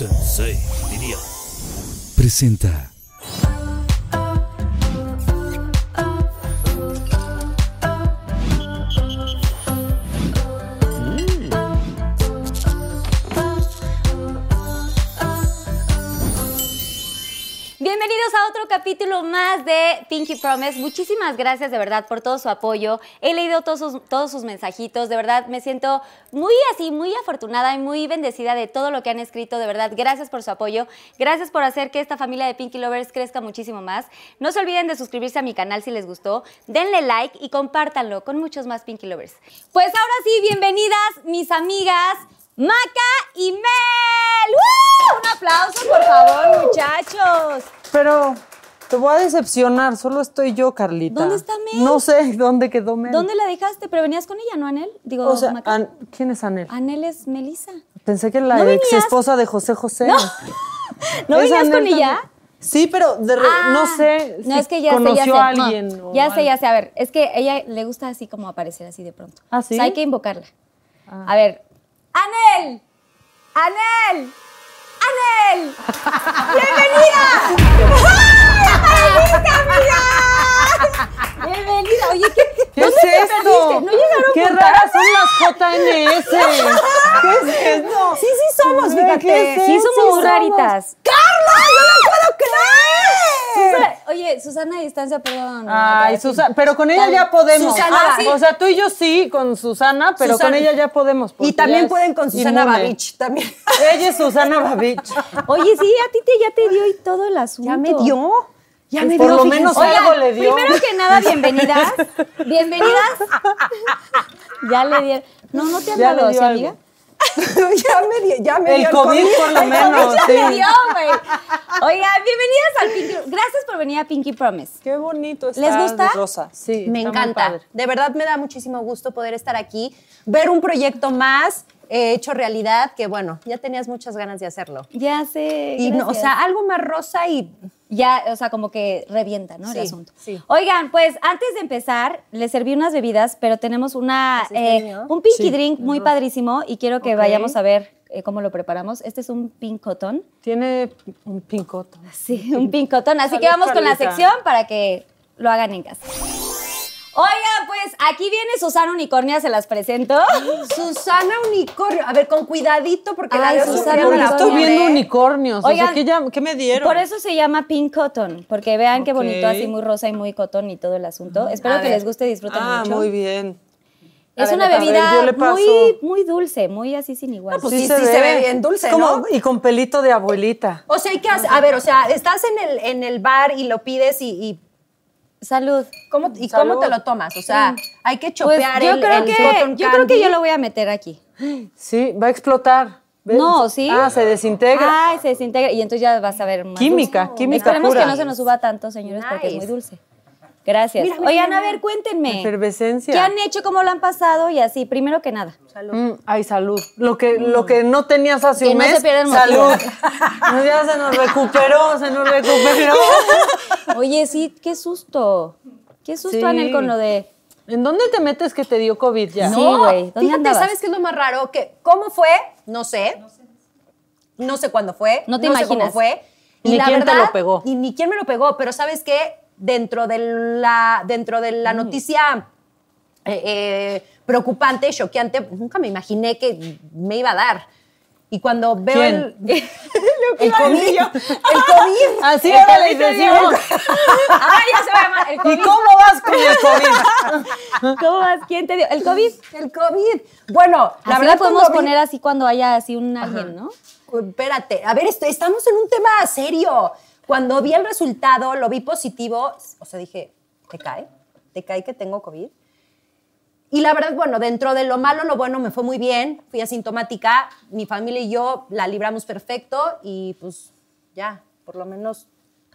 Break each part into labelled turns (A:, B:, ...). A: Sensei, diría. Presenta.
B: Bienvenidos a otro capítulo más de Pinky Promise. Muchísimas gracias de verdad por todo su apoyo. He leído todos sus, todos sus mensajitos. De verdad me siento muy así, muy afortunada y muy bendecida de todo lo que han escrito. De verdad, gracias por su apoyo. Gracias por hacer que esta familia de Pinky Lovers crezca muchísimo más. No se olviden de suscribirse a mi canal si les gustó. Denle like y compártanlo con muchos más Pinky Lovers. Pues ahora sí, bienvenidas mis amigas. Maca y Mel. ¡Woo! Un aplauso, por favor, muchachos.
C: Pero te voy a decepcionar, solo estoy yo, Carlita.
B: ¿Dónde está Mel?
C: No sé dónde quedó Mel.
B: ¿Dónde la dejaste? Pero venías con ella, ¿no, Anel? Digo,
C: O sea,
B: Maca.
C: An- ¿quién es Anel?
B: Anel es Melissa.
C: Pensé que la
B: ¿No venías?
C: ex esposa de José José.
B: No. ¿No
C: ¿Es
B: venías con
C: Anel también?
B: ella?
C: Sí, pero de re-
B: Ah,
C: no sé.
B: No,
C: si
B: es que ya
C: conoció
B: sé, ya sé.
C: a alguien.
B: No,
C: o
B: ya sé,
C: algo.
B: ya sé. A ver, es que a ella le gusta así como aparecer así de pronto.
C: ¿Ah, sí?
B: O
C: Ah.
B: sea, hay que invocarla. A ver. ¡Anel! ¡Anel! ¡Anel! ¡Bienvenida! ¡Ay, apareciste, amiga! ¡Bienvenida! Oye, ¿qué?
C: ¿Qué
B: ¿dónde
C: es
B: te
C: esto?
B: perdiste? ¿No llegaron
C: Qué
B: juntas?
C: raras son las JNS. ¿Qué es esto?
B: Sí, sí somos,
C: Güey,
B: fíjate.
C: ¿qué es
B: sí
C: eso?
B: somos
C: Sí
B: raritas.
C: ¡Carla!
B: Susana- Oye, Susana a distancia, perdón.
C: Ay, Susana, pero con ella ya podemos.
B: Susana,
C: Ah,
B: sí.
C: O sea, tú y yo sí, con Susana, pero
D: Susana.
C: con ella ya podemos. porque
D: Y también
C: ya
D: pueden con
C: es
D: Susana
C: pues, inmune.
D: Babich también.
C: Ella es Susana Babich.
B: Oye, sí, a ti te, ya te dio y todo el asunto.
D: Ya me dio. Ya
C: Pues
D: me
C: por
D: dio.
C: lo
D: fíjense.
C: menos
D: Oigan,
C: algo le dio.
B: Primero que nada, bienvenidas. Bienvenidas. ya le dieron. No, no te han
C: Ya le
B: dado,
C: dio
B: ¿sí,
C: algo.
B: amiga?
D: ya me dio. Ya me
C: El
D: dio
C: COVID, por lo
D: El
C: menos,
D: COVID.
C: sí.
B: Ya le dio, güey. Oigan, bienvenidas al Pinky. Gracias por venir a Pinky Promise.
C: Qué bonito está.
B: ¿Les gusta?
C: de Rosa. Sí.
D: Me
C: está muy
D: encanta.
C: padre.
D: De verdad me da muchísimo gusto poder estar aquí, ver un proyecto más eh, hecho realidad, que bueno, ya tenías muchas ganas de hacerlo.
B: Ya sé.
D: Y no, o
B: gracias.
D: sea, algo más rosa y
B: Ya, o sea, como que revienta, ¿no?
D: Sí,
B: el asunto.
D: sí.
B: Oigan, pues antes de empezar, les serví unas bebidas, pero tenemos una,
D: ¿Así está
B: eh,
D: el mío?
B: un pinky
C: Sí.
B: drink muy padrísimo y quiero que
C: Ok.
B: vayamos a ver eh, cómo lo preparamos. Este es un pink cotton.
C: Tiene un pincoto.
B: Sí, un pincotón. Así
C: Salud,
B: que vamos con la
C: Carlita.
B: sección para que lo hagan en casa. Oigan, pues aquí viene Susana Unicornia, se las presento.
D: Susana Unicornio. A ver, con cuidadito porque
B: Ay,
D: la veo
B: Susana
D: sufriendo
C: Porque
D: la
B: Unicornio.
C: estoy
D: pobre.
C: viendo unicornios. o
B: Oigan,
C: sea, ¿qué, ya- qué me dieron?
B: Por eso se llama Pink Cotton, porque vean qué
C: Ok.
B: bonito, así muy rosa y muy cotón y todo el asunto. Espero
D: A
B: que
D: ver.
B: les guste y disfruten
C: Ah,
B: mucho.
C: muy bien.
B: Es
C: A ver,
B: una
C: a ver,
B: bebida
C: yo le paso.
B: muy, muy dulce, muy así sin igual.
D: pues sí, sí se ve bien dulce,
C: Como-
D: ¿no?
C: Y con pelito de abuelita.
D: O sea, ¿y ¿qué haces? A ver, o sea, estás en el, en el bar y lo pides y, y
B: Salud.
D: ¿Cómo, ¿Y
C: Salud.
D: cómo te lo tomas? O sea, hay que
B: Pues
D: chopear
B: yo,
D: el,
B: creo
D: el
B: que,
D: cotton
B: yo creo que
D: candy.
B: yo lo voy a meter aquí.
C: Sí, va a explotar. ¿Ves?
B: No, sí.
C: Ah, se desintegra.
B: Ay, se desintegra. Y entonces ya vas a ver más.
C: Química,
B: dulce.
C: química
B: Esperemos
C: pura.
B: que no se nos suba tanto, señores, porque es
D: Nice.
B: muy dulce. Gracias.
D: Mira, mira,
B: Oigan,
D: mira.
B: a ver, cuéntenme.
C: Efervescencia.
B: ¿Qué han hecho? ¿Cómo lo han pasado? Y así, primero que nada.
C: Mm, ay, salud. Lo que, lo que no tenías hace
B: Mm. Que
C: un
B: no
C: mes.
B: se pierda el motivo.
C: salud. No, ya se nos recuperó, se nos recuperó.
B: Oye, sí, qué susto. Qué susto,
C: Sí.
B: Anel, con lo de...
C: ¿En dónde te metes que te dio COVID ya?
B: Sí, güey. ¿Dónde
D: Fíjate,
B: andabas?
D: ¿sabes qué es lo más raro? Que ¿Cómo fue? No sé. No sé cuándo fue.
B: No te
D: Sé cómo
B: imaginas.
D: fue.
C: Ni quién te lo pegó.
D: Y ni quién me lo pegó, pero ¿sabes qué? Dentro de la, dentro de
B: Mm.
D: la noticia eh, eh, preocupante, choqueante, nunca me imaginé que me iba a dar. Y cuando veo
C: ¿Quién?
D: el, el COVID, el COVID,
C: Así
D: el
C: ahora les
D: COVID,
C: decimos.
B: ¡Ah, ya se va a llamar el
C: ¿Y
B: COVID!
C: cómo vas con el COVID?
B: ¿Cómo vas? ¿Quién te dio? ¿El COVID?
D: El COVID. Bueno, la
B: así
D: verdad
B: lo podemos
D: cuando vi-
B: poner así cuando haya así un alguien, ¿no?
D: Espérate, a ver, est- estamos en un tema serio. Cuando vi el resultado, lo vi positivo, o sea, dije, ¿te cae? ¿Te cae que tengo COVID? Y la verdad, bueno, dentro de lo malo, lo bueno me fue muy bien, fui asintomática, mi familia y yo la libramos perfecto y pues ya, por lo menos.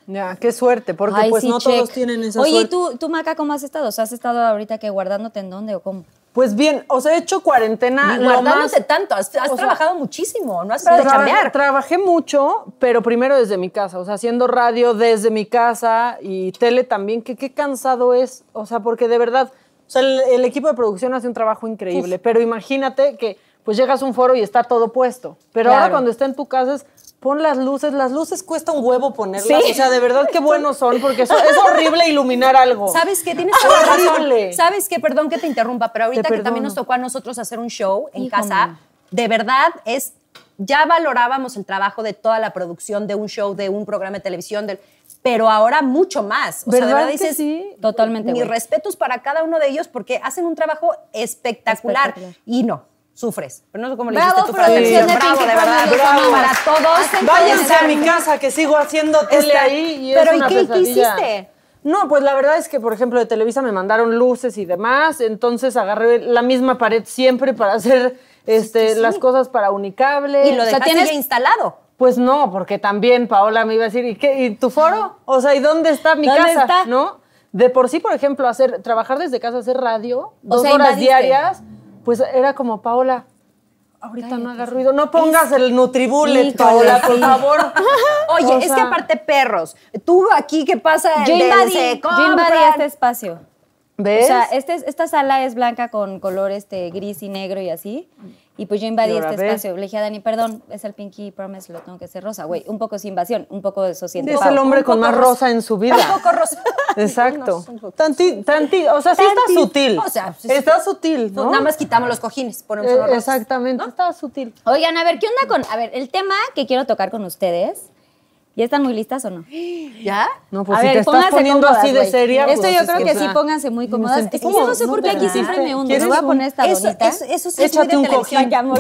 C: Ya, qué suerte, porque
B: Ay,
C: pues
B: sí,
C: no todos
B: check.
C: tienen esa
B: Oye,
C: suerte.
B: ¿y tú, tú, Maca, cómo has estado? O sea, ¿has estado ahorita que guardándote en dónde o cómo?
C: Pues bien, o sea, he hecho cuarentena.
D: Ni
C: Ah, lo
D: guardándote
C: más-
D: tanto, has, has
C: o sea,
D: trabajado muchísimo, no has
C: Tra-
D: parado de chambear.
C: trabajé mucho, pero primero desde mi casa, o sea, haciendo radio desde mi casa y tele también, que qué cansado es, o sea, porque de verdad, o sea, el, el equipo de producción hace un trabajo increíble, pero imagínate que pues llegas a un foro y está todo puesto, pero ahora
B: Claro.
C: cuando está en tu casa es Pon las luces, las luces cuesta un huevo ponerlas. O sea, de verdad qué buenos son, porque eso- es horrible iluminar algo.
D: ¿Sabes qué? Tienes toda la razón.
C: Horrible.
D: ¿Sabes qué? Perdón que Ah, te interrumpa, pero ahorita
C: Te
D: que también
C: perdono.
D: nos tocó a nosotros hacer un show en
B: Híjole.
D: casa, de verdad es. Ya valorábamos el trabajo de toda la producción de un show, de un programa de televisión, del, pero ahora mucho más. O sea, de
C: ¿Verdad
D: verdad
C: que
D: dices.
C: sí?
B: Totalmente,
D: Mis
B: güey.
D: respetos para cada uno de ellos porque hacen un trabajo espectacular.
B: Espectacular.
D: Y no, sufres. Pero no sé cómo le
B: Bravo,
D: hiciste tú para
B: producción
D: hacer
B: de
D: eso. Bravo,
B: Pinky
D: de verdad.
B: Promise, los amamos.
D: Para todos.
B: Hacen
C: Váyanse a mi
B: Está-
C: casa que sigo haciendo tele
D: Está-
C: ahí y
D: Este, Pero,
C: es
D: ¿y
C: una
D: qué- qué
C: pesadilla.
D: hiciste?
C: No, pues la verdad es que, por ejemplo, de Televisa me mandaron luces y demás, entonces agarré la misma pared siempre para hacer este, las cosas para unicable.
D: Y lo
B: O sea,
D: dejaste
B: tienes-
D: ya instalado.
C: Pues no, porque también Paola me iba a decir, ¿y, qué, y tu foro? O sea, ¿y dónde está mi
B: ¿Dónde
C: casa?
B: está?
C: ¿No? De por sí, por ejemplo, hacer, trabajar desde casa, hacer radio, dos
B: sea,
C: horas
B: invadiste.
C: diarias, pues era como, Paola, ahorita no hagas ruido, no pongas el Nutribullet,
B: Híjole,
C: Paola, por
B: sí.
C: favor.
D: Oye,
C: O
D: es que
C: sea,
D: aparte perros, tú aquí qué pasa,
B: Yo
D: El de-
B: invadí,
D: se
B: yo invadí
D: compran.
B: este espacio.
C: ¿Ves?
B: O sea, este, es- esta sala es blanca con color este, gris y negro y así. Y pues yo invadí
C: Y ahora
B: este
C: ves.
B: espacio. Le dije a Dani, perdón, es el Pinky Promise, lo tengo que hacer rosa, güey. Un poco es invasión, un poco de sociedad.
C: es el hombre
D: un
C: con
D: poco
C: más
D: rosa.
C: rosa en su vida.
D: Un poco rosa.
C: Exacto.
D: No, son-
C: Tanti, tanti, o sea, sí
D: Tanti.
C: está sutil.
D: O sea, pues, sí, sí.
C: está sutil, ¿no?
D: Nada más quitamos los cojines, ponemos
C: Eh,
D: unos rosas.
C: exactamente, está sutil.
B: Oigan, a ver, ¿qué onda con...? A ver, el tema que quiero tocar con ustedes, ¿ya están muy listas o no?
D: ¿Ya?
C: No, pues
B: a
C: si
B: ver,
C: te estás
B: pónganse
C: poniendo
B: cómodas,
C: así de
B: güey.
C: seria.
B: Esto
C: pues,
B: yo
C: es
B: creo que,
C: o
B: sí,
C: sea,
B: pónganse muy
C: me
B: cómodas.
C: sentí
B: Es que yo
C: como-
B: no sé por qué aquí
C: ¿verdad?
B: siempre me hundo.
C: ¿Quieres
B: Me voy a
C: un-
B: poner esta
D: Eso,
B: donita.
D: eso, eso sí es muy de
C: Échate un
D: televisión.
C: cojín.
B: Ay, amor.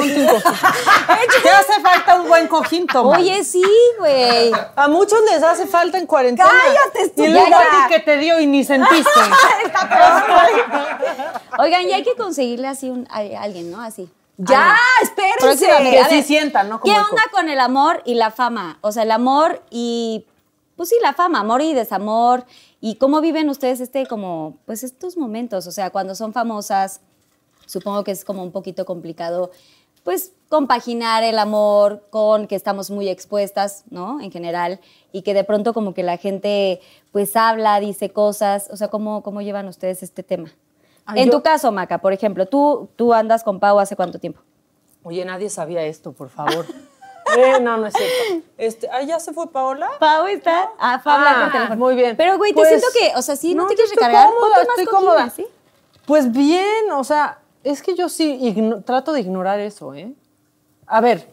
C: Te hace falta un buen cojín, Tomás.
B: Oye, sí, güey.
C: A muchos les hace falta en cuarentena.
D: Cállate,
C: Y
D: estúpida.
C: luego a ti que te dio y ni sentiste.
B: Oigan, y hay que conseguirle así un, a a alguien, ¿no? Así.
D: Ya, espérense.
C: Ah, Próximamente.
D: A
C: sí
D: ver,
C: sientan, ¿no? Como
B: ¿Qué
C: el
B: onda con el amor y la fama? O sea, el amor y. Pues sí, la fama, amor y desamor. ¿Y cómo viven ustedes este, como, pues estos momentos? O sea, cuando son famosas, supongo que es como un poquito complicado, pues compaginar el amor con que estamos muy expuestas, ¿no? En general, y que de pronto como que la gente, pues habla, dice cosas. O sea, ¿cómo, cómo llevan ustedes este tema?
C: Ay,
B: en
C: yo-
B: tu caso, Maca, por ejemplo, tú, tú andas con Pau hace cuánto tiempo?
C: Oye, nadie sabía esto, por favor. Eh, no, no es cierto. Este, ah, ya se fue Paola.
B: Pau está a
C: Ah,
B: Fabla teléfono.
C: muy bien.
B: Pero, güey,
C: Pues,
B: te siento que, o sea, si no,
C: no,
B: te
C: yo
B: quieres
C: estoy
B: recargar,
C: cómoda,
B: ponte más
C: estoy
B: cojines,
C: cómoda.
B: ¿sí?
C: Pues bien, o sea, es que yo sí igno- trato de ignorar eso, ¿eh? A ver,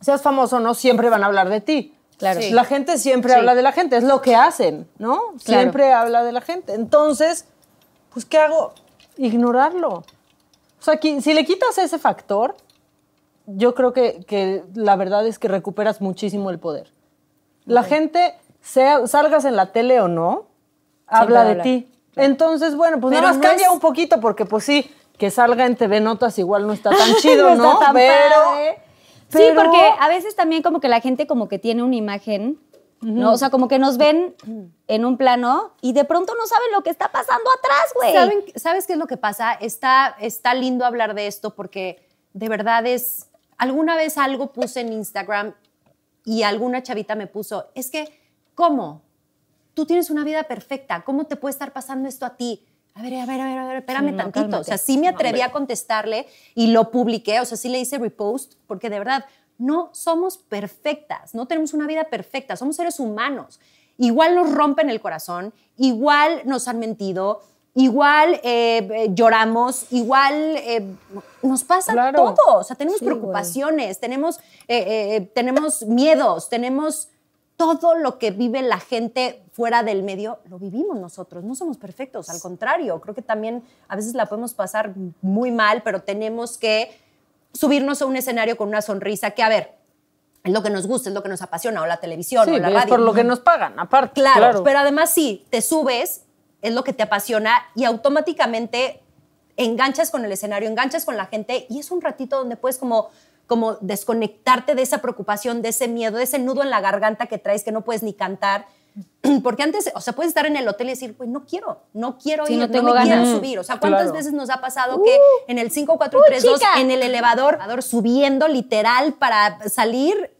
C: seas famoso o no, siempre van a hablar de ti.
B: Claro. Sí.
C: La gente siempre
B: Sí.
C: habla de la gente, es lo que hacen, ¿no? Siempre habla de la gente. Entonces, pues, ¿qué hago? Ignorarlo. O sea, qui- si le quitas ese factor, yo creo que, que la verdad es que recuperas muchísimo el poder. La gente, sea, salgas en la tele o no,
B: va
C: habla
B: a
C: de
B: hablar,
C: ti. Entonces, bueno, pues
B: Pero
C: nada más
B: no
C: cambia
B: es-
C: un poquito, porque pues sí, que salga en TV Notas igual no está tan chido,
B: No
C: ¿no?
B: está tan
C: pero,
B: padre. Sí,
C: pero-
B: porque a veces también como que la gente como que tiene una imagen, ¿no? O sea, como que nos ven en un plano y de pronto no saben lo que está pasando atrás, güey.
D: ¿Saben- ¿Sabes qué es lo que pasa? Está, está lindo hablar de esto porque de verdad es. Alguna vez algo puse en Instagram y alguna chavita me puso, es que, ¿cómo? Tú tienes una vida perfecta, ¿cómo te puede estar pasando esto a ti? A ver, a ver, a ver, a ver, espérame
B: no,
D: tantito.
B: cálmate.
D: O sea, sí me atreví a contestarle y lo publiqué, o sea, sí le hice repost, porque de verdad, no somos perfectas, no tenemos una vida perfecta, somos seres humanos. Igual nos rompen el corazón, igual nos han mentido, igual eh, eh, lloramos, igual eh, nos pasa
C: Claro.
D: todo. O sea, tenemos
B: Sí, güey.
D: preocupaciones, tenemos, eh, eh, eh, tenemos miedos, tenemos todo lo que vive la gente fuera del medio, lo vivimos nosotros. No somos perfectos, al contrario. Creo que también a veces la podemos pasar muy mal, pero tenemos que subirnos a un escenario con una sonrisa que, a ver, es lo que nos gusta, es lo que nos apasiona, o la televisión,
C: Sí,
D: o la
C: es
D: radio.
C: por lo que nos pagan, aparte.
D: Claro,
C: Claro,
D: pero además sí, te subes, es lo que te apasiona y automáticamente enganchas con el escenario, enganchas con la gente y es un ratito donde puedes como como desconectarte de esa preocupación, de ese miedo, de ese nudo en la garganta que traes que no puedes ni cantar. Porque antes, o sea, puedes estar en el hotel y decir, pues no quiero, no quiero
B: Sí,
D: ir,
B: no
D: no,
B: tengo
D: me quiero
B: ganas. Uh,
D: subir. O sea, ¿cuántas
C: Claro.
D: veces nos ha pasado que en el 5432,
B: chica.
D: en el elevador, subiendo literal para salir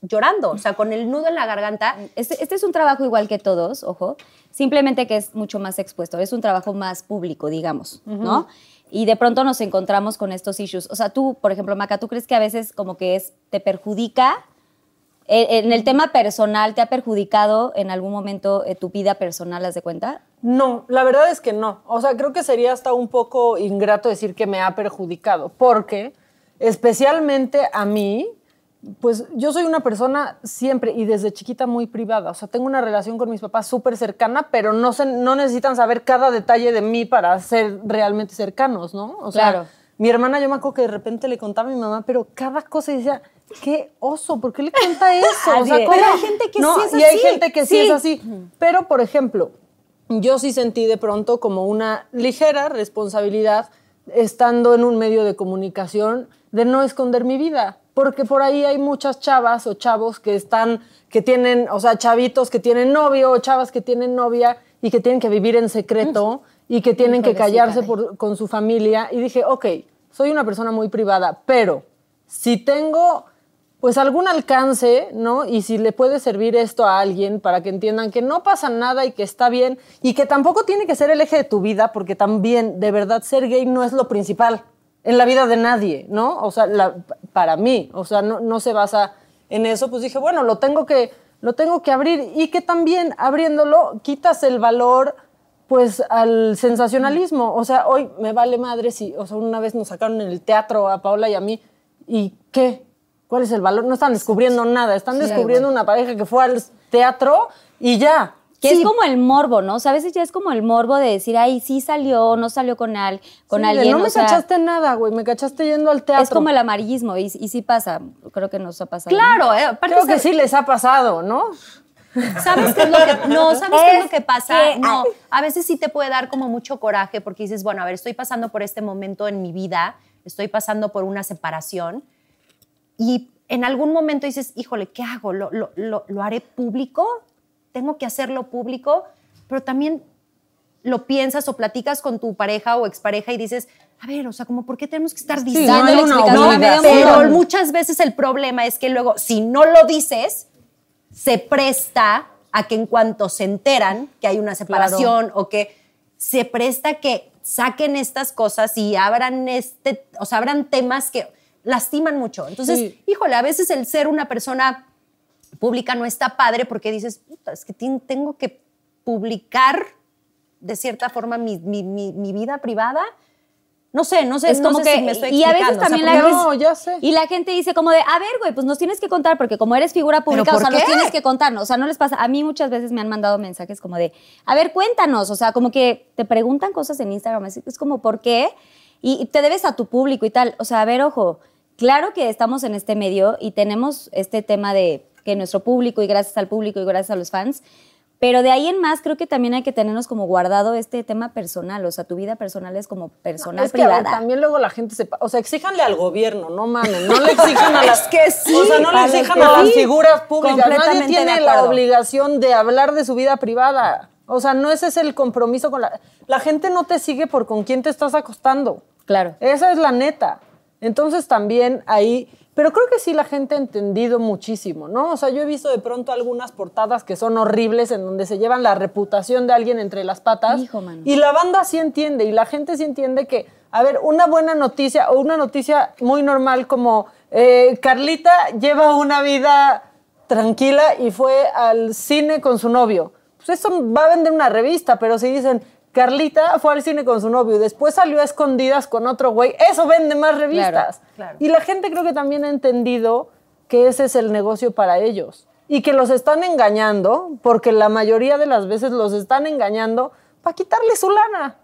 D: llorando, o sea, con el nudo en la garganta?
B: Este, este es un trabajo igual que todos, ojo, simplemente que es mucho más expuesto, es un trabajo más público, digamos, ¿no? Y de pronto nos encontramos con estos issues. O sea, tú, por ejemplo, Maca, ¿tú crees que a veces como que es, te perjudica Eh, En el tema personal, ¿te ha perjudicado en algún momento eh, tu vida personal, haz de cuenta?
C: No, la verdad es que no. O sea, creo que sería hasta un poco ingrato decir que me ha perjudicado, porque especialmente a mí, pues yo soy una persona siempre y desde chiquita muy privada. O sea, tengo una relación con mis papás súper cercana, pero no, se, no necesitan saber cada detalle de mí para ser realmente cercanos, ¿no? O sea,
B: Claro.
C: mi hermana, yo me acuerdo que de repente le contaba a mi mamá, pero cada cosa y decía, qué oso, ¿por qué le cuenta eso? O
B: Así
C: sea,
B: es.
C: ¿cómo?
D: Pero hay gente que sí es
C: Y hay
D: así.
C: gente que sí,
B: Sí.
C: es así. Pero, por ejemplo, yo sí sentí de pronto como una ligera responsabilidad estando en un medio de comunicación de no esconder mi vida. Porque por ahí hay muchas chavas o chavos que están, que tienen, o sea, chavitos que tienen novio o chavas que tienen novia y que tienen que vivir en secreto y que tienen que
B: Híjole, sí,
C: callarse
B: caray.
C: por- con su familia. Y dije, ok, soy una persona muy privada, pero si tengo pues algún alcance, ¿no? Y si le puede servir esto a alguien para que entiendan que no pasa nada y que está bien y que tampoco tiene que ser el eje de tu vida, porque también, de verdad, ser gay no es lo principal en la vida de nadie, ¿no? O sea, la- para mí, o sea, no, no se basa en eso, pues dije, bueno, lo tengo que, lo tengo que abrir y que también abriéndolo quitas el valor pues al sensacionalismo. O sea, hoy me vale madre si, o sea, una vez nos sacaron en el teatro a Paola y a mí, ¿y qué? ¿Cuál es el valor? No están descubriendo nada, están descubriendo una pareja que fue al teatro y ya.
B: Que
C: Sí,
B: es como el morbo, ¿no? O sea, a veces ya es como el morbo de decir, ay, sí salió, no salió con, al, con
C: sí, de,
B: alguien.
C: No
B: o
C: me
B: sea,
C: cachaste nada, güey, me cachaste yendo al teatro.
B: Es como el amarillismo y, y sí pasa. Creo que nos ha pasado.
D: Claro, eh, aparte
C: Creo que
D: ¿sabes-
C: sí les ha pasado, ¿no?
D: ¿Sabes qué es lo que no, sabes qué es lo
B: Es
D: que pasa?
B: que-
D: No, a veces sí te puede dar como mucho coraje porque dices, bueno, a ver, estoy pasando por este momento en mi vida, estoy pasando por una separación y en algún momento dices, híjole, ¿qué hago? ¿Lo, lo, lo- lo haré público? ¿Tengo que hacerlo público? Pero también lo piensas o platicas con tu pareja o expareja y dices, a ver, o sea, como, ¿por qué tenemos que estar
C: Sí,
D: diciendo?
B: hay una
D: explicación a
B: obligación.
D: medio mundo?
B: Pero-
D: Pero muchas veces el problema es que luego, si no lo dices, se presta a que en cuanto se enteran que hay una separación o que se presta que saquen estas cosas y abran este, o sea, abran temas que lastiman mucho. Entonces,
C: Sí.
D: híjole, a veces el ser una persona pública no está padre porque dices, "Puta, es que tin- tengo que publicar de cierta forma mi, mi- mi- mi vida privada. No sé, no sé,
B: Es
D: no
B: como
D: sé
B: que-
D: si me estoy
B: y a veces
D: explicando, o sea,
B: también
D: como
B: la
D: que-
B: gente-
C: No, ya sé.
B: Y la gente dice como de, a ver, güey, pues nos tienes que contar, porque como eres figura pública,
D: ¿Pero
B: o sea,
D: por
B: nos
D: qué?
B: tienes que contar. ¿no? O sea, no les pasa. A mí muchas veces me han mandado mensajes como de, a ver, cuéntanos. O sea, como que te preguntan cosas en Instagram. Es, es como, ¿por qué? Y, y te debes a tu público y tal. O sea, a ver, ojo, claro que estamos en este medio y tenemos este tema de que nuestro público y gracias al público y gracias a los fans. Pero de ahí en más creo que también hay que tenernos como guardado este tema personal, o sea, tu vida personal es como personal
C: Es que a ver,
B: privada.
C: también luego la gente se... pa- O sea, exíjanle al gobierno, no mames, no le exijan a las...
D: Es que sí,
C: O sea, no le
D: a los
C: exijan
D: que
C: a las
D: sí.
C: figuras públicas. Nadie
D: Completamente
C: tiene
D: de
C: la
D: acuerdo.
C: obligación de hablar de su vida privada. O sea, no ese es el compromiso con la... La gente no te sigue por con quién te estás acostando.
B: Claro.
C: Esa es la neta. Entonces también ahí, pero creo que sí la gente ha entendido muchísimo, ¿no? O sea, yo he visto de pronto algunas portadas que son horribles en donde se llevan la reputación de alguien entre las patas.
B: Hijo, mano.
C: Y la banda sí entiende y la gente sí entiende que, a ver, una buena noticia o una noticia muy normal como eh, Carlita lleva una vida tranquila y fue al cine con su novio. Pues eso va a vender una revista, pero si dicen Carlita fue al cine con su novio y después salió a escondidas con otro güey, eso vende más revistas.
D: claro.
C: Y la gente creo que también ha entendido que ese es el negocio para ellos y que los están engañando, porque la mayoría de las veces los están engañando para quitarle su lana.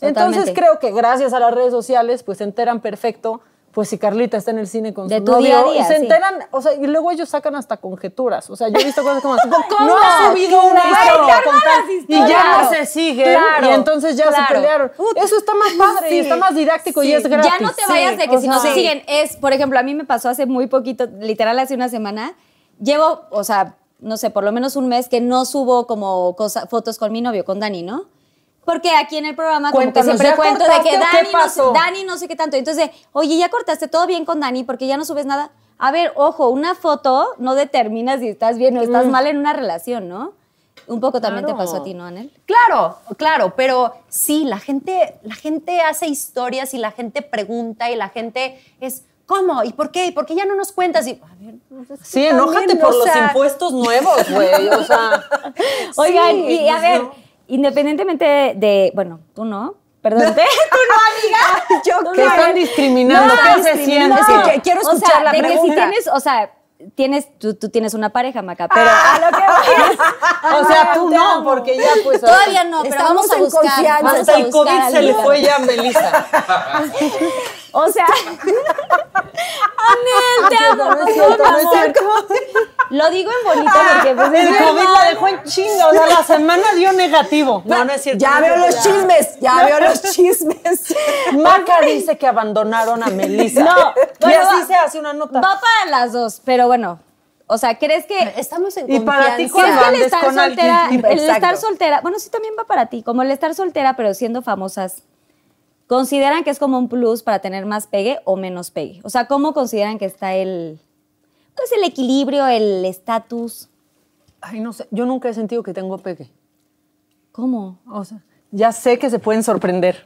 C: Entonces
B: Totalmente.
C: creo que gracias a las redes sociales pues se enteran perfecto, pues si Carlita está en el cine con
B: De
C: su
B: tu
C: novio
B: día a día,
C: y se
B: sí.
C: enteran, o sea, y luego ellos sacan hasta conjeturas, o sea, yo he visto cosas como
D: ¿Cómo?
C: no ha subido una
D: Claro.
C: historia
D: Hay que
C: con
D: armar
C: tal",
D: las
C: y ya no
D: historias.
C: se sigue
D: Claro,
C: y entonces ya se
D: claro.
C: pelearon.
D: Puta.
C: Eso está más padre, y
D: Sí.
C: está más didáctico y
D: Sí.
C: es
D: Ya
C: gratis.
B: Ya no te
C: Sí.
B: vayas de que
C: O
B: si no
C: sea,
B: te siguen es, por ejemplo, a mí me pasó hace muy poquito, literal hace una semana, llevo, o sea, no sé, por lo menos un mes que no subo como cosa- fotos con mi novio, con Dani, ¿no? Porque aquí en el programa como que
C: Cuéntanos,
B: siempre
C: ¿ya
B: cuento de
C: cortaste
B: que
C: o qué
B: Dani no, sé,
C: pasó?
B: Dani no sé qué tanto. Entonces, oye, ya cortaste todo bien con Dani porque ya no subes nada. A ver, ojo, una foto no determina si estás bien o estás mal en una relación, ¿no? Un poco también te
C: Mm. Claro.
B: pasó a ti, ¿no, Anel?
D: Claro, claro, pero sí, la gente, la gente hace historias y la gente pregunta y la gente es, ¿Cómo? ¿Y por qué? ¿Y por qué ya no nos cuentas? Y, a ver, pues,
C: Sí,
D: también,
C: enójate por
D: o
C: los
D: sea,
C: impuestos nuevos, güey. O sea,
B: Oigan,
D: Sí,
B: y a
D: pues,
B: ver,
D: no.
B: independientemente de. Bueno, tú no. Perdón, te- tú
D: yo
C: que
D: qué.
C: están discriminando.
B: No,
C: ¿Qué se
D: discriminando.
C: siente?
D: Es que qui- quiero
B: o sea,
D: escuchar la
B: de que si
D: pregunta.
B: tienes, o sea, tienes, tú, tú tienes una pareja, Maca, pero.
C: O sea, tú no, porque ya pues.
B: Todavía no, pero
D: Estamos
B: vamos a
D: en
B: buscar.
D: confianza.
B: Vamos
C: Hasta
B: a
C: el
B: buscar
C: COVID
B: al
C: se le
B: lugar.
C: fue ya a Melissa.
B: O sea, Anel, te amo.
C: No es cierto, no es cierto.
B: Lo digo en bonito porque pues es
C: El COVID
B: verdad.
C: la dejó en chinga. O sea, la semana dio negativo. No, no es cierto.
D: Ya veo los chismes, ya veo los chismes.
C: Maca dice que abandonaron a Melissa.
B: No,
C: y
B: bueno,
C: así
B: va-
C: se hace una nota.
B: Va para las dos, pero bueno. O sea, ¿crees que
D: Estamos en
C: Y para ti,
D: confianza.
C: ¿cuál?
B: Es que el
C: andes
B: estar
C: con alguien.
B: soltera, el
D: Exacto.
B: estar soltera, bueno, sí también va para ti, como el estar soltera, pero siendo famosas, ¿consideran que es como un plus para tener más pegue o menos pegue? O sea, ¿cómo consideran que está el, pues el equilibrio, el estatus?
C: Ay, no sé. Yo nunca he sentido que tengo pegue.
B: ¿Cómo?
C: O sea, ya sé que se pueden sorprender.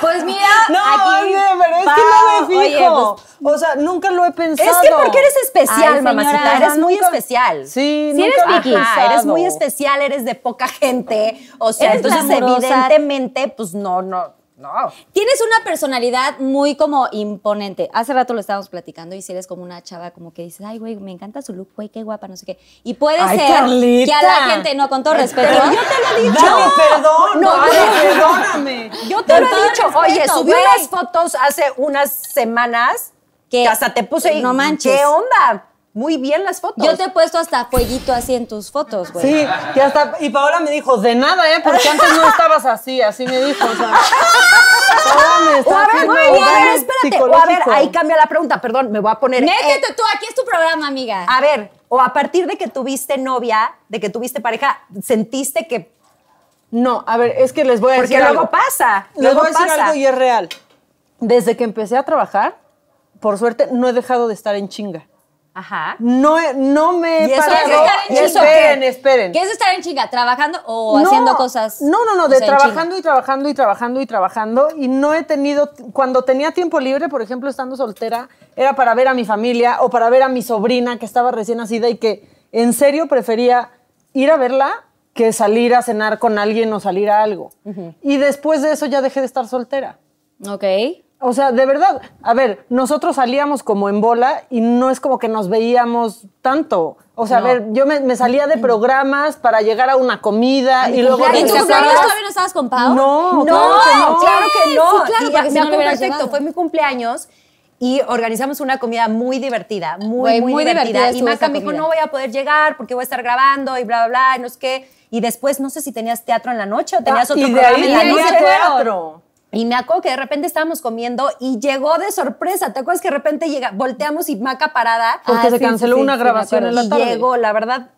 B: Pues mira,
C: No,
B: aquí,
C: Ande, pero es
B: Pau,
C: que no me
B: oye,
C: fijo. o sea, nunca lo he pensado.
D: Es que porque eres especial,
B: Ay,
D: mamacita.
B: señora,
D: Eres muy
C: nunca-
D: especial.
C: Sí,
B: Sí,
C: nunca
B: eres
C: lo he
B: piqui.
D: Ajá,
C: pensado.
D: eres muy especial, eres de poca gente. O sea,
B: Eres
D: entonces
B: glamurosa.
D: evidentemente, pues no, no, no.
B: Tienes una personalidad muy como imponente. Hace rato lo estábamos platicando y si eres como una chava como que dices, ay, güey, me encanta su look, güey, qué guapa, no sé qué. Y puede
C: Ay,
B: ser que a la
C: Carlita.
B: gente, no, con todo respeto.
D: Pero yo te lo he dicho.
C: Dame perdón,
D: No,
C: no,
D: no.
C: perdóname.
D: Yo te
B: Con
D: lo he
B: todo
D: dicho.
B: respeto,
D: Oye, subí
B: güey.
D: unas fotos hace unas semanas
B: Que-
D: que hasta te puse. y-
B: no manches.
D: ¿Qué onda? Muy bien las fotos.
B: Yo te he puesto hasta fueguito así en tus fotos, güey.
C: Sí, y hasta, y Paola me dijo, de nada, ¿eh? Porque antes no estabas así, así me dijo, o sea. Paola me
D: O
C: está
D: a ver,
C: haciendo
D: muy bien, a ver,
C: daño
D: espérate. O a ver,
C: psicológico.
D: ahí cambia la pregunta, perdón, me voy a poner. eh,
B: Métete tú, aquí es tu programa, amiga.
C: Ah,
D: a ver, o a partir de que tuviste novia, de que tuviste pareja, sentiste que.
C: No, a ver, es que les voy a
D: Porque
C: decir
D: luego
C: algo.
D: pasa.
C: Les
D: luego
C: voy a decir
D: pasa.
C: algo y es real. Desde que empecé a trabajar, por suerte, no he dejado de estar en chinga.
D: Ajá.
C: No, he- no me he
D: ¿Y eso
C: parado.
D: qué? ¿Y eso qué?
C: esperen, esperen.
B: ¿Qué es estar en chinga? ¿Trabajando o haciendo cosas?
C: No, no,
B: o
C: no, de
B: sea, en
C: trabajando y trabajando y trabajando y trabajando. Y no he tenido, cuando tenía tiempo libre, por ejemplo, estando soltera, era para ver a mi familia o para ver a mi sobrina que estaba recién nacida y que en serio prefería ir a verla que salir a cenar con alguien o salir a algo. Y después de eso ya dejé de estar soltera.
B: chinga? Ok.
C: O sea, de verdad, a ver, nosotros salíamos como en bola y no es como que nos veíamos tanto. O sea,
B: No.
C: a ver, yo me, me salía
D: Mm.
C: de programas para llegar a una comida y luego...
B: ¿En tu
C: regresaba.
B: cumpleaños todavía no estabas con Pau?
C: No,
D: No,
C: claro que no.
D: Oh, claro que no.
B: Sí, claro, porque si no
D: Y me
B: lo
D: acuerdo
B: hubieras
D: perfecto,
B: llevado.
D: fue mi cumpleaños y organizamos una comida muy divertida, muy,
B: Güey,
D: muy,
B: muy divertida
D: divertida. Y
B: estuvo
D: Maca
B: esa
D: me dijo,
B: comida.
D: no voy a poder llegar porque voy a estar grabando y bla, bla, bla, y no sé qué. Y después, no sé si tenías teatro en la noche o tenías otro
C: Ah, y de
D: programa
C: ahí
D: en la
B: ahí
D: noche.
C: tenía
B: se fueron.
C: teatro.
D: Y me acuerdo que de repente estábamos comiendo y llegó de sorpresa. ¿Te acuerdas que de repente llega, volteamos y Maca parada?
C: Porque
B: Ah,
C: se
B: sí,
C: canceló
B: sí,
C: una
B: sí, me
C: grabación
B: acuerdo.
C: en la
D: y
C: tarde.
D: llegó, la verdad.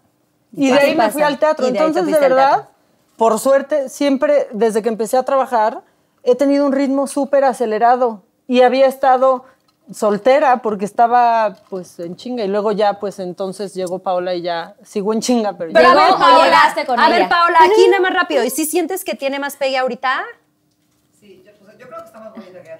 C: Y de
D: Así
C: ahí me fui
D: pasa.
C: al teatro.
D: Y de ahí te
C: Entonces, de
D: fuiste al
C: verdad,
D: teatro.
C: por suerte, siempre desde que empecé a trabajar, he tenido un ritmo súper acelerado. Y había estado soltera porque estaba pues en chinga. Y luego ya, pues entonces llegó Paola y ya sigo en chinga. Pero,
D: Pero
C: ya-
D: a
B: Llegó
D: ver,
B: o
D: Paola,
B: llegaste con
D: a ver,
B: ella.
D: Paola, aquí nada más rápido. ¿Y si sientes que tiene más pegue ahorita?
C: Paola.
D: Sí, yo, creo que está más bonita que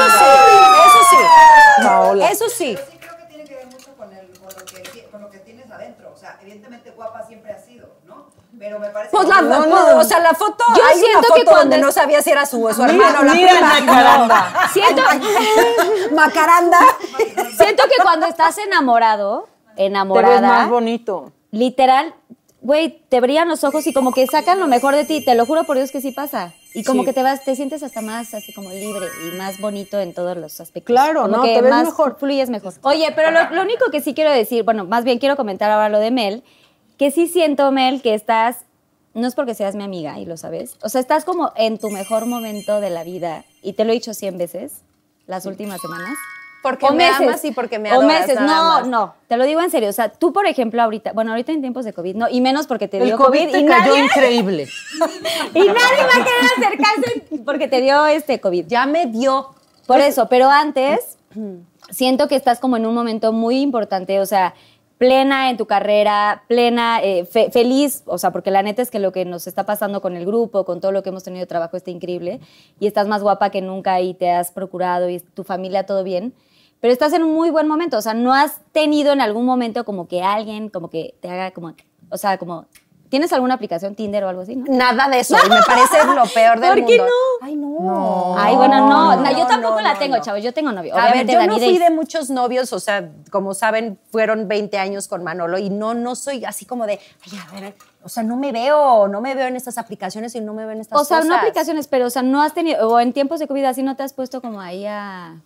D: antes. eso sí, eso sí. Eso sí.
E: Pero sí creo que tiene que ver mucho con, el, con, lo que, ti- con lo que tienes adentro. O sea, evidentemente guapa siempre ha sido, ¿no? Pero me parece
D: Pues
E: que-
D: la,
C: No,
D: pues,
C: no.
D: o sea, la foto,
B: Yo
D: hay una
B: siento
D: foto
B: que cuando
D: donde
B: es-
D: no sabía si era su, su
C: Mira,
D: hermano o la
C: mira,
D: prima.
C: Nacaranda.
B: Siento,
D: Macaranda.
B: siento que cuando estás enamorado,
C: Te
B: enamorada,
C: ves más bonito.
B: literal, güey, te brillan los ojos y como que sacan lo mejor de ti. Te lo juro por Dios que sí pasa. Y como
C: Sí.
B: que te vas, te sientes hasta más así como libre y más bonito en todos los aspectos.
C: Claro,
B: Como
C: no,
B: que
C: te ves
B: más
C: mejor.
B: fluyes mejor. Oye, pero lo, lo único que sí quiero decir, bueno, más bien quiero comentar ahora lo de Mel, que sí siento, Mel, que estás, no es porque seas mi amiga y lo sabes, o sea, estás como en tu mejor momento de la vida y te lo he dicho 100 veces las últimas semanas.
D: Porque me amas y porque me
B: O
D: adoras,
B: meses,
D: nada
B: no,
D: más.
B: no, te lo digo en serio. O sea, tú, por ejemplo, ahorita, bueno, ahorita en tiempos de COVID, no, y menos porque te
C: El
B: dio
C: COVID
B: COVID,
C: te
B: y,
C: cayó
B: nadie,
C: increíble.
B: y nadie va a querer acercarse porque te dio este COVID.
D: Ya me dio. pues
B: Por eso, pero antes siento que estás como en un momento muy importante, o sea, plena en tu carrera, plena, eh, fe- feliz, o sea, porque la neta es que lo que nos está pasando con el grupo, con todo lo que hemos tenido de trabajo está increíble y estás más guapa que nunca y te has procurado y tu familia todo bien, pero estás en un muy buen momento, o sea, no has tenido en algún momento como que alguien como que te haga como, o sea, como ¿Tienes alguna aplicación Tinder o algo así, no?
D: Nada de eso. y me parece lo peor del
B: ¿Por qué
D: mundo.
B: no?
D: Ay, no. no.
B: Ay, bueno, no, Oh, no, yo
D: no,
B: tampoco
D: no,
B: la
D: no,
B: tengo,
D: no.
B: chavos, yo tengo novio.
D: A ver,
B: Obviamente,
D: yo no
B: David
D: fui
B: es-
D: de muchos novios, o sea, como saben, fueron 20 años con Manolo y no, no soy así como de, ay, a ver, o sea, no me veo, no me veo en estas aplicaciones y no me veo en estas
B: O sea,
D: cosas.
B: no aplicaciones, pero o sea, no has tenido, o en tiempos de COVID así no te has puesto como ahí a...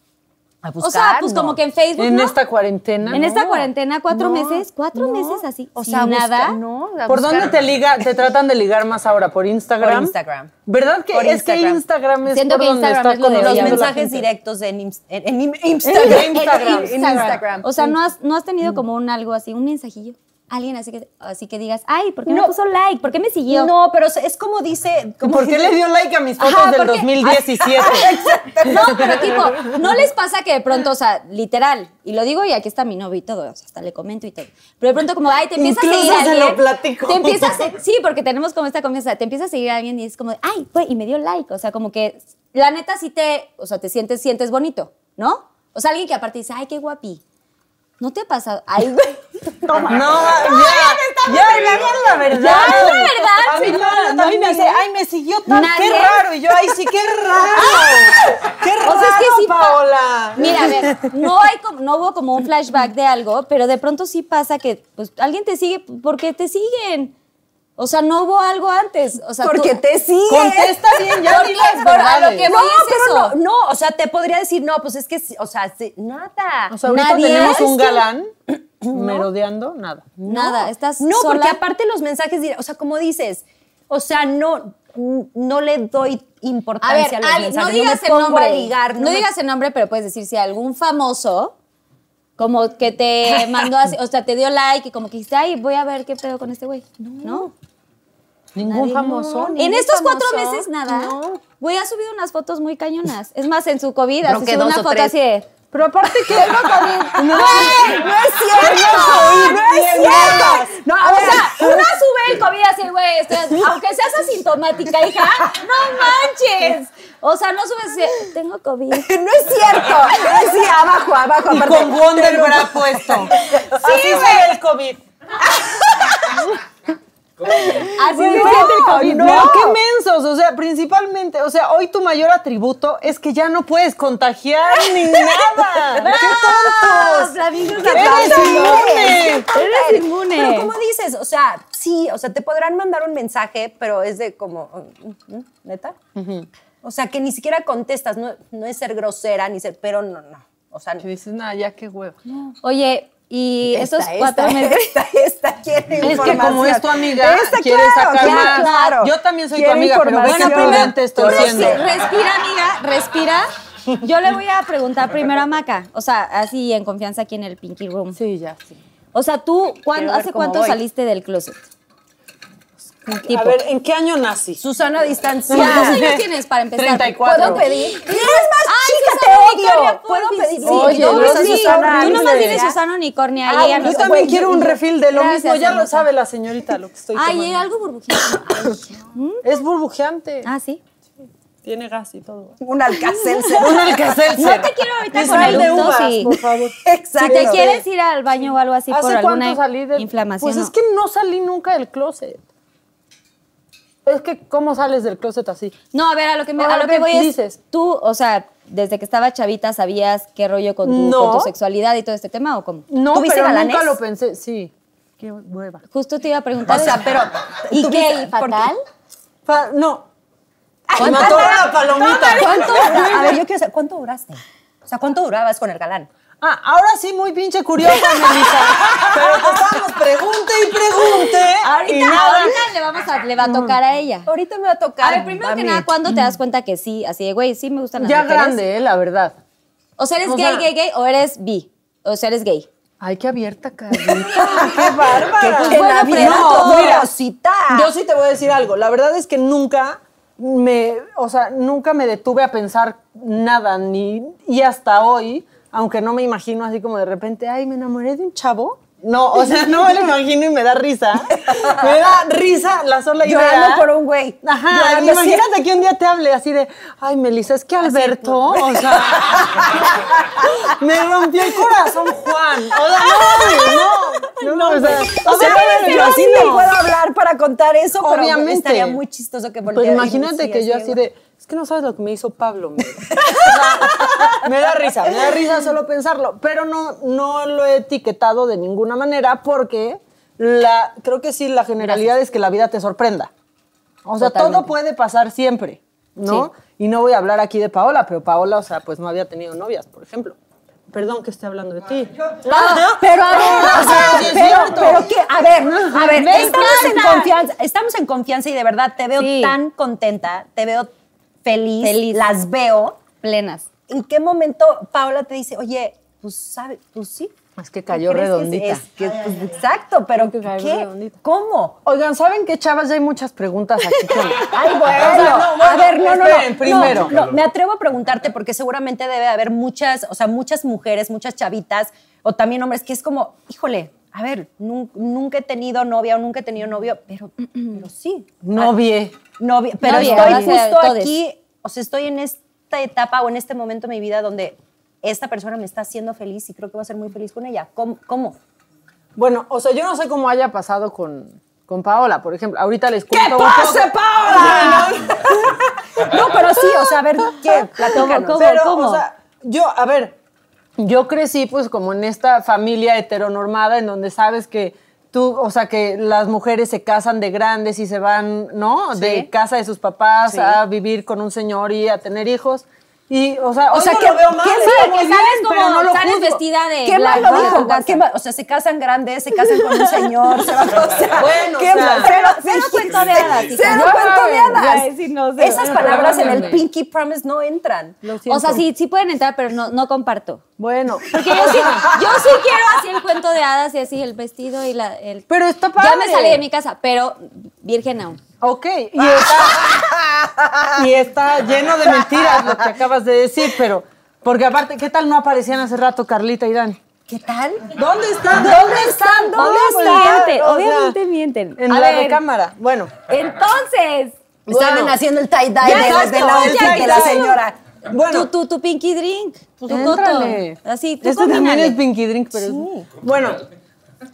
D: A
B: o sea,
D: buscar,
B: pues
D: no.
B: como que en Facebook,
C: En
B: ¿no?
C: esta cuarentena.
B: En
C: ¿no?
B: esta cuarentena, cuatro
D: No,
B: meses, cuatro
D: no.
B: meses así,
D: O
B: sin
D: sea, busca-
B: nada.
D: no, a
C: ¿Por
D: buscar.
C: dónde te liga, te tratan de ligar más ahora? ¿Por Instagram?
D: Por Instagram.
C: ¿Verdad que
D: Por
C: es que
D: Instagram.
C: Instagram es
B: Siento
C: por
B: que
C: donde
B: Instagram
C: está
B: es lo de
C: conociendo
D: Los
B: la
D: mensajes
C: gente?
D: directos en, Ins- en- en Instagram.
C: En Instagram.
D: En Instagram.
B: O sea, no has, no has tenido como un algo así, un mensajillo. Alguien así que, así que digas, ay, ¿por qué me
D: No.
B: puso like? ¿Por qué me siguió?
D: No, pero es como dice.
C: ¿Y
D: Como
C: ¿Por qué
D: dice-
C: le dio like a mis fotos
B: Ajá,
C: del
B: porque-
C: 2017?
B: No, pero tipo, no les pasa que de pronto, o sea, literal, y lo digo y aquí está mi novio y todo, o sea, hasta le comento y todo. Pero de pronto como, ay, te empieza a
C: Incluso
B: seguir
C: se
B: alguien.
C: lo platico.
B: Te empieza a se- sí, porque tenemos como esta confianza, te empieza a seguir alguien y es como, ay, pues, y me dio like, o sea, como que la neta sí te, o sea, te sientes sientes bonito, ¿no? O sea, alguien que aparte dice, ay, qué guapi. ¿No te ha pasado? Ay, güey.
C: Toma. No, ya, ya, la la verdad.
B: Ya, la verdad,
C: A mí
B: señora,
C: Manolo
B: no
C: también me dice,
B: inventes.
C: ay, me siguió tan, qué
B: Nadie.
C: raro. Y yo, ay, sí, qué raro. Qué
B: O
C: raro,
B: sea, es que sí pa-
C: Paola.
B: Mira, a ver, no, hay como- no hubo como un flashback de algo, pero de pronto sí pasa que pues, alguien te sigue porque te siguen. O sea, no hubo algo antes. O sea,
D: Porque
B: tú-
D: te sigue.
C: Contesta bien, ya
B: Porque-
C: di las
B: por- a lo
C: verdades.
B: que
D: No,
B: voy es
D: pero
B: eso.
D: no, no, o sea, te podría decir, no, pues es que, sí, o sea, sí, nada.
C: O sea, ahorita
B: Nadie
C: tenemos
B: es
C: un
B: que-
C: galán merodeando, nada.
B: Nada, estás
D: No,
B: sola.
D: porque aparte los mensajes, diré- o sea, como dices, o sea, no, no le doy
B: A ver,
D: importancia a, los
B: Ale, no
D: mensajes.
B: digas
D: me
B: el
D: pongo
B: nombre.
D: a ligar,
B: no
D: no me-
B: digas el nombre, pero puedes decir si algún famoso como que te mandó así, o sea, te dio like y como que dijiste, ay, voy a ver qué pedo con este güey. No.
C: Ningún
B: Nadie,
C: famoso.
B: En
D: ningún
B: estos cuatro
D: famoso,
B: meses, nada.
D: no.
B: Güey, ha subido unas fotos muy cañonas. Es más, en su COVID,
D: Creo
B: así
D: que
B: subió
D: dos
B: una
D: o
B: foto
D: tres.
B: así de...
C: Pero aparte que...
D: ¡Güey! ¡No es cierto! ¡No es
C: mierdas.
D: cierto! No, a
B: O
D: ver,
B: sea, una sube el COVID así, güey, estoy- aunque seas asintomática, hija, no manches. O sea, no subes, así, tengo COVID.
D: no es cierto. Sí, abajo, abajo.
C: Y
D: aparte.
C: con Wonder Bra puesto. Así se ve el COVID.
B: Así
C: Güey,
B: de-
C: fíjate el COVID.
D: no.
C: Pero qué mensos, o sea, principalmente, o sea, hoy tu mayor atributo es que ya no puedes contagiar ni nada.
B: ¡Vamos, flamingos aplausos!
C: Eres inmune.
B: Eres inmune.
D: Pero como dices, o sea, sí, o sea, te podrán mandar un mensaje, pero es de como, ¿mm? ¿neta? O sea, que ni siquiera contestas, no, no es ser grosera, ni ser, pero no, no. O sea,
C: Que dices, nada, ya qué huevo.
B: Oye, y
D: esta,
B: esos cuatro
D: esta,
B: meses...
D: Esta, esta quiere
C: Es que
D: información.
C: como es tu amiga, quieres
D: claro,
C: sacar
D: claro,
C: más.
D: claro.
C: Yo también soy tu
D: Quiere
C: amiga, pero ve
D: información.
C: qué prudente estoy
D: Yo no
C: siendo.
D: sé.
B: Sí, respira, amiga, respira. Yo le voy a preguntar primero a Maca, o sea, así en confianza aquí en el Pinky Room.
C: Sí, ya, sí.
B: O sea, tú, ¿cuándo,
C: Quiero ver
B: ¿hace
C: cómo
B: cuánto
C: voy.
B: saliste del closet? Tipo.
C: A ver, ¿en qué año nací?
D: Susana distancia.
B: ¿Cuántos años tienes para empezar?
C: 34.
D: ¿Puedo pedir? ¡Eres más
B: Ay,
D: chica,
B: Susana
D: te
B: Victoria,
D: odio! ¿Puedo
B: porfis.
D: pedir?
B: Sí,
C: Oye,
B: no,
C: yo
B: sí.
C: soy Susana,
B: Tú nomás
C: ¿verdad?
B: diles Susana Unicornia y
D: Ah,
B: ella
C: Yo
D: bueno,
B: nos-
D: Pues,
C: también
D: güey,
C: quiero un refil de lo
B: gracias,
C: mismo, ya lo
B: hermosa.
C: sabe la señorita lo que estoy
B: Ay,
C: tomando.
B: eh, algo burbujito. Ay.
C: Es burbujeante,
B: Ah, sí.
C: tiene gas y todo.
D: Un alcacel.
C: Un alcacelcer.
B: No te quiero ahorita
C: Es
B: con
C: sal
B: el
C: de
B: gusto,
C: uvas,
B: sí.
C: por favor.
D: Exacto.
B: Si te quieres ir al baño o algo así por
C: ¿Hace
B: alguna
C: cuánto salí del
B: inflamación.
C: Pues es que no salí nunca del closet. Es que, ¿cómo sales del closet así?
B: No, a ver, a lo que, me, a
C: Ahora,
B: lo que
C: ¿qué
B: voy es,
C: dices?
B: tú, o sea, desde que estaba chavita, ¿sabías qué rollo con tu,
C: No.
B: con tu sexualidad y todo este tema o cómo?
C: No,
D: ¿Tuviste
C: pero
D: galanes?
C: nunca lo pensé. Sí. Qué hueva.
B: Justo te iba a preguntar.
D: O sea,
B: eso.
D: pero.
B: ¿Y
D: ¿tú
B: qué?
D: viste-
B: ¿Y fatal?
C: Pa- no. Me mató la palomita.
D: ¿Cuánto dura- A ver, yo quiero saber, ¿cuánto duraste? O sea, ¿cuánto durabas con el galán?
C: Ah, ahora sí, muy pinche curiosa, Melissa. Pero te estamos pregunte y pregunte. y
B: Ahorita,
C: nada. Mm,
B: ahorita le, vamos a, le va a tocar a ella.
D: Ahorita me va a tocar.
B: A ver, primero que
D: mí.
B: nada, ¿cuándo te das cuenta que sí? Así de, güey, sí me gustan las
C: Ya
B: mujeres?
C: grande, eh, la verdad.
B: O sea, ¿eres
C: O
B: gay,
C: sea-
B: gay, gay o eres bi? O sea, ¿eres gay?
C: Ay, qué abierta, Carlita. qué bárbara.
D: Que
B: Bueno,
D: la vida
B: pero-
D: todo,
C: No, mira,
D: Rosita.
C: Yo sí te voy a decir algo. La verdad es que nunca me, o sea, nunca me detuve a pensar nada ni y hasta hoy, aunque no me imagino así como de repente, ay, me enamoré de un chavo.
F: No, o sea, no me lo imagino y me da risa. Me da risa la sola idea.
D: Llorando por un güey.
F: Ajá,
D: Llorando así.
F: imagínate que un día te hable así de, ay, Melissa, es que Alberto, o sea, me rompió el corazón Juan. O sea, no, güey, no, no, o sea,
D: O sea,
F: no,
D: yo
F: yo
D: sí te puedo hablar para contar eso, pero
F: Obviamente.
D: estaría muy chistoso que
F: Pero
D: volteara.
F: Pues imagínate que yo así de, es que no sabes lo que me hizo Pablo. Me, me da risa, me da risa solo pensarlo, pero no, no lo he etiquetado de ninguna manera porque la, creo que sí, la generalidad es que la vida te sorprenda. O sea, todo
B: Totalmente.
F: puede pasar siempre, ¿no? Y no voy a hablar aquí de Paola, pero Paola, o sea, pues no había tenido novias, por ejemplo. Perdón que esté hablando de ti.
D: Ah, pero a ver,
F: O sea,
D: o
F: sí
D: sea,
F: es
D: pero,
F: cierto.
D: pero qué, a ver, a ver,
F: Me
D: estamos en
B: encanta.
D: confianza, estamos en confianza y de verdad te veo
B: Sí.
D: tan contenta, te veo feliz,
B: Feliz.
D: las veo.
B: Plenas.
D: ¿En qué momento Paola te dice, oye, pues sabe, pues sí?
F: Es que
D: ¿Tú
F: cayó
D: crees que es-
F: redondita.
D: es que- pues, exacto, pero
F: Creo que cayó
D: ¿qué?
F: redondita.
D: ¿Cómo?
F: Oigan, ¿saben qué, chavas? Ya hay muchas preguntas aquí. que-
D: Ay, bueno.
F: no, bueno,
D: a ver, no, no, no.
F: esperen,
D: No,
F: primero.
D: no, me atrevo a preguntarte porque seguramente debe haber muchas, o sea, muchas mujeres, muchas chavitas o también hombres que es como, híjole, a ver, nun- nunca he tenido novia o nunca he tenido novio, pero, pero sí. Ah,
F: Novie.
D: Novia, pero
B: Novia,
D: estoy
B: va a ser
D: justo
B: todes.
D: aquí, o sea, estoy en esta etapa o en este momento de mi vida donde esta persona me está haciendo feliz y creo que voy a ser muy feliz con ella. ¿Cómo? cómo?
F: Bueno, o sea, yo no sé cómo haya pasado con, con Paola, por ejemplo. Ahorita les cuento. un poco.
D: Paola! No, pero sí, o sea, a ver, ¿qué? Platícanos.
B: ¿Cómo,
F: Pero,
B: cómo?
F: o sea, yo, a ver, yo crecí pues como en esta familia heteronormada en donde sabes que tú, o sea, que las mujeres se casan de grandes y se van, ¿no? De casa de sus papás
D: Sí.
F: a vivir con un
C: señor y a tener hijos. Y, o sea,
F: O
C: hoy
F: sea,
C: no
F: que-
C: lo veo
F: que
C: mal.
F: sí,
C: está
F: que
C: muy bien,
B: sabes cómo
C: pero no lo
B: sales
C: juzgo.
B: vestida de
D: ¿Qué mal
B: blanco
D: lo
B: de
D: dijo?
B: tu casa.
D: ¿Qué mal? O sea, se casan grandes, se casan con un señor, se van o sea,
C: Bueno,
D: ¿qué
C: o sea,
D: mal?
B: cero- cero cuento de hadas, chicas.
D: Cero
B: No
D: cuento de
B: mames, ya,
D: hadas.
B: sí, no, cero.
D: Esas palabras en el Pinky Promise no entran.
B: O sea, sí, sí pueden entrar, pero no, no comparto.
C: Bueno,
B: Porque yo sí, yo sí quiero así el cuento de hadas y así el vestido y la, el...
C: pero está padre.
B: Ya me salí de mi casa, pero virgen aún.
C: Ok, y está, y está lleno de mentiras lo que acabas de decir, pero... Porque aparte, ¿qué tal no aparecían hace rato Carlita y Dani?
D: ¿Qué tal?
C: ¿Dónde están?
D: ¿Dónde están? ¿Dónde
C: Obviamente,
D: están?
B: Mienten,
C: o sea,
B: obviamente mienten.
C: En
B: A
C: la
B: ver,
C: recámara. Bueno,
B: Entonces,
D: Estaban
C: Bueno.
D: haciendo el tie-dye
B: Ya
D: de, la-
B: sabes
D: de
B: cómo
D: la,
B: es,
D: de
B: ya
D: la
B: sabes.
D: señora.
C: bueno.
B: tu, tu, tu pinky drink, tu coto.
C: Éntrale.
B: Pues, Así, tú
C: Este también
B: combínale.
C: es Pinky Drink, pero es- Bueno,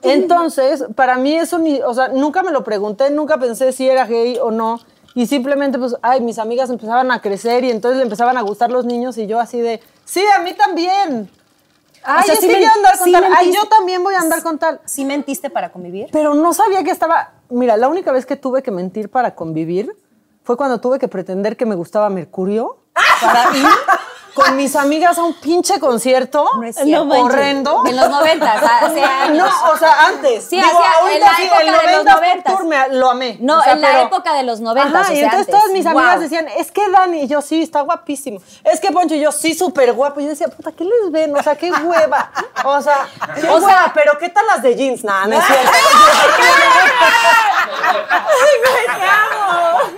C: entonces, para mí eso ni... O sea, nunca me lo pregunté, nunca pensé si era gay o no. Y simplemente, pues, ay, mis amigas empezaban a crecer y entonces le empezaban a gustar los niños y yo así de, sí, a mí también. Ay,
D: O sea,
C: yo sí
D: sí men-
C: quiero andar con
D: sí
C: tal. Ay,
D: mentiste.
C: yo también voy a andar con tal.
D: ¿Sí mentiste para convivir?
C: Pero no sabía que estaba... Mira, la única vez que tuve que mentir para convivir fue cuando tuve que pretender que me gustaba Mercurio para ir con mis amigas a un pinche concierto
D: No es cierto.
B: manches.
C: horrendo.
B: En los noventas, hace años.
C: No, o sea, antes.
B: Sí,
C: Digo,
B: hacía-
C: ahorita
B: en la
C: sí,
B: época
C: el
B: de los
C: 90
B: noventas.
C: Tour me- lo amé.
B: No,
C: O sea,
B: en la
C: pero-
B: época de los noventas,
C: Ajá,
B: o
C: y
B: sea,
C: entonces
B: antes.
C: todas mis amigas
B: Guau.
C: decían, es que Dani, y yo sí, está guapísimo. Es que Poncho, y yo sí, súper guapo. Y yo decía, puta, ¿qué les ven? O sea, qué hueva. O sea, qué
B: O sea-
C: hueva, pero ¿qué tal las de jeans? Nada, no es cierto.
B: Ay,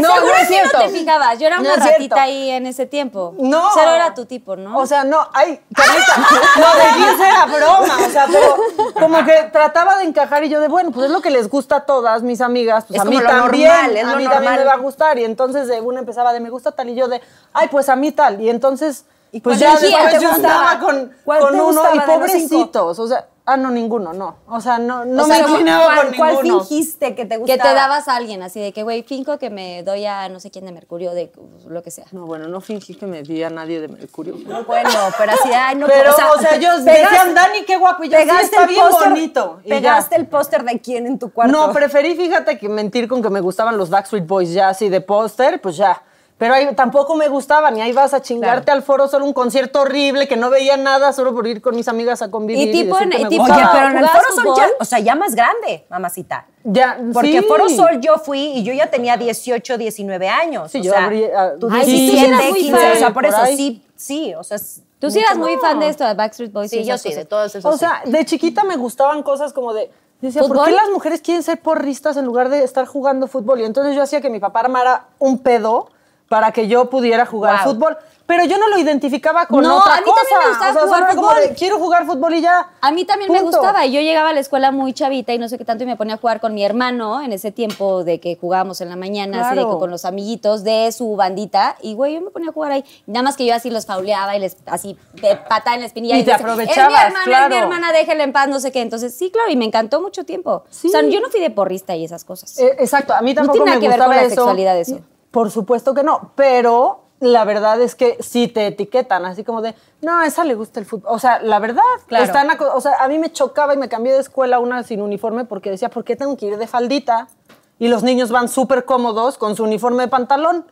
C: No,
B: seguro
C: no es
B: a ti
C: cierto.
B: no te fijabas. Yo era
C: No
B: una
C: es
B: ratita
C: cierto.
B: ahí en ese tiempo.
C: No.
B: Cero era tu tipo, ¿no?
C: O sea, no, ay, Carlita, lo de jeans era broma, o sea, pero como que trataba de encajar y yo de, bueno, pues es lo que les gusta a todas mis amigas, pues
D: Es
C: a mí
D: como lo
C: también,
D: normal, es
C: a
D: lo
C: mí
D: normal.
C: también me va a gustar y entonces de una empezaba de me gusta tal y yo de, ay, pues a mí tal y entonces pues
D: cuál
C: ya
D: elegías?
C: después
D: ¿Cuál te
C: yo
D: gustaba?
C: andaba con,
D: ¿Cuál
C: con
D: te
C: uno
D: gustaba
C: y
D: de los cinco?
C: pobrecitos, o sea, ah, no, ninguno, no, o sea, no, no
D: O
C: me
D: sea,
C: inclinaba
D: ¿cuál-
C: con
D: ¿Cuál
C: ninguno.
D: fingiste que
B: que
D: te gustaba?
B: te dabas a alguien, así de que, güey, finco que me doy a no sé quién de Mercurio, de pues, lo que sea.
F: No, bueno, no fingí que me di a nadie de Mercurio.
D: Bueno, pero así, ay, no.
C: Pero, o sea, yo decían, Dani, qué guapo, y yo sí,
D: pegaste
C: está
D: el
C: bien
D: póster-
C: bonito. y ya.
D: Pegaste el póster de quién en tu cuarto.
C: No, preferí, fíjate, que mentir con que me gustaban los Backstreet Boys ya así de póster, pues ya. Pero ahí tampoco me gustaban y ahí vas a chingarte al foro solo un concierto horrible que no veía nada solo por ir con mis amigas a convivir.
B: Y tipo
C: decir
B: en-
C: que
B: y
C: me
B: tipo-
D: Oye,
C: gustaba.
D: pero en el
B: ¿Jugabas
D: Foro Sol
B: fútbol?
D: ya, o sea, ya más grande, mamacita.
C: ya, sí.
D: Porque Foro Sol yo fui y yo ya tenía 18, 19 años.
C: Sí,
D: o
C: yo
D: sea,
C: abrí, ah,
D: tú
B: Ay, sí, tú
D: 17,
B: eras muy
D: 15, o sea,
C: fan.
D: por eso
C: Por ahí.
D: sí, sí, o sea, es
B: Tú sí eras
D: mucho
B: muy
D: más.
B: fan de esto, de Backstreet Boys.
D: Sí,
B: y
D: yo
B: esas
D: sí, de
B: cosas.
D: todos esos.
C: O sea, de chiquita me gustaban cosas como de. yo Decía, ¿por
B: ¿Fútbol?
C: qué las mujeres quieren ser porristas en lugar de estar jugando fútbol? Y entonces yo hacía que mi papá armara un pedo para que yo pudiera jugar
D: Wow.
C: fútbol. Pero yo no lo identificaba con
B: No,
C: otra
B: a mí
C: cosa.
B: también me gustaba
C: O sea,
B: jugar
C: solo era como
B: fútbol.
C: de, quiero jugar fútbol y ya.
B: A mí también me
C: Punto.
B: gustaba. y Yo llegaba a la escuela muy chavita y no sé qué tanto y me ponía a jugar con mi hermano en ese tiempo de que jugábamos en la mañana, así de
C: Claro.
B: que con los amiguitos de su bandita. Y güey, yo me ponía a jugar ahí. Nada más que yo así los fauleaba y les así de patada en la espinilla.
C: Y te
B: decía, Es mi
C: aprovechabas,
B: hermana, es
C: claro.
B: mi hermana, déjela en paz, no sé qué. Entonces, sí, claro, y me encantó mucho tiempo.
C: Sí.
B: O sea, yo no fui de porrista y esas cosas.
C: Eh, exacto, a mí tampoco
B: tiene nada
C: me
B: que ver
C: gustaba
B: con la
C: eso.
B: sexualidad eso.
C: Por supuesto que no, pero la verdad es que sí te etiquetan, así como de, no, a esa le gusta el fútbol. O sea, la verdad,
D: Claro.
C: están aco- o sea, a mí me chocaba y me cambié de escuela a una sin uniforme porque decía, ¿por qué tengo que ir de faldita? Y los niños van súper cómodos con su uniforme de pantalón.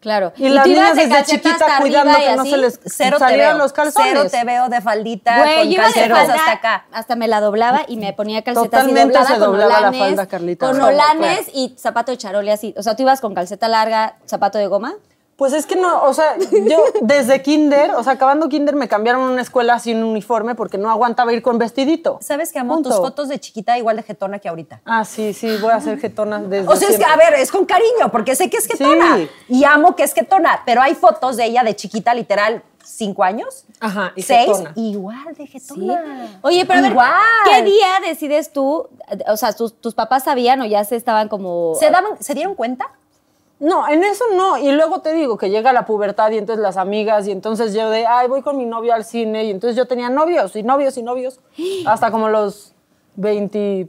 B: Claro.
C: Y, las
B: tú
C: niñas
B: ibas de
C: desde
B: cacheta
C: chiquita
B: hasta
C: cuidando
B: arriba y
C: que no
B: así.
C: se les
D: Cero te
C: salieran
D: veo.
C: los calzones.
D: Cero te veo de faldita
B: Güey,
D: con
B: yo iba de
D: calceros
B: falda
D: hasta acá.
B: Hasta me la doblaba y me ponía calcetas
C: Totalmente
B: así doblada
C: se
B: con
C: doblaba la
B: holanes,
C: falda, Carlita.
B: Con
C: Claro,
B: holanes
C: claro.
B: y zapato de charole así. O sea, tú ibas con calceta larga, zapato de goma.
C: Pues es que no, o sea, yo desde kinder, o sea, acabando kinder me cambiaron a una escuela sin uniforme porque no aguantaba ir con vestidito.
D: ¿Sabes qué, amor? Tus
C: Punto.
D: fotos de chiquita igual de jetona que ahorita.
C: Ah, sí, sí, voy a hacer getona desde
D: O sea, es que, a
C: Pues siempre.
D: ver, es con cariño, porque sé que es ketona.
C: Sí.
D: Y amo que es ketona, pero hay fotos de ella de chiquita, literal, cinco años.
C: Ajá, y
D: seis,
C: jetona.
D: Igual
B: Sí.
D: de jetona.
B: Oye, pero a ver,
D: Ah. Igual.
B: ¿qué día decides tú? O sea, ¿tus, tus papás sabían o ya se estaban como.
D: ¿Se, daban, ¿Se dieron cuenta?
C: No, en eso no. Y luego te digo que llega la pubertad y entonces las amigas y entonces yo de, ay, voy con mi novio al cine y entonces yo tenía novios y novios y novios hasta como los 20...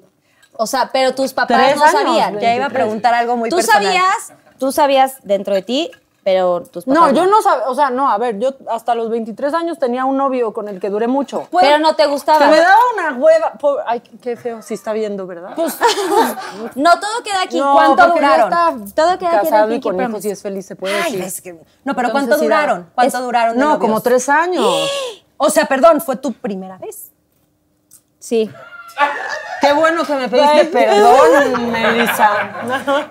B: O sea, pero tus papás
C: Tres
B: no
C: años,
B: sabían.
D: Ya iba a preguntar algo muy
B: Tú
D: personal.
B: sabías, tú sabías dentro de ti, pero tus papás.
C: No, yo no sabía, o sea, no, a ver, yo hasta los 23 años tenía un novio con el que duré mucho.
B: Pero no te gustaba.
C: Pues, Que me daba una hueva. pobre- Ay, qué feo, si está viendo, ¿verdad?
B: No, todo queda aquí.
C: No,
B: ¿Cuánto
C: porque ya
B: duraron?
C: está
B: Todo queda aquí. en el
C: casado y
B: Pinky
C: con hijos
B: Promise.
C: y es feliz, se puede
D: Ay,
C: decir.
D: es que- no, pero
C: Entonces,
D: ¿cuánto
C: sí,
D: duraron?
C: da-
D: ¿Cuánto
C: es-
D: duraron? de
C: No,
D: novios?
C: como tres años.
D: O sea, perdón, fue tu primera vez.
B: Sí.
C: Qué bueno que me pediste perdón, Melissa.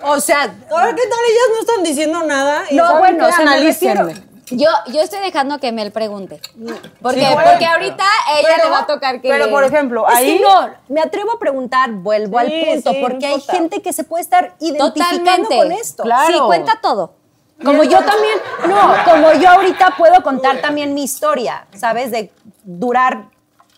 D: O sea,
C: Ahora, ¿qué tal? Ellas no están diciendo nada. y
D: No,
C: saben
D: bueno,
C: qué,
D: o sea, me
C: analícenme.
D: refiero-
B: Yo, yo estoy dejando que Mel pregunte. Porque,
C: Sí, bueno.
B: porque ahorita a ella le va a tocar que.
C: Pero, por ejemplo,
D: Es
C: ahí...
D: que no, me atrevo a preguntar, vuelvo
C: Sí,
D: al punto,
C: sí, no
D: porque hay
C: importa.
D: gente que se puede estar identificando
B: Totalmente.
D: con esto.
C: Claro.
B: Sí, cuenta todo.
D: Como yo también, no, como yo ahorita puedo contar también mi historia, ¿sabes? De durar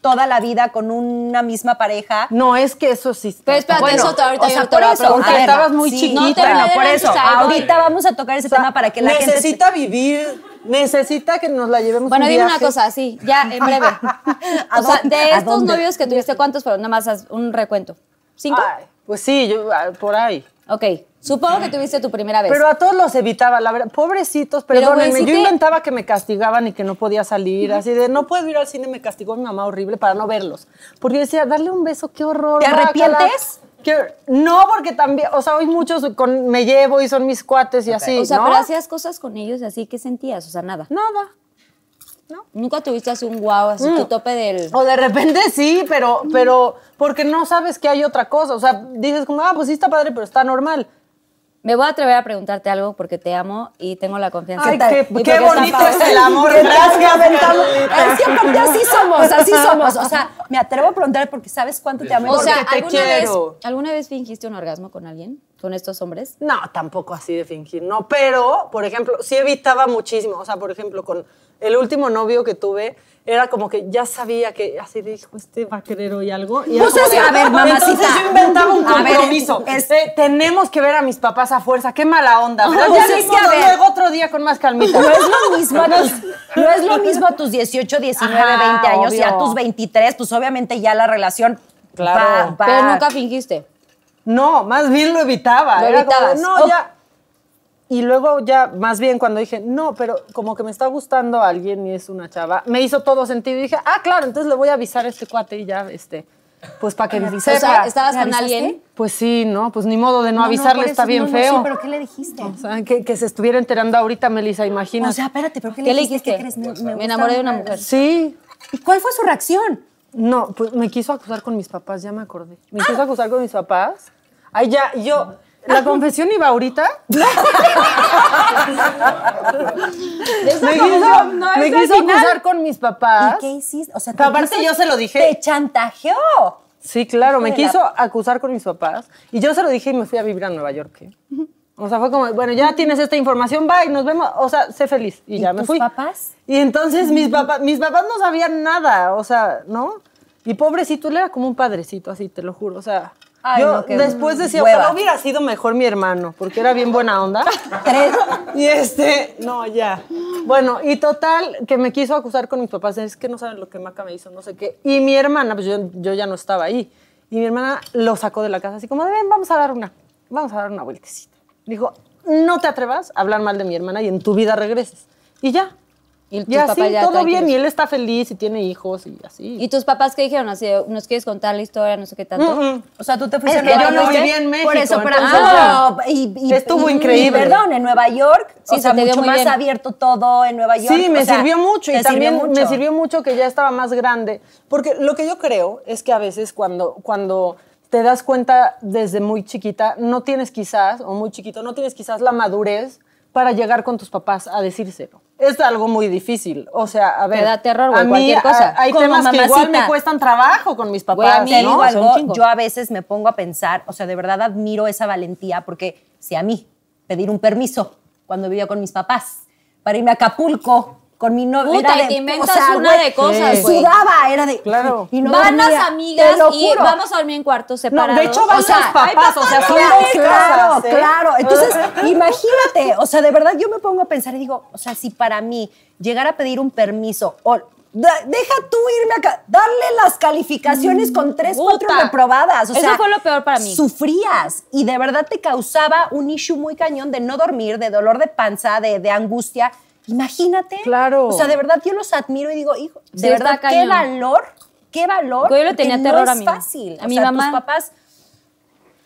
D: toda la vida con una misma pareja.
C: No, es que eso sí. está-
B: Pero espérate,
D: Bueno,
B: eso te- ahorita
D: o sea,
B: yo te lo
D: por
B: voy a
D: eso,
B: preguntar.
C: a ver, Estabas muy
B: no te
C: chiquita.
B: me
D: bueno, por
B: adelantes,
D: eso,
B: o sea, voy.
D: ahorita vamos a tocar ese
C: O sea,
D: tema para que la gente...
C: necesita vivir, necesita que nos la llevemos
B: Bueno,
C: un
B: dime una
C: viaje.
B: cosa, sí, ya, en breve.
D: ¿A
B: o sea,
D: dónde?
B: de
D: ¿A
B: estos
D: dónde?
B: novios que tuviste, ¿cuántos fueron? Nada más haz un recuento. ¿Cinco?
C: Ay, pues sí, yo, ah, por ahí.
B: Ok. Supongo que tuviste tu primera vez.
C: Pero a todos los evitaba, la verdad. Pobrecitos,
B: Pero, güey,
C: perdónenme.
B: sí
C: yo
B: te-
C: inventaba que me castigaban y que no podía salir. Así de, no puedo ir al cine, me castigó mi mamá horrible para no verlos. Porque yo decía, darle un beso, qué horror.
D: ¿Te
C: guácala.
D: arrepientes?
C: Qué- No, porque también, o sea, hoy muchos con, me llevo y son mis cuates y así,
B: o sea,
C: ¿no?
B: pero hacías cosas con ellos así, ¿qué sentías? O sea, nada.
C: Nada.
B: Nunca tuviste así un guau, así
C: Mm.
B: tu tope del.
C: O de repente sí, pero, pero porque no sabes que hay otra cosa. O sea, dices como, ah, pues sí está padre, pero está normal.
B: Me voy a atrever a preguntarte algo porque te amo y tengo la confianza.
C: Ay,
B: tal?
C: qué,
B: Y porque
C: qué
B: está
C: bonito
B: padre.
C: es el amor. Gracias, Carlita.
D: Es que aparte así somos, así somos. O sea, me atrevo a preguntar porque sabes cuánto te amo. y
B: O sea,
C: Porque te
B: ¿alguna vez,
C: quiero.
B: ¿alguna vez fingiste un orgasmo con alguien? ¿Con estos hombres?
C: No, tampoco así de fingir, no. Pero, por ejemplo, sí evitaba muchísimo. O sea, por ejemplo, con el último novio que tuve, era como que ya sabía que así dijo, este va a querer hoy algo. Y era
D: Pues
C: como
D: es-
C: de- "Ah,
D: a ver, mamacita.
C: Entonces yo inventaba un
D: A ver,
C: compromiso.
D: es-
C: Eh, tenemos que ver a mis papás a fuerza. Qué mala onda. ¿verdad?
D: Pues
C: ya
D: es
C: ni
D: que, a
C: modo,
D: ver.
C: luego otro día con más calmita.
D: No es lo mismo a tus, no es lo mismo a tus 18, 19,
C: Ajá,
D: 20 años y a
C: obvio.
D: tus 23, pues obviamente ya la relación
C: Claro.
D: va, va-
B: Pero nunca fingiste.
C: No, más bien lo evitaba.
B: Lo
C: Era como de,
B: evitabas.
C: no,
B: Oh.
C: ya. Y luego ya, más bien cuando dije, no, pero como que me está gustando alguien y es una chava, me hizo todo sentido. Y dije, ah, claro, entonces le voy a avisar a este cuate y ya, este, pues para que
B: O sea,
C: sepa.
B: ¿estabas
D: ¿Me
B: con
D: avisaste?
B: alguien?
C: Pues sí, no, pues ni modo de no,
D: No, no,
C: avisarle,
D: por eso,
C: está bien
D: no, no,
C: feo.
D: sí, pero ¿qué le dijiste?
C: O sea, que, que se estuviera enterando ahorita, Melissa, imagínate.
D: O sea, espérate, pero ¿qué le
B: ¿Qué le
D: dijiste?
B: dijiste?
D: ¿Qué crees?
B: Me,
D: gusta
B: enamoré de una mujer.
C: sí,
D: ¿Y cuál fue su reacción?
C: No, pues me quiso acusar con mis papás, ya me acordé. Me quiso acusar con mis papás. Ay, ya, yo. ¿La confesión iba ahorita? me quiso, me quiso acusar con mis papás.
D: ¿Y qué hiciste? O sea,
C: Pero aparte yo se lo dije.
D: Te chantajeó.
C: Sí, claro, me
D: Hijo de la-
C: quiso acusar con mis papás. Y yo se lo dije y me fui a vivir a Nueva York. ¿eh? O sea, fue como, bueno, ya tienes esta información, bye, nos vemos. O sea, sé feliz. Y,
D: ¿Y
C: ya me
D: tus
C: fui.
D: papás?
C: Y entonces mis papás, mis papás no sabían nada, o sea, ¿no? Y pobrecito, él era como un padrecito, así, te lo juro. O sea,
D: Ay,
C: yo
D: no, qué
C: después decía,
D: hueva.
C: ojalá hubiera sido mejor mi hermano, porque era bien buena onda.
D: Tres.
C: Y este, no, ya. Bueno, y total, que me quiso acusar con mis papás, es que no saben lo que Maca me hizo, no sé qué. Y mi hermana, pues yo, yo ya no estaba ahí, y mi hermana lo sacó de la casa, así como, de, ven, vamos a dar una, vamos a dar una vueltecita. Dijo, no te atrevas a hablar mal de mi hermana y en tu vida regreses. Y ya.
B: Y tus
C: Y así,
B: papás ya
C: todo bien,
B: tranquilos.
C: y él está feliz y tiene hijos y así.
B: ¿Y tus papás qué dijeron? Así, de, ¿nos quieres contar la historia? No sé qué tanto.
C: Mm,
D: O sea, tú te fuiste
C: Es que
D: a Nueva
C: yo no
D: York.
C: viví en México,
D: Por eso, pero
C: entonces,
D: ah, y, y-
C: estuvo
D: y-
C: increíble.
D: y perdón, en Nueva York,
B: Sí,
D: o sea,
B: se te dio
D: mucho
B: muy
D: más
B: bien.
D: abierto todo en Nueva York.
C: Sí, me
D: o sea,
C: sirvió mucho
D: te
C: y
D: sirvió
C: también
D: mucho.
C: me sirvió mucho que ya estaba más grande. Porque lo que yo creo es que a veces cuando, cuando te das cuenta desde muy chiquita, no tienes quizás, o muy chiquito, no tienes quizás la madurez para llegar con tus papás a decírselo. Es algo muy difícil. O sea, a ver.
B: da terror, güey,
C: a mí
B: cualquier
C: a-
B: cosa.
C: hay
D: Como
C: temas que igual
D: mamacita.
C: me cuestan trabajo con mis papás.
B: Güey, a mí
D: Te
B: ¿no?
D: digo
B: O sea, un
D: algo,
B: chingo.
D: yo a veces me pongo a pensar, o sea, de verdad admiro esa valentía porque si a mí pedir un permiso cuando vivía con mis papás para irme a Acapulco con mi novio
B: Puta,
D: era
B: y te
D: de-
B: inventas una
D: güey,
B: de cosas,
D: me
B: güey.
D: sudaba, era de
C: Claro.
D: y no
B: Vanas
D: dormía,
B: amigas
D: te lo
B: y
D: juro.
B: vamos a dormir en cuartos
C: No,
B: separados.
C: de hecho, van
D: O sea,
C: los papás,
D: hay
C: o sea, son
D: Claro,
C: dos
D: claro,
C: casas, ¿eh?
D: claro. Entonces, imagínate, o sea, de verdad yo me pongo a pensar y digo, o sea, si para mí llegar a pedir un permiso o da- deja tú irme acá, darle las calificaciones con tres, cuatro
B: Puta.
D: reprobadas. O
B: Eso
D: sea,
B: fue lo peor para mí.
D: Sufrías y de verdad te causaba un issue muy cañón de no dormir, de dolor de panza, de, de angustia. Imagínate.
C: Claro.
D: O sea, de verdad yo los admiro y digo, hijo, de
B: Sí, está
D: verdad, qué
B: cañón.
D: valor, qué valor.
B: Yo le
D: porque
B: tenía
D: no
B: terror
D: es
B: a mi-
D: fácil.
B: a
D: O
B: mi
D: sea, tus
B: mamá.
D: papás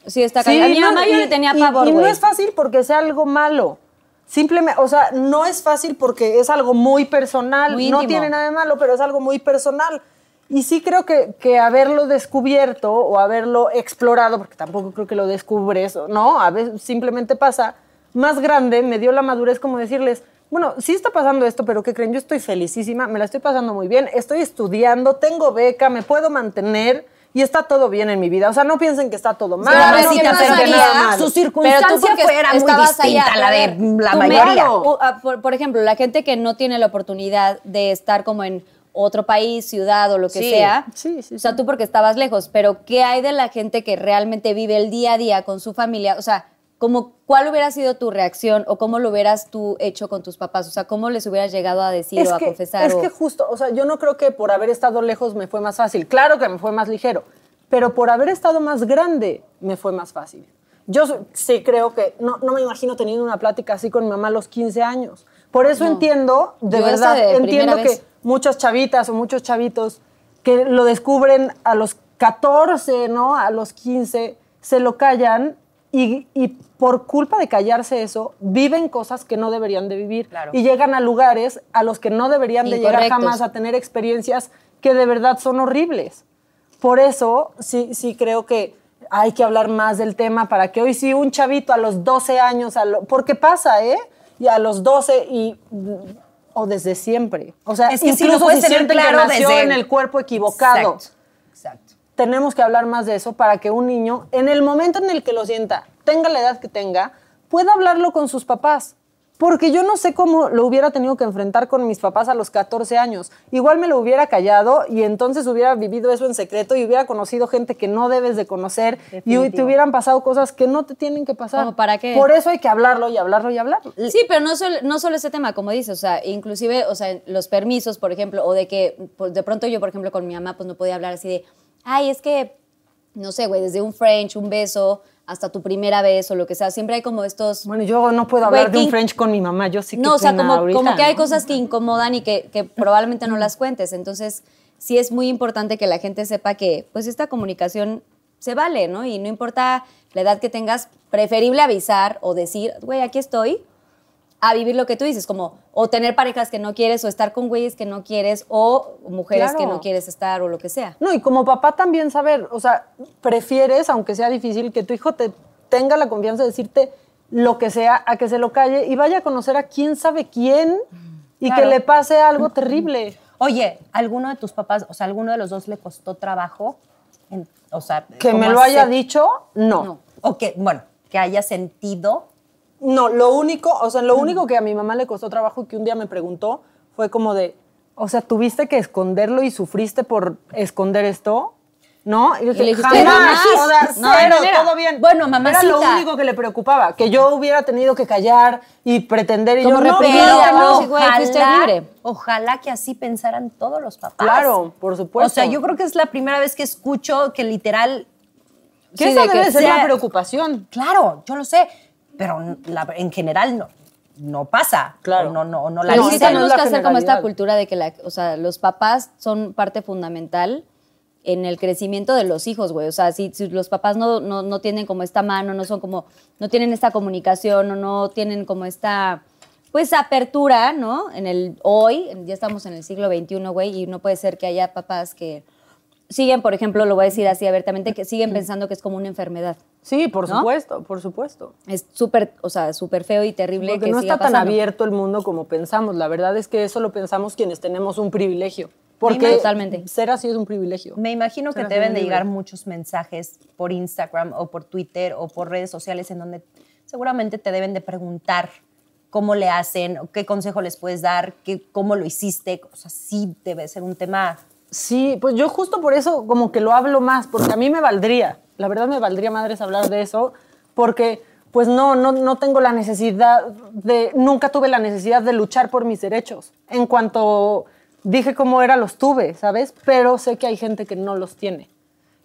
B: Sí, está
C: Sí,
B: cañón. A mi
C: no,
B: mamá yo
C: y-
B: le tenía
C: y-
B: pavor,
C: Y no
B: güey.
C: es fácil porque sea algo malo. Simplemente, o sea, no es fácil porque es algo muy personal.
B: Muy
C: no
B: íntimo.
C: tiene nada de malo, pero es algo muy personal. Y sí creo que, que haberlo descubierto o haberlo explorado, porque tampoco creo que lo descubres, ¿no? A veces simplemente pasa. Más grande me dio la madurez como decirles, bueno, sí está pasando esto, pero ¿qué creen? Yo estoy felicísima, me la estoy pasando muy bien, estoy estudiando, tengo beca, me puedo mantener y está todo bien en mi vida. O sea, no piensen que está todo mal.
B: Claro,
D: Claro,
C: no
B: sí
D: si
B: te
C: piensen que
B: pasaría,
C: nada malo.
D: su
B: Pero tú
D: circunstancia
B: porque
D: fuera muy
B: estabas allá,
D: distinta a la
B: pero a
D: de
B: ver,
D: la
B: tú me-
D: mayoría.
C: Claro.
B: o, ah, por, por ejemplo, la gente que no tiene la oportunidad de estar como en otro país, ciudad o lo que
D: Sí,
B: sea.
C: sí, sí,
B: O sea, tú porque estabas lejos, pero ¿qué hay de la gente que realmente vive el día a día con su familia? O sea, como, ¿cuál hubiera sido tu reacción o cómo lo hubieras tú hecho con tus papás? O sea, ¿cómo les hubieras llegado a decir o a confesar?
C: es
B: o-
C: que justo, o sea, yo no creo que por haber estado lejos me fue más fácil. Claro que me fue más ligero, pero por haber estado más grande me fue más fácil. Yo so- sí creo que no, no me imagino teniendo una plática así con mi mamá a los 15 años. Por eso entiendo, de
B: Yo esa
C: verdad,
B: de primera
C: entiendo que
B: vez.
C: muchas chavitas o muchos chavitos que lo descubren a los 14, ¿no? A los 15, se lo callan y, y por culpa de callarse eso, viven cosas que no deberían de vivir
D: Claro.
C: y llegan a lugares a los que no deberían de llegar
B: Incorrectos.
C: jamás, a tener experiencias que de verdad son horribles. Por eso sí, sí creo que hay que hablar más del tema para que hoy sí un chavito a los 12 años, a lo- porque pasa, ¿eh? Y a los 12 y... O desde siempre. O sea,
D: Es que sí, lo
C: incluso
D: puedes
C: si
D: tener
C: sienten
D: claro
C: que nació
D: desde-
C: en el cuerpo equivocado.
D: Exacto. Exacto.
C: Tenemos que hablar más de eso para que un niño, en el momento en el que lo sienta, tenga la edad que tenga, pueda hablarlo con sus papás. Porque yo no sé cómo lo hubiera tenido que enfrentar con mis papás a los 14 años. Igual me lo hubiera callado y entonces hubiera vivido eso en secreto y hubiera conocido gente que no debes de conocer y te hubieran pasado cosas que no te tienen que pasar.
B: ¿Cómo para qué?
C: Por eso hay que hablarlo y hablarlo y hablarlo.
B: Sí, pero no solo, no solo ese tema, como dices, o sea, inclusive, o sea, los permisos, por ejemplo, o de que pues, de pronto yo, por ejemplo, con mi mamá, pues no podía hablar así de, ay, es que, no sé, güey, desde un French, un beso, hasta tu primera vez o lo que sea, siempre hay como estos...
C: Bueno, yo no puedo
B: Güey,
C: hablar de
B: ¿quién-
C: un French con mi mamá, yo sí que
B: No, o sea,
C: pena
B: como,
C: ahorita,
B: como que hay
C: ¿no?
B: cosas que incomodan y que, que probablemente no las cuentes. Entonces, sí es muy importante que la gente sepa que, pues, esta comunicación se vale, ¿no? Y no importa la edad que tengas, preferible avisar o decir, güey, aquí estoy, a vivir lo que tú dices, como o tener parejas que no quieres, o estar con güeyes que no quieres, o mujeres
C: Claro.
B: que no quieres estar, o lo que sea.
C: No, y como papá también saber, o sea, prefieres, aunque sea difícil, que tu hijo te tenga la confianza de decirte lo que sea, a que se lo calle y vaya a conocer a quién sabe quién y
D: Claro. Mm.
C: que le pase algo terrible.
D: Oye, ¿alguno de tus papás, o sea, alguno de los dos le costó trabajo? En- o sea,
C: Que
D: ¿cómo
C: me lo haya
D: acep-
C: dicho, no.
D: No. O que, bueno, que haya sentido
C: No, lo único, o sea, lo único que a mi mamá le costó trabajo y que un día me preguntó fue como de, o sea, tuviste que esconderlo y sufriste por esconder esto. ¿No? Y yo dije,
B: le dijiste,
C: jamás,
B: "Mamá,
C: o sea,
B: no,
C: cero,
B: no era".
C: todo bien.
B: Bueno,
C: Era lo
B: mamacita.
C: único que le preocupaba, que yo hubiera tenido que callar y pretender. Y
B: Como
C: yo, no,
B: reprimida,
C: claro,
B: ¿no?
C: no,
B: Sí, güey, fuiste libre.
D: ojalá que así pensaran todos los papás.
C: Claro, por supuesto.
D: O sea, yo creo que es la primera vez que escucho que literal,
C: Que
B: Sí,
C: esa
B: de que
C: debe ser
D: sea-
C: la preocupación.
D: claro, yo lo sé, pero n- la- en general no, no pasa.
C: Claro.
D: O No, no, no la
B: Pero sí
C: esa
D: dicen.
C: no
B: tenemos
C: es la
B: que hacer como esta
C: generalidad.
B: cultura de que la- o sea, los papás son parte fundamental en el crecimiento de los hijos, güey. O sea, si, si los papás no, no, no tienen como esta mano, no son como, no tienen esta comunicación o no tienen como esta, pues, apertura, ¿no? En el hoy, en- ya estamos en el siglo XXI, güey, y no puede ser que haya papás que siguen, por ejemplo, lo voy a decir así abiertamente, que siguen pensando que es como una enfermedad.
C: Sí, por
B: ¿No?
C: supuesto, por supuesto.
B: Es súper, o sea, súper feo y terrible
C: Porque
B: que
C: no
B: siga
C: está tan
B: pasando.
C: abierto el mundo como pensamos. La verdad es que eso lo pensamos quienes tenemos un privilegio. Porque
B: imagino. Totalmente.
C: ser así es un privilegio.
D: Me imagino que
C: Será
D: te deben
C: bien
D: de
C: libre.
D: llegar muchos mensajes por Instagram o por Twitter o por redes sociales en donde seguramente te deben de preguntar cómo le hacen, o qué consejo les puedes dar, qué, cómo lo hiciste. O sea, sí debe ser un tema.
C: Sí, pues yo justo por eso como que lo hablo más, porque a mí me valdría, la verdad me valdría madres hablar de eso, porque pues no, no, no tengo la necesidad de, nunca tuve la necesidad de luchar por mis derechos. En cuanto dije cómo era, los tuve, ¿sabes? Pero sé que hay gente que no los tiene.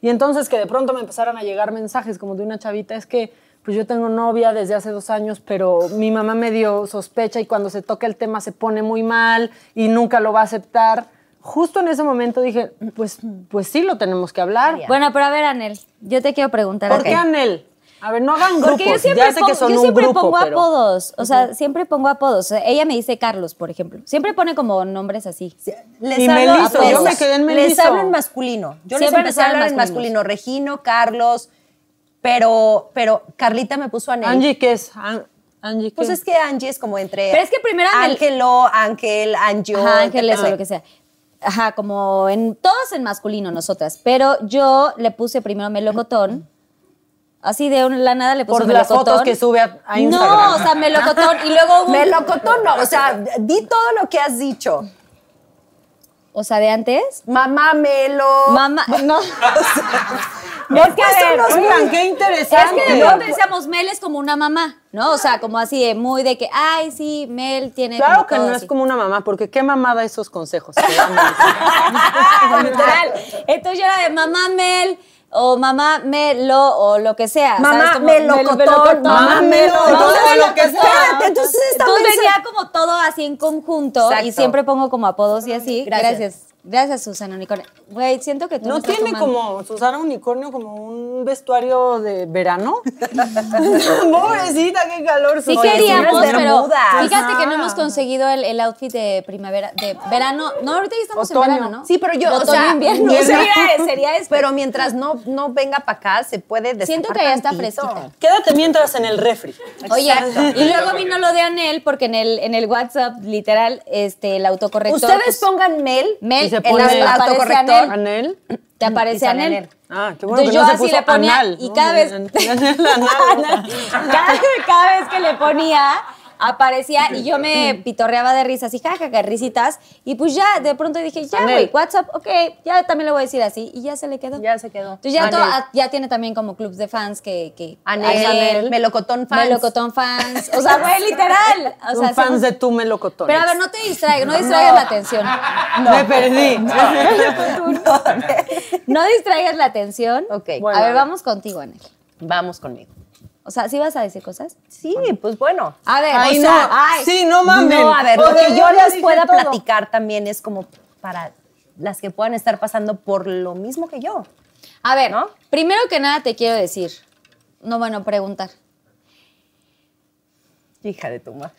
C: Y entonces que de pronto me empezaran a llegar mensajes como de una chavita, es que pues yo tengo novia desde hace dos años, pero mi mamá me dio sospecha y cuando se toca el tema se pone muy mal y nunca lo va a aceptar. Justo en ese momento dije, pues, pues sí lo tenemos que hablar.
D: Ya.
B: Bueno, pero a ver, Anel, yo te quiero preguntar.
C: ¿Por
B: algo.
C: qué Anel? A ver, no hagan grupos.
B: Porque yo siempre
C: ya sé
B: pongo,
C: que son
B: yo
C: un
B: siempre
C: grupo,
B: pongo
C: pero-
B: apodos. O sea, siempre pongo apodos. O sea, ella me dice Carlos, por ejemplo. Siempre pone como nombres así.
D: Les
C: Y Meliso,
D: les-
B: yo me
C: quedé en
D: Les
C: Meliso.
D: hablo en masculino. Yo les
B: Siempre
D: empecé a
B: les hablan
D: hablar en masculino.
B: masculinos.
D: Regino, Carlos, pero, pero Carlita me puso a
C: Angie, ¿qué es? An- Angie, ¿qué?
D: Pues es que Angie es como entre.
B: Pero es que primero Anel-
D: Ángelo, Ángel, Angio.
B: Ajá, ángeles o
D: etcétera.
B: lo que sea. Ajá, como en todos en masculino nosotras. Pero yo le puse primero melocotón. Así de un- la nada le puse
C: Por las
B: melocotón.
C: fotos que sube a- a Instagram.
B: No, o sea, melocotón. Y luego hubo un-
D: Melocotón, no, o sea, di todo lo que has dicho.
B: O sea, de antes.
D: Mamá Melo.
B: Mamá. No.
D: Después unos-
C: Oigan, qué
B: Es
C: interesante.
B: que de pronto decíamos, Mel es como una mamá, ¿no? O sea, como así de muy de que, ay, sí, Mel tiene.
C: Claro que
B: todo
C: no es
B: así".
C: como una mamá, porque qué mamada esos consejos. que damos.
B: Ah, Literal. Entonces yo era de mamá Mel o mamá Melo o lo que sea. ¿sabes?
D: Mamá
B: Como
D: Melocotón.
C: Mamá Melo, todo lo que sea.
D: Espérate, entonces esta
B: Entonces
D: mensa-
B: venía como todo así en conjunto
D: Exacto.
B: y siempre pongo como apodos y así.
D: Gracias.
B: Gracias. Gracias. Susana Unicornio. Güey, siento que tú me
C: ¿No
B: estás
C: tiene
B: tomando.
C: como Susana Unicornio como un vestuario de verano? Pobrecita, qué calor.
B: Sí
C: Susana.
B: queríamos,
D: unas
B: pero
D: bermudas.
B: fíjate que
C: Ajá.
B: no hemos conseguido el, el outfit de primavera, de verano. No, ahorita ya estamos
C: Otoño.
B: en verano, ¿no?
D: Sí, pero yo,
B: De
D: o
B: otoño,
D: sea,
B: invierno.
D: no
B: Sería, sería eso.
D: Pero mientras no, no venga para acá, se puede destapar
B: Siento que ya está
D: tantito.
B: fresquita.
C: Quédate mientras en el refri.
B: Oye, y luego vino lo de Anel, porque en el, en el WhatsApp, literal, este, el autocorrector. pues,
D: Ustedes pongan Mel,
B: Mel,
C: Y se
B: el
C: pone-
B: auto-
D: Aparece
B: autocorrector,
D: Anel.
C: Anel.
B: te aparece
D: sale
B: Anel.
D: Anel.
C: Ah, qué bueno
B: Entonces
C: que
B: yo
C: no se
B: así
C: puso
B: le ponía,
C: anal,
B: y
C: ¿no?
B: cada vez,
C: Anal, anal.
B: cada, cada vez que le ponía, aparecía y yo me pitorreaba de risas y jajaja, risitas. Y pues ya, de pronto dije, ya,
C: Anel.
B: güey, WhatsApp, ok, ya también le voy a decir así. Y ya se le quedó.
D: Ya se quedó.
B: Entonces ya, to-
D: Anel.
B: a- ya tiene también como clubs de fans que... que
D: Anel, Melocotón fans.
B: Melocotón fans. O sea, güey, literal. O sea,
C: Son
B: somos-
C: fans de tu melocotón.
B: pero a ver, no te distraigas, no distraigas la atención.
C: Me perdí.
B: No distraigas la atención.
D: Ok.
C: Bueno,
B: a
C: a ver.
B: ver, vamos contigo, Anel.
D: Vamos conmigo.
B: O sea, ¿sí vas a decir cosas?
D: Sí, pues bueno.
B: A ver,
C: Ay,
B: o
C: no.
B: sea, ay.
C: Sí, no mames.
D: No, a ver, lo que yo les pueda
C: todo.
D: platicar también es como para las que puedan estar pasando por lo mismo que yo.
B: A ver,
D: ¿No?
B: primero que nada te quiero decir. No, bueno, preguntar.
D: Hija de tu madre.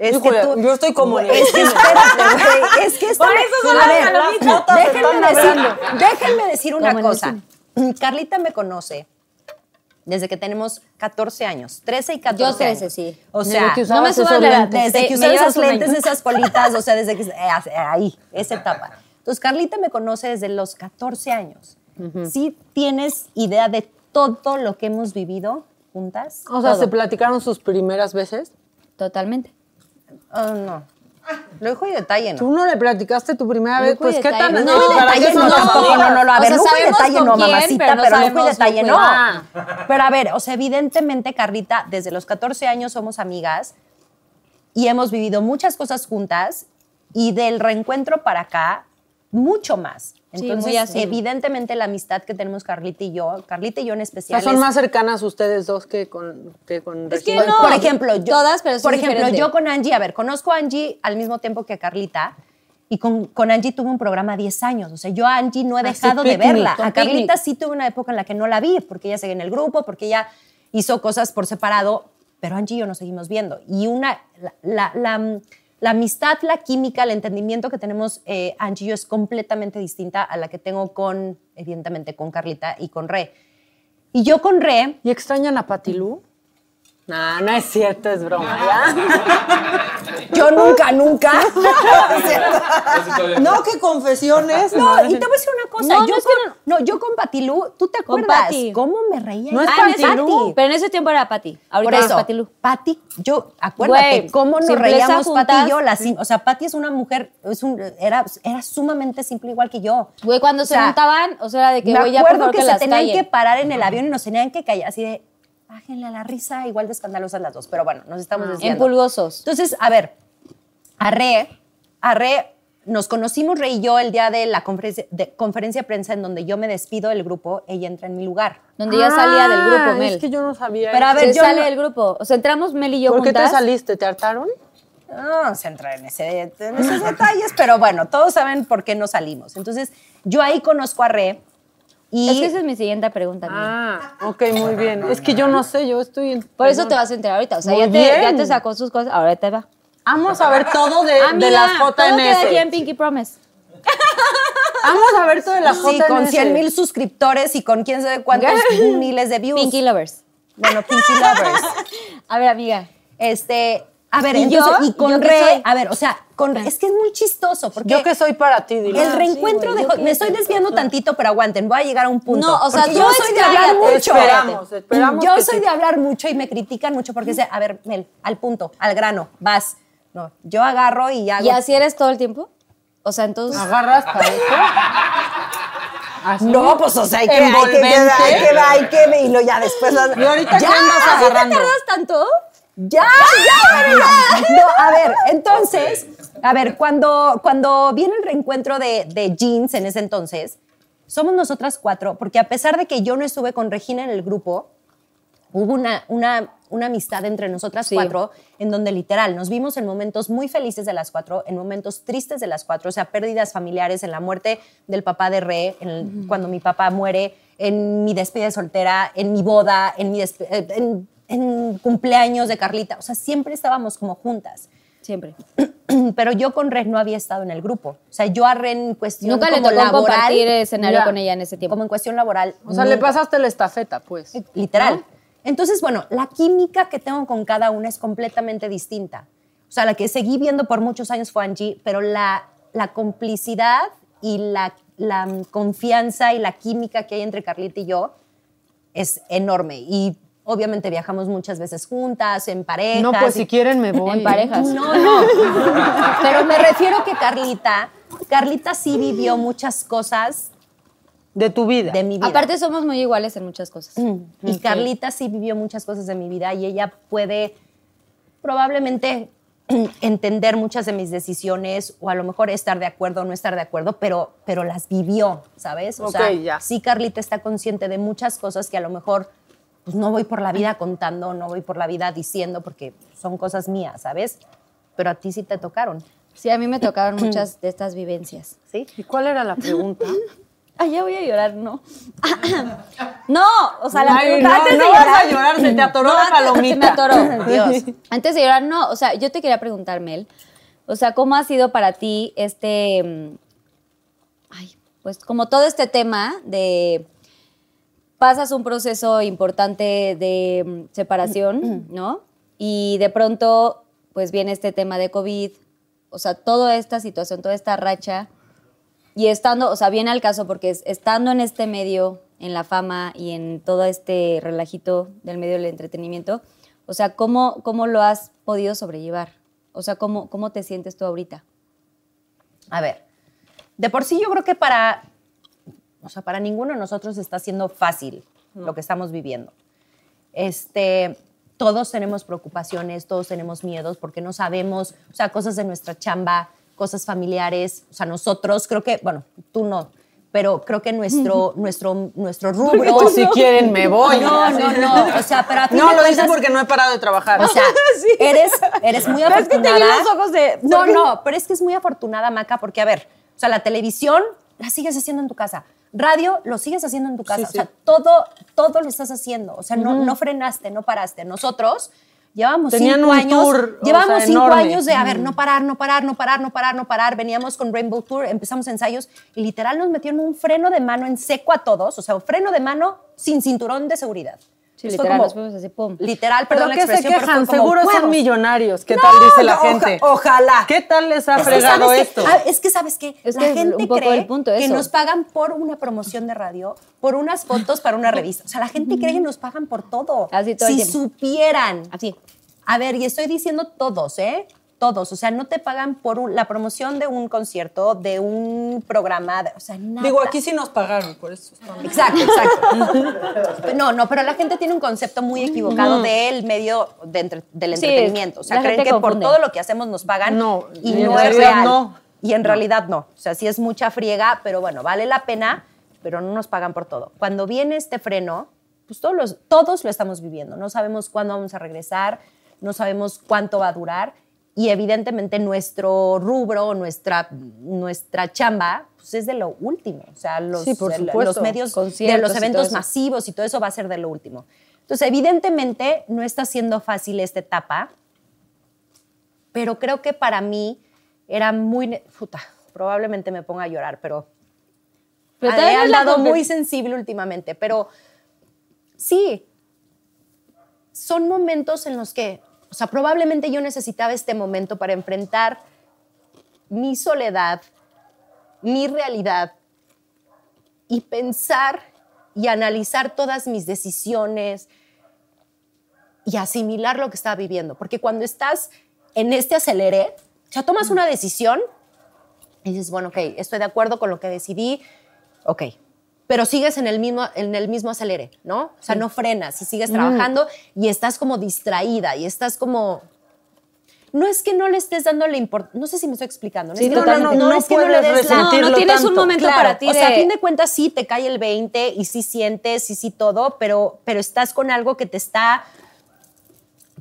C: Híjole, yo estoy como en el
D: Es que
C: cine.
D: espérate, güey. Es que esto.
C: Por
D: me-
C: eso son
D: a
C: las
D: ver,
C: palomitas.
D: fotos déjenme,
C: están
D: decir, déjenme decir una
B: Como en el
D: cosa. Carlita me conoce desde que tenemos 14 años. 13 y 14.
B: Yo 13,
D: años.
B: sí.
D: O
C: Desde
D: sea,
C: que
B: No me
C: Usabas
B: subas
C: esos
B: la edad.
C: lentes.
D: desde
B: Te-
D: que
B: me
D: usaba
B: llevas
D: esos
B: un año.
D: lentes, esas colitas, o sea, desde que eh, ahí, esa etapa. Entonces, Carlita me conoce desde los 14 años. Sí tienes idea de todo lo que hemos vivido juntas.
C: O sea,
D: todo.
C: ¿se platicaron sus primeras veces?
B: Totalmente.
D: Oh, no. Lujo y detalle,
C: ¿Tú
D: ¿no?
C: no le platicaste tu primera vez?
B: Lujo y
C: Pues, ¿qué
B: detalle.
C: tan?
B: No,
C: ¿para qué
D: detalle no,
C: son las
D: no,
C: primeras?
D: no, no, no, a
B: O
D: ver,
B: sea,
D: lujo y
B: sabemos
D: detalle
B: con
D: no,
B: quién,
D: mamacita,
B: pero no
D: pero lujo y
B: sabemos
D: detalle
B: lujo y-
D: no.
B: Ah.
D: Pero a ver, o sea, evidentemente, Carlita, desde los 14 años somos amigas y hemos vivido muchas cosas juntas y del reencuentro para acá, mucho más.
B: Sí,
D: Entonces,
B: muy así.
D: evidentemente, la amistad que tenemos Carlita y yo, Carlita y yo en
C: O sea,
D: especial.
C: son
D: es-
C: más cercanas ustedes dos que con, que con
B: Es que
C: Regina.
B: no.
D: por ejemplo, yo,
B: Todas, pero sí
D: por ejemplo,
B: diferente.
D: yo con Angie, a ver, conozco a Angie al mismo tiempo que a Carlita. Y con, con Angie tuve un programa 10 años. O sea, yo a Angie no he
C: Así,
D: dejado de
C: picnic,
D: verla.
C: con
D: A Carlita
C: picnic.
D: sí tuve una época en la que no la vi, porque ella seguía en el grupo, porque ella hizo cosas por separado, pero Angie y yo nos seguimos viendo. Y una, la, la- la- la amistad, la química, el entendimiento que tenemos eh, Angie y yo es completamente distinta a la que tengo con, evidentemente, con Carlita y con Re. Y yo con Re,
C: ¿Y extrañan a Patilú? No, no es cierto, es broma. ¿ya?
D: yo nunca, nunca.
F: No, qué confesiones.
D: No, y te voy a decir una cosa.
B: No,
D: yo
B: no es
D: con, no, yo con Patilú, ¿tú te
B: Con
D: acuerdas
B: Pati.
D: cómo me reía?
C: No es
D: yo?
B: Ah, en ese-
C: Patilú.
D: Pati.
B: Pero en ese tiempo era Pati.
D: Por
B: Ahorita es
D: eso,
B: Pati Lu.
D: Pati, yo, acuérdate
B: Ah. Güey,
D: cómo nos
B: simpleza
D: reíamos Pati
B: juntas.
D: y yo. la sim- o sea, Pati es una mujer, es un, era, era sumamente simple igual que yo.
B: Güey, cuando se
D: O sea,
B: juntaban, o sea, era de que,
D: me
B: güey, ya por
D: acuerdo
B: favor
D: que,
B: que,
D: se
B: las
D: tenían
B: callen.
D: que parar en el avión y nos tenían que callar, así de, bájenle a la risa, igual de escandalosas las dos. Pero bueno, nos estamos
B: Ah. en
D: desviando.
B: pulgosos.
D: Entonces, a ver, a Re, a Re, nos conocimos Re y yo el día de la conferencia de, conferencia de prensa en donde yo me despido del grupo, ella entra en mi lugar.
B: Donde ya salía del
C: Ah,
B: grupo, Mel.
C: Es que yo no sabía.
D: Pero a
C: eso.
D: ver,
B: Se
D: yo
B: sale
D: no-
B: del grupo. O sea, entramos Mel y yo
C: ¿Por qué te
B: juntas.
C: saliste? ¿Te hartaron?
D: No se entra en, ese- en esos detalles, pero bueno, todos saben por qué no salimos. Entonces, yo ahí conozco a Re y...
B: Es que esa es mi siguiente pregunta. Mel.
C: Ah, ok, muy bien. Es que yo no sé, yo estoy en...
B: Por eso te vas a enterar ahorita. O sea,
C: Muy
B: ya te, ya
C: bien.
B: te sacó sus cosas. Ahora te va.
C: Vamos a ver todo de, de las
B: Ah, todo queda aquí en
C: JNS.
B: Pinky Promise.
C: Vamos a ver todo de las JNS.
D: Sí, con 100 mil suscriptores y con quién sabe cuántos miles de views.
B: Pinky Lovers.
D: Bueno, Pinky Lovers.
B: A ver, amiga.
D: Este, a ver,
B: ¿Y
D: entonces,
B: yo?
D: y con
B: ¿Yo qué
D: Re,
B: soy?
D: a ver, o sea, con Re- es que es muy chistoso porque
C: Yo que soy para ti, dile.
D: el reencuentro de jo- me estoy desviando tantito, pero aguanten, voy a llegar a un punto.
B: No, o sea,
D: Porque
B: tú
D: yo soy de hablar
B: expláyate.
D: mucho.
C: Esperamos, esperamos
D: Yo
C: que
D: soy
C: sí.
D: de hablar mucho y me critican mucho porque dice, a ver, Mel, al punto, al grano, vas. No, yo agarro y hago.
B: ¿Y así eres todo el tiempo? O sea, entonces.
C: ¿Agarras para eso? Así.
D: No, pues o sea, hay que, hay que, hay que,
C: Envolvente.
D: hay que, hay que- y lo ya después.
C: ¿Y ahorita qué andas
D: ¿Así te
C: agarrando?
B: tardas tanto?
D: Ya, ya, ya. No, a ver, entonces, a ver, cuando, cuando viene el reencuentro de, de Jeans en ese entonces, somos nosotras cuatro, porque a pesar de que yo no estuve con Regina en el grupo, hubo una, una, una amistad entre nosotras
B: Sí.
D: cuatro, en donde literal nos vimos en momentos muy felices de las cuatro, en momentos tristes de las cuatro, o sea, pérdidas familiares, en la muerte del papá de Re, en el- cuando mi papá muere, en mi despedida de soltera, en mi boda, en mi despe- eh, en- en cumpleaños de Carlita, o sea, siempre estábamos como juntas.
B: Siempre.
D: Pero yo con Ren no había estado en el grupo. O sea, yo a Ren en cuestión
B: Nunca le
D: como
B: tocó
D: laboral,
B: compartir escenario
C: Ya.
B: con ella en ese tiempo.
D: Como en cuestión laboral.
C: O sea, le
D: nunca.
C: pasaste la estafeta, pues.
D: Eh, Literal. Entonces, bueno, la química que tengo con cada una es completamente distinta. O sea, la que seguí viendo por muchos años fue Angie, pero la, la complicidad y la, la confianza y la química que hay entre Carlita y yo es enorme. Y obviamente viajamos muchas veces juntas, en parejas.
C: No, pues si
D: y-
C: quieren me voy.
B: En parejas.
D: no, no. Pero me refiero que Carlita, Carlita sí vivió muchas cosas
C: De tu vida.
D: de mi vida. Mm.
B: Aparte, somos muy iguales en muchas cosas.
D: Y Carlita sí vivió muchas cosas de mi vida y ella puede probablemente entender muchas de mis decisiones o a lo mejor estar de acuerdo o no estar de acuerdo, pero, pero las vivió, ¿sabes? O sea,
C: Ok, ya.
D: sí Carlita está consciente de muchas cosas que a lo mejor pues, no voy por la vida contando, no voy por la vida diciendo porque son cosas mías, ¿sabes? Pero a ti sí te tocaron,
B: Sí, a mí me tocaron muchas de estas vivencias.
D: ¿sí?
C: ¿Y cuál era la pregunta?
B: Ay, Ah, ya voy a llorar, no. no, o sea, la
C: Ay,
B: pregunta
C: no,
B: antes
C: no
B: de
C: vas
B: llorar.
C: a llorar, se te atoró la
B: antes-
C: palomita.
B: se me atoró.
D: Dios.
B: Antes de llorar, no. O sea, yo te quería preguntar, Mel. O sea, ¿cómo ha sido para ti este. mm, Ay, pues como todo este tema de. Pasas un proceso importante de mm, separación, ¿no? Y de pronto, pues viene este tema de COVID. O sea, toda esta situación, toda esta racha. Y estando, o sea, viene al caso porque es- estando en este medio, en la fama y en todo este relajito del medio del entretenimiento, o sea, ¿cómo, cómo lo has podido sobrellevar? O sea, ¿cómo, ¿cómo te sientes tú ahorita?
D: A ver, de por sí yo creo que para, o sea, para ninguno de nosotros está siendo fácil lo que estamos viviendo. Este, todos tenemos preocupaciones, todos tenemos miedos porque no sabemos, o sea, cosas de nuestra chamba, cosas familiares, o sea, nosotros creo que, bueno, tú no, pero creo que nuestro, nuestro, nuestro rubro...
C: Pues, si quieren me voy.
D: No, no, no, o sea, pero a ti
C: No, lo dice porque no he parado de trabajar.
D: O sea, eres, eres muy
F: Pero es que te vi
D: afortunada.
F: los ojos de.
D: No, no, pero es que es muy afortunada, Maca, porque a ver, o sea, la televisión la sigues haciendo en tu casa. Radio lo sigues haciendo en tu casa.
C: Sí,
D: o
C: sí.
D: sea, todo, todo lo estás haciendo. O sea, no, no frenaste, no paraste. Nosotros llevamos
C: Tenían
D: cinco
C: un
D: años.
C: tour, o
D: llevamos
C: sea,
D: cinco
C: enorme.
D: años de, a ver, no parar, no parar, no parar, no parar, no parar. Veníamos con Rainbow Tour, empezamos ensayos y literal nos metieron un freno de mano en seco a todos. O sea, un freno de mano sin cinturón de seguridad.
B: Sí,
D: Entonces fue
B: literal,
D: como-
B: nos fuimos así, pum.
D: Literal,
C: Pero
D: perdón la
C: que se
D: expresión, pero fue
C: quejan,
D: como,
C: seguro son
D: "Huevos".
C: millonarios. ¿Qué
D: No,
C: tal dice la
D: oja-
C: gente?
D: ojalá.
C: ¿Qué tal les ha
D: Es que
C: fregado
D: sabes que-
C: esto?
D: ah, es que sabes que
B: Es
D: la
B: que es
D: gente
B: un poco
D: cree
B: el punto,
D: que
B: eso.
D: nos pagan por una promoción de radio, por unas fotos para una revista. O sea, la gente cree que nos pagan por todo.
B: Así todo el
D: si
B: tiempo.
D: supieran.
B: Así.
D: A ver, y estoy diciendo todos, ¿eh? Todos. O sea, no te pagan por un- la promoción de un concierto, de un programa, de- o sea, nada.
C: Digo, aquí sí nos pagaron, por eso estamos.
D: Exacto, exacto. No, no, pero la gente tiene un concepto muy equivocado del medio de entre- del
B: Sí,
D: entretenimiento. O sea,
B: la
D: creen que
B: gente
D: por
B: confunde.
D: todo lo que hacemos nos pagan
C: No,
D: y
C: y en
D: no es
C: realidad
D: real.
C: no.
D: Y en realidad no. O sea, sí es mucha friega, pero bueno, vale la pena, pero no nos pagan por todo. Cuando viene este freno, pues todos, los- todos lo estamos viviendo. No sabemos cuándo vamos a regresar, no sabemos cuánto va a durar. Y evidentemente nuestro rubro, nuestra, nuestra chamba, pues es de lo último. O sea, los,
C: Sí, por
D: el- los
C: supuesto.
D: medios de
B: Conciertos y
D: los
B: todo
D: eventos
B: eso.
D: masivos y todo eso va a ser de lo último. Entonces, evidentemente no está siendo fácil esta etapa, pero creo que para mí era muy... ne- Puta, probablemente me ponga a llorar, pero...
B: Pero
D: he
B: también es la
D: andado
B: conver-
D: muy sensible últimamente, pero sí, son momentos en los que, o sea, probablemente yo necesitaba este momento para enfrentar mi soledad, mi realidad y pensar y analizar todas mis decisiones y asimilar lo que estaba viviendo. Porque cuando estás en este aceleré, o sea, tomas una decisión y dices, bueno, ok, estoy de acuerdo con lo que decidí, ok, pero sigues en el mismo, en el mismo acelere, ¿no? O sea, no frenas y sigues trabajando y estás como distraída y estás como... No es que no le estés dando la importancia, no sé si me estoy explicando, no
B: Sí,
D: es que no-
B: totalmente.
D: no,
C: No
D: es que no le
C: puedes
D: des la...
B: No, no
C: sentirlo
B: tienes un
C: tanto.
B: momento
D: Claro,
B: para ti
D: O sea, a
B: de-
D: fin de cuentas sí te cae el 20 y sí sientes y sí todo, pero, pero estás con algo que te está,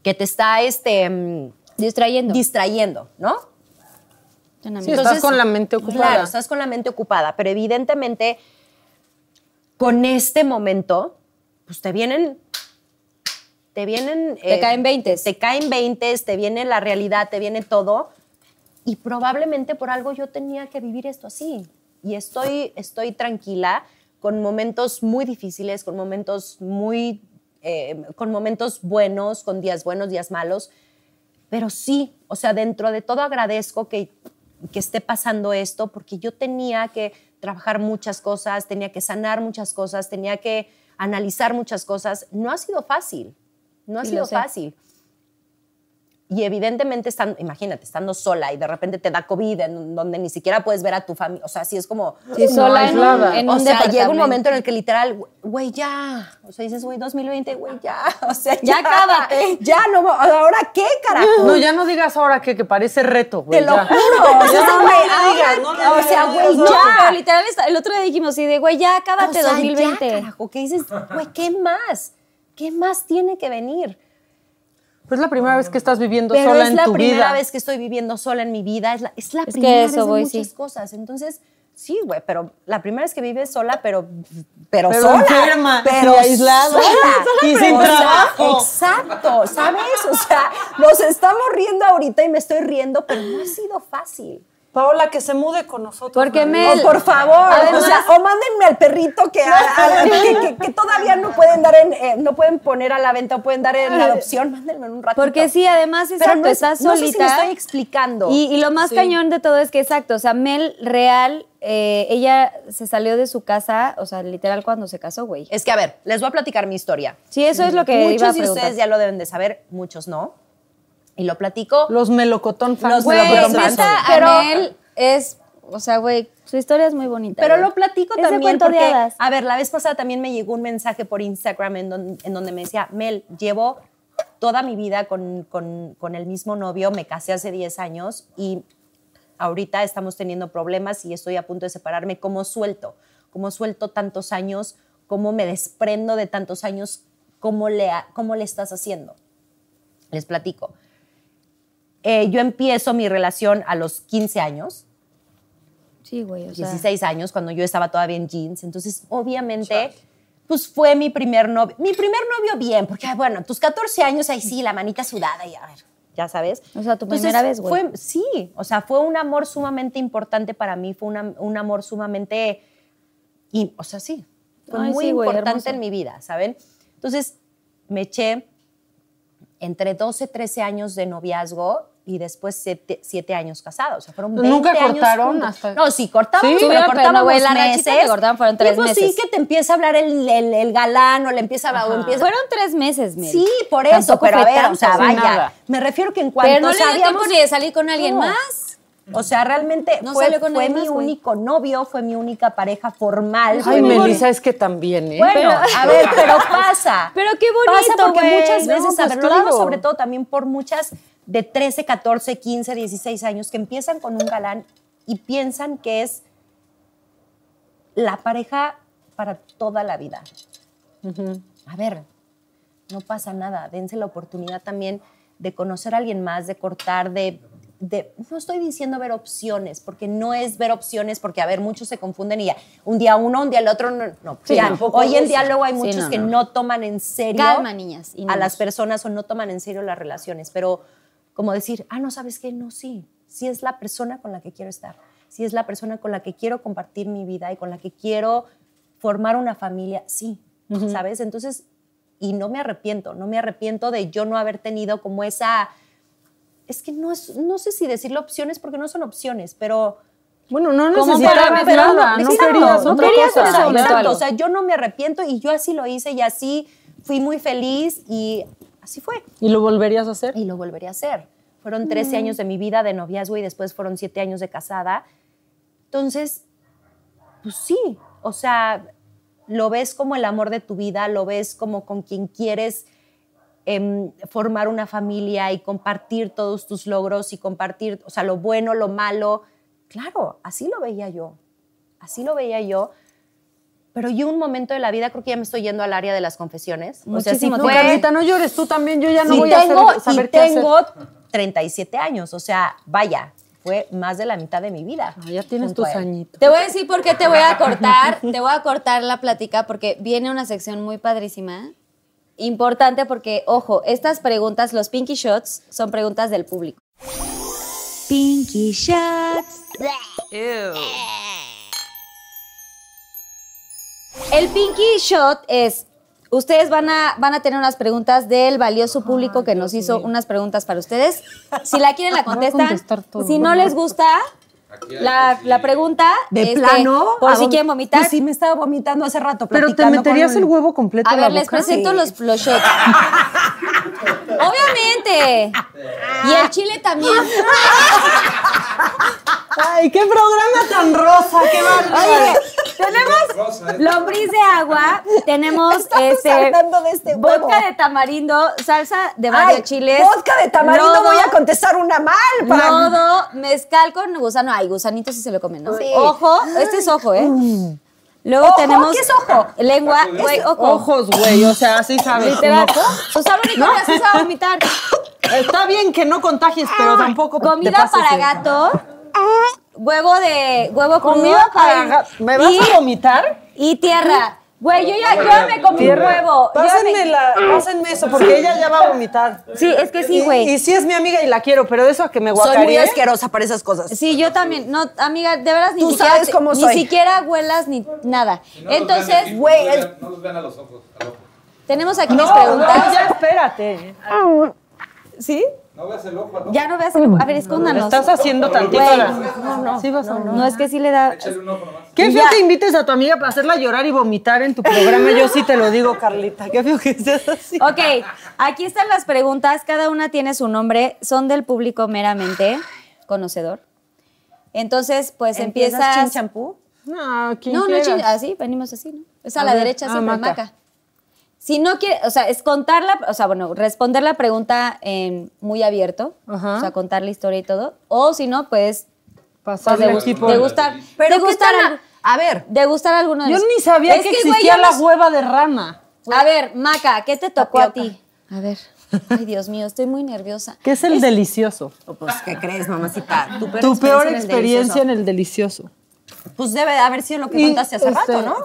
D: que te está este, mm,
B: distrayendo.
D: distrayendo, ¿no?
C: Sí, estás con la mente ocupada.
D: Claro, estás con la mente ocupada, pero evidentemente con este momento, pues te vienen... Te vienen... eh,
B: Te caen 20s.
D: Te caen 20, te viene la realidad, te viene todo. Y probablemente por algo yo tenía que vivir esto así. Y estoy, estoy tranquila con momentos muy difíciles, con momentos muy... eh, con momentos buenos, con días buenos, días malos. Pero sí, o sea, dentro de todo agradezco que, que esté pasando esto, porque yo tenía que trabajar muchas cosas, tenía que sanar muchas cosas, tenía que analizar muchas cosas. No ha sido fácil, no ha
B: Y lo
D: sido
B: sé.
D: fácil. Y evidentemente, están, imagínate, estando sola y de repente te da COVID, en donde ni siquiera puedes ver a tu familia. O sea, sí es como.
B: Sí, sola en un,
C: aislada.
B: en
D: o
B: un
D: sea, llega un
B: departamento.
D: momento en el que literal, güey, ya. O sea, dices, güey, 2020, güey, ya. O sea,
B: Ya cábate.
D: Ya, no, ahora qué, carajo.
C: No, ya no digas ahora que, que parece reto, güey.
D: Te lo
C: ya.
D: juro. O sea,
C: no,
D: güey,
C: no
D: ahora-
C: digas, no, no
D: o sea,
C: digas,
D: güey,
C: no,
D: ya.
B: Pero literal, está- el otro día dijimos, sí, de güey, ya
D: O
B: cábate
D: sea, ya,
B: 2020.
D: carajo, que dices, güey, ¿qué más? ¿Qué más tiene que venir?
C: Pero Pues es la primera vez que estás viviendo
D: Pero
C: Pues sola
D: es
C: en
D: la
C: tu
D: primera
C: vida.
D: vez que estoy viviendo sola en mi vida. Es la, es la
B: Es que
D: primera
B: eso
D: vez
B: voy,
D: de muchas
B: sí.
D: cosas. Entonces, sí, güey, pero la primera vez que vives sola, pero, pero,
C: Pero
D: sola.
C: enferma
D: pero
C: y aislada.
D: sola.
C: Y sin
D: O sea,
C: trabajo.
D: exacto, ¿sabes? O sea, nos estamos riendo ahorita y me estoy riendo, pero no ha sido fácil.
C: Paola, que se mude con nosotros.
B: Porque
C: ¿no?
B: Mel-
D: O, Oh, por favor,
B: Además-
D: o, sea, o mándenme al perrito que, a- a- que, que- que todavía no pueden dar en, eh, no pueden poner a la venta o pueden dar en adopción, mándenme en un ratito.
B: Porque sí, además,
D: Pero
B: exacto,
D: no, es-
B: estás
D: no
B: solita.
D: sé si me estoy explicando.
B: Y, y lo más cañón de todo es que, exacto, o sea, Mel Real, eh, ella se salió de su casa, o sea, literal cuando se casó, güey.
D: es que, a ver, les voy a platicar mi historia.
B: Sí, eso es lo que iba a
D: Muchos de
B: preguntar.
D: ustedes ya lo deben de saber, muchos no. Y lo platico.
C: Los melocotón fans.
D: Los
B: Güey,
D: melocotón
C: fans.
D: fans.
B: neta,
D: Pero-
B: Anel es, o sea, güey, su historia es muy bonita.
D: Pero
B: güey.
D: lo platico
B: Es de
D: también
B: cuento de
D: porque,
B: hadas.
D: a ver, la vez pasada también me llegó un mensaje por Instagram en, don- en donde me decía, Mel, llevo toda mi vida con, con- con el mismo novio, me casé hace 10 años y ahorita estamos teniendo problemas y estoy a punto de separarme. ¿Cómo suelto? ¿Cómo suelto tantos años? ¿Cómo me desprendo de tantos años? ¿Cómo le, ha- cómo le estás haciendo? Les platico. Eh, yo empiezo mi relación a los 15 años.
B: Sí, güey, o sea.
D: 16 años, cuando yo estaba todavía en jeans. Entonces, obviamente, pues fue mi primer novio. Mi primer novio bien, porque, ah, bueno, tus 14 años, ahí sí, la manita sudada y a ver, ya sabes.
B: O sea, tu primera vez, güey.
D: fue- Sí, o sea, fue un amor sumamente importante para mí, fue una- un amor sumamente, y, o sea, sí, fue
B: Ay,
D: muy
B: sí, güey,
D: importante
B: hermoso.
D: en mi vida, ¿saben? Entonces, me eché entre 12, 13 años de noviazgo y después 7, años casados. O sea, fueron 20
C: ¿Nunca
D: años
C: cortaron
D: juntos.
C: hasta-
D: No, sí, cortábamos,
B: Sí,
D: pero
B: pero
D: cortábamos
B: no, güey, la
D: meses.
B: rachita que cortaban fueron tres
D: Y pues
B: meses.
D: sí que te empieza a hablar el, el, el galán o le empieza a... o empieza-
B: Fueron tres meses, Mel.
D: Sí, por eso,
B: Tampoco
D: pero a
B: fue
D: ver, o sea,
B: tanto.
D: vaya.
C: nada.
D: Me refiero que en cuanto
B: Pero no le dio
D: sabíamos-
B: tiempo ni de salir con alguien
D: No.
B: más.
D: O sea, realmente
B: No
D: fue,
B: salió con
D: fue
B: nadie
D: mi
B: más, güey.
D: único novio, fue mi única pareja formal.
C: Ay,
D: Fue mi-
C: Melissa, es que también, ¿eh?
D: Bueno, a ver, pero pasa.
B: Pero qué
D: Pasa
B: bonito,
D: porque
B: güey.
D: muchas
B: No,
D: veces, a
C: pues
D: ver, lo digo
C: claro.
D: sobre todo también por muchas de 13, 14, 15, 16 años que empiezan con un galán y piensan que es la pareja para toda la vida. A ver, no pasa nada, dense la oportunidad también de conocer a alguien más, de cortar, de, de- no estoy diciendo ver opciones, porque no es ver opciones, porque a ver, muchos se confunden y ya, un día uno, un día el otro, no, no,
B: Sí,
D: ya,
B: tampoco
D: hoy en
B: es-
D: día luego hay
B: sí,
D: muchos
B: no,
D: que
B: no.
D: no. toman en serio
B: Calma, niñas y
D: a las
B: niños.
D: personas o no toman en serio las relaciones, pero como decir, ah, no, ¿sabes qué? No, sí, sí es la persona con la que quiero estar, sí es la persona con la que quiero compartir mi vida y con la que quiero formar una familia, sí, ¿sabes? Entonces, y no me arrepiento, no me arrepiento de yo no haber tenido como esa, es que no, es, no sé si decirle opciones porque no son opciones, pero...
C: Bueno, no
D: Como
C: necesitabas
D: para- pero
C: nada, no,
D: exacto,
C: querías
D: no
C: otra
D: querías
C: cosa.
D: eso,
B: Exacto.
D: exacto, o sea, yo no me arrepiento y yo así lo hice y así fui muy feliz y así fue.
C: ¿Y lo volverías a hacer?
D: Y lo volvería a hacer. Fueron 13 años de mi vida de noviazgo y después fueron 7 años de casada. Entonces, pues sí, o sea, lo ves como el amor de tu vida, lo ves como con quien quieres em, formar una familia y compartir todos tus logros y compartir, o sea, lo bueno, lo malo. Claro, así lo veía yo, así lo veía yo. Pero yo un momento de la vida, creo que ya me estoy yendo al área de las confesiones. O sea, sí
B: Muchísimo
C: No,
D: fue-
C: Carlita, no llores tú también, yo ya no
D: y
C: voy
D: pues, tengo,
C: a hacer, saber
D: y
C: qué hacer.
D: tengo 37 años, o sea, vaya, fue más de la mitad de mi vida.
C: Ah, ya tienes
D: junto
C: tus
D: a él.
C: añitos.
B: Te voy a decir por qué te voy a cortar, te voy a cortar la plática porque viene una sección muy padrísima. Importante porque, ojo, estas preguntas, los Pinky Shots, son preguntas del público. Pinky Shots. El Pinky Shot es, ustedes van a, van a tener unas preguntas del valioso público que nos hizo unas preguntas para ustedes. Si la quieren, la contestan.
C: contestar todo.
B: Si no les gusta... La, la pregunta
D: De
B: este,
D: plano.
B: por
D: ¿a
B: si
C: Ah,
D: dónde-
B: quieren vomitar.
D: Pues sí, me estaba vomitando hace rato.
C: Pero te
D: platicando
C: meterías
D: con
C: el
D: él.
C: huevo completo
B: A
C: en la
B: ver, les
C: boca?
B: presento
D: Sí.
B: los, los shots. Obviamente. Y el chile también.
C: Ay, qué programa tan rosa, qué
B: Oye,
C: bárbaro.
B: tenemos lombriz de agua, tenemos
D: Estamos
B: este,
D: hablando de este huevo.
B: vodka de tamarindo, salsa de
D: Ay,
B: varios chiles.
D: Vodka de tamarindo,
B: lodo,
D: voy a contestar una mal. Para...
B: Lodo, mezcal con gusano. Ay, gusanito sí se lo comen, ¿no? Ojo, este es ojo, ¿eh? Luego
D: Ojo,
B: tenemos.
D: ¿qué es ojo?
B: Lengua, güey, ojo.
C: Ojos, güey, o sea, así sabes.
B: Literal.
C: ¿no?
B: Susana Unicornia sí se va a vomitar.
C: Está bien que no contagies, pero tampoco te
B: Comida
C: pases
B: para
C: de-
B: gato. Huevo de. Huevo
C: Comida
B: crudo,
C: para
B: ay,
C: gato. ¿Me vas
B: y-
C: a vomitar?
B: Y tierra. Güey, yo ya yo me comí un huevo. Yo
C: Pásenme,
B: me-
C: la- pásenme eso, porque ella ya va a vomitar.
B: Sí, es que sí,
C: Y,
B: güey.
C: y sí es mi amiga y la quiero, pero eso a que me
D: Soy muy
C: guacaré.
D: asquerosa para esas cosas.
B: Sí, yo también. No, amiga, de veras ni
D: Tú
B: siquiera
D: sabes
B: te-
D: cómo
B: ni
D: soy.
B: siquiera huelas ni nada. Entonces,
D: güey, es-
G: No los vean a los ojos. al ojo.
B: tenemos aquí
C: No,
B: mis
C: no,
B: preguntas.
C: ya espérate.
B: ¿Sí?
G: No veas el ojo, al ojo.
B: Ya no veas el... A ver, escóndanos.
C: Estás haciendo tantito.
B: Güey.
C: la- Sí vas a-
B: No, es que sí le da...
G: Échale un ojo nomás.
C: Qué feo que invites a tu amiga para hacerla llorar y vomitar en tu programa. Yo sí te lo digo, Carlita. Qué feo que seas así.
B: Ok, aquí están las preguntas. Cada una tiene su nombre. Son del público meramente conocedor. Entonces, pues
D: ¿Empiezas
B: empiezas...
D: chin champú?
C: No, ¿quién
B: no, no,
C: quieras.
B: chin- así, venimos así, ¿no? Es a,
C: A
B: la
C: ver,
B: derecha,
C: ah,
B: siempre
C: maca.
B: maca. Si no quiere, o sea, es contar la, o sea, bueno, responder la pregunta en muy abierto,
C: Ajá.
B: o sea, contar la historia y todo, o si no, pues, pues
C: Pasarle
B: de,
C: aquí
G: equipo.
C: por...
B: de gustar,
D: Pero
B: de
D: ¿qué
B: gustar,
D: tal?
B: algu-
D: A ver,
B: de gustar alguno de
C: Yo
B: los-
C: ni sabía
B: Es
C: que,
B: güey,
C: existía
B: yo
C: la
B: no-
C: hueva de rana.
B: A ver, Maca, ¿qué te tocó a
D: Tapioca.
B: ti? A ver, ay Dios mío, estoy muy nerviosa.
C: ¿Qué es el delicioso?
D: pues, ¿qué crees, mamacita? Tu peor,
C: Tu peor experiencia
D: experiencia. en el
C: en el delicioso.
D: delicioso. Pues debe de haber sido lo que
C: Y,
D: contaste hace rato,
C: este-
D: ¿no?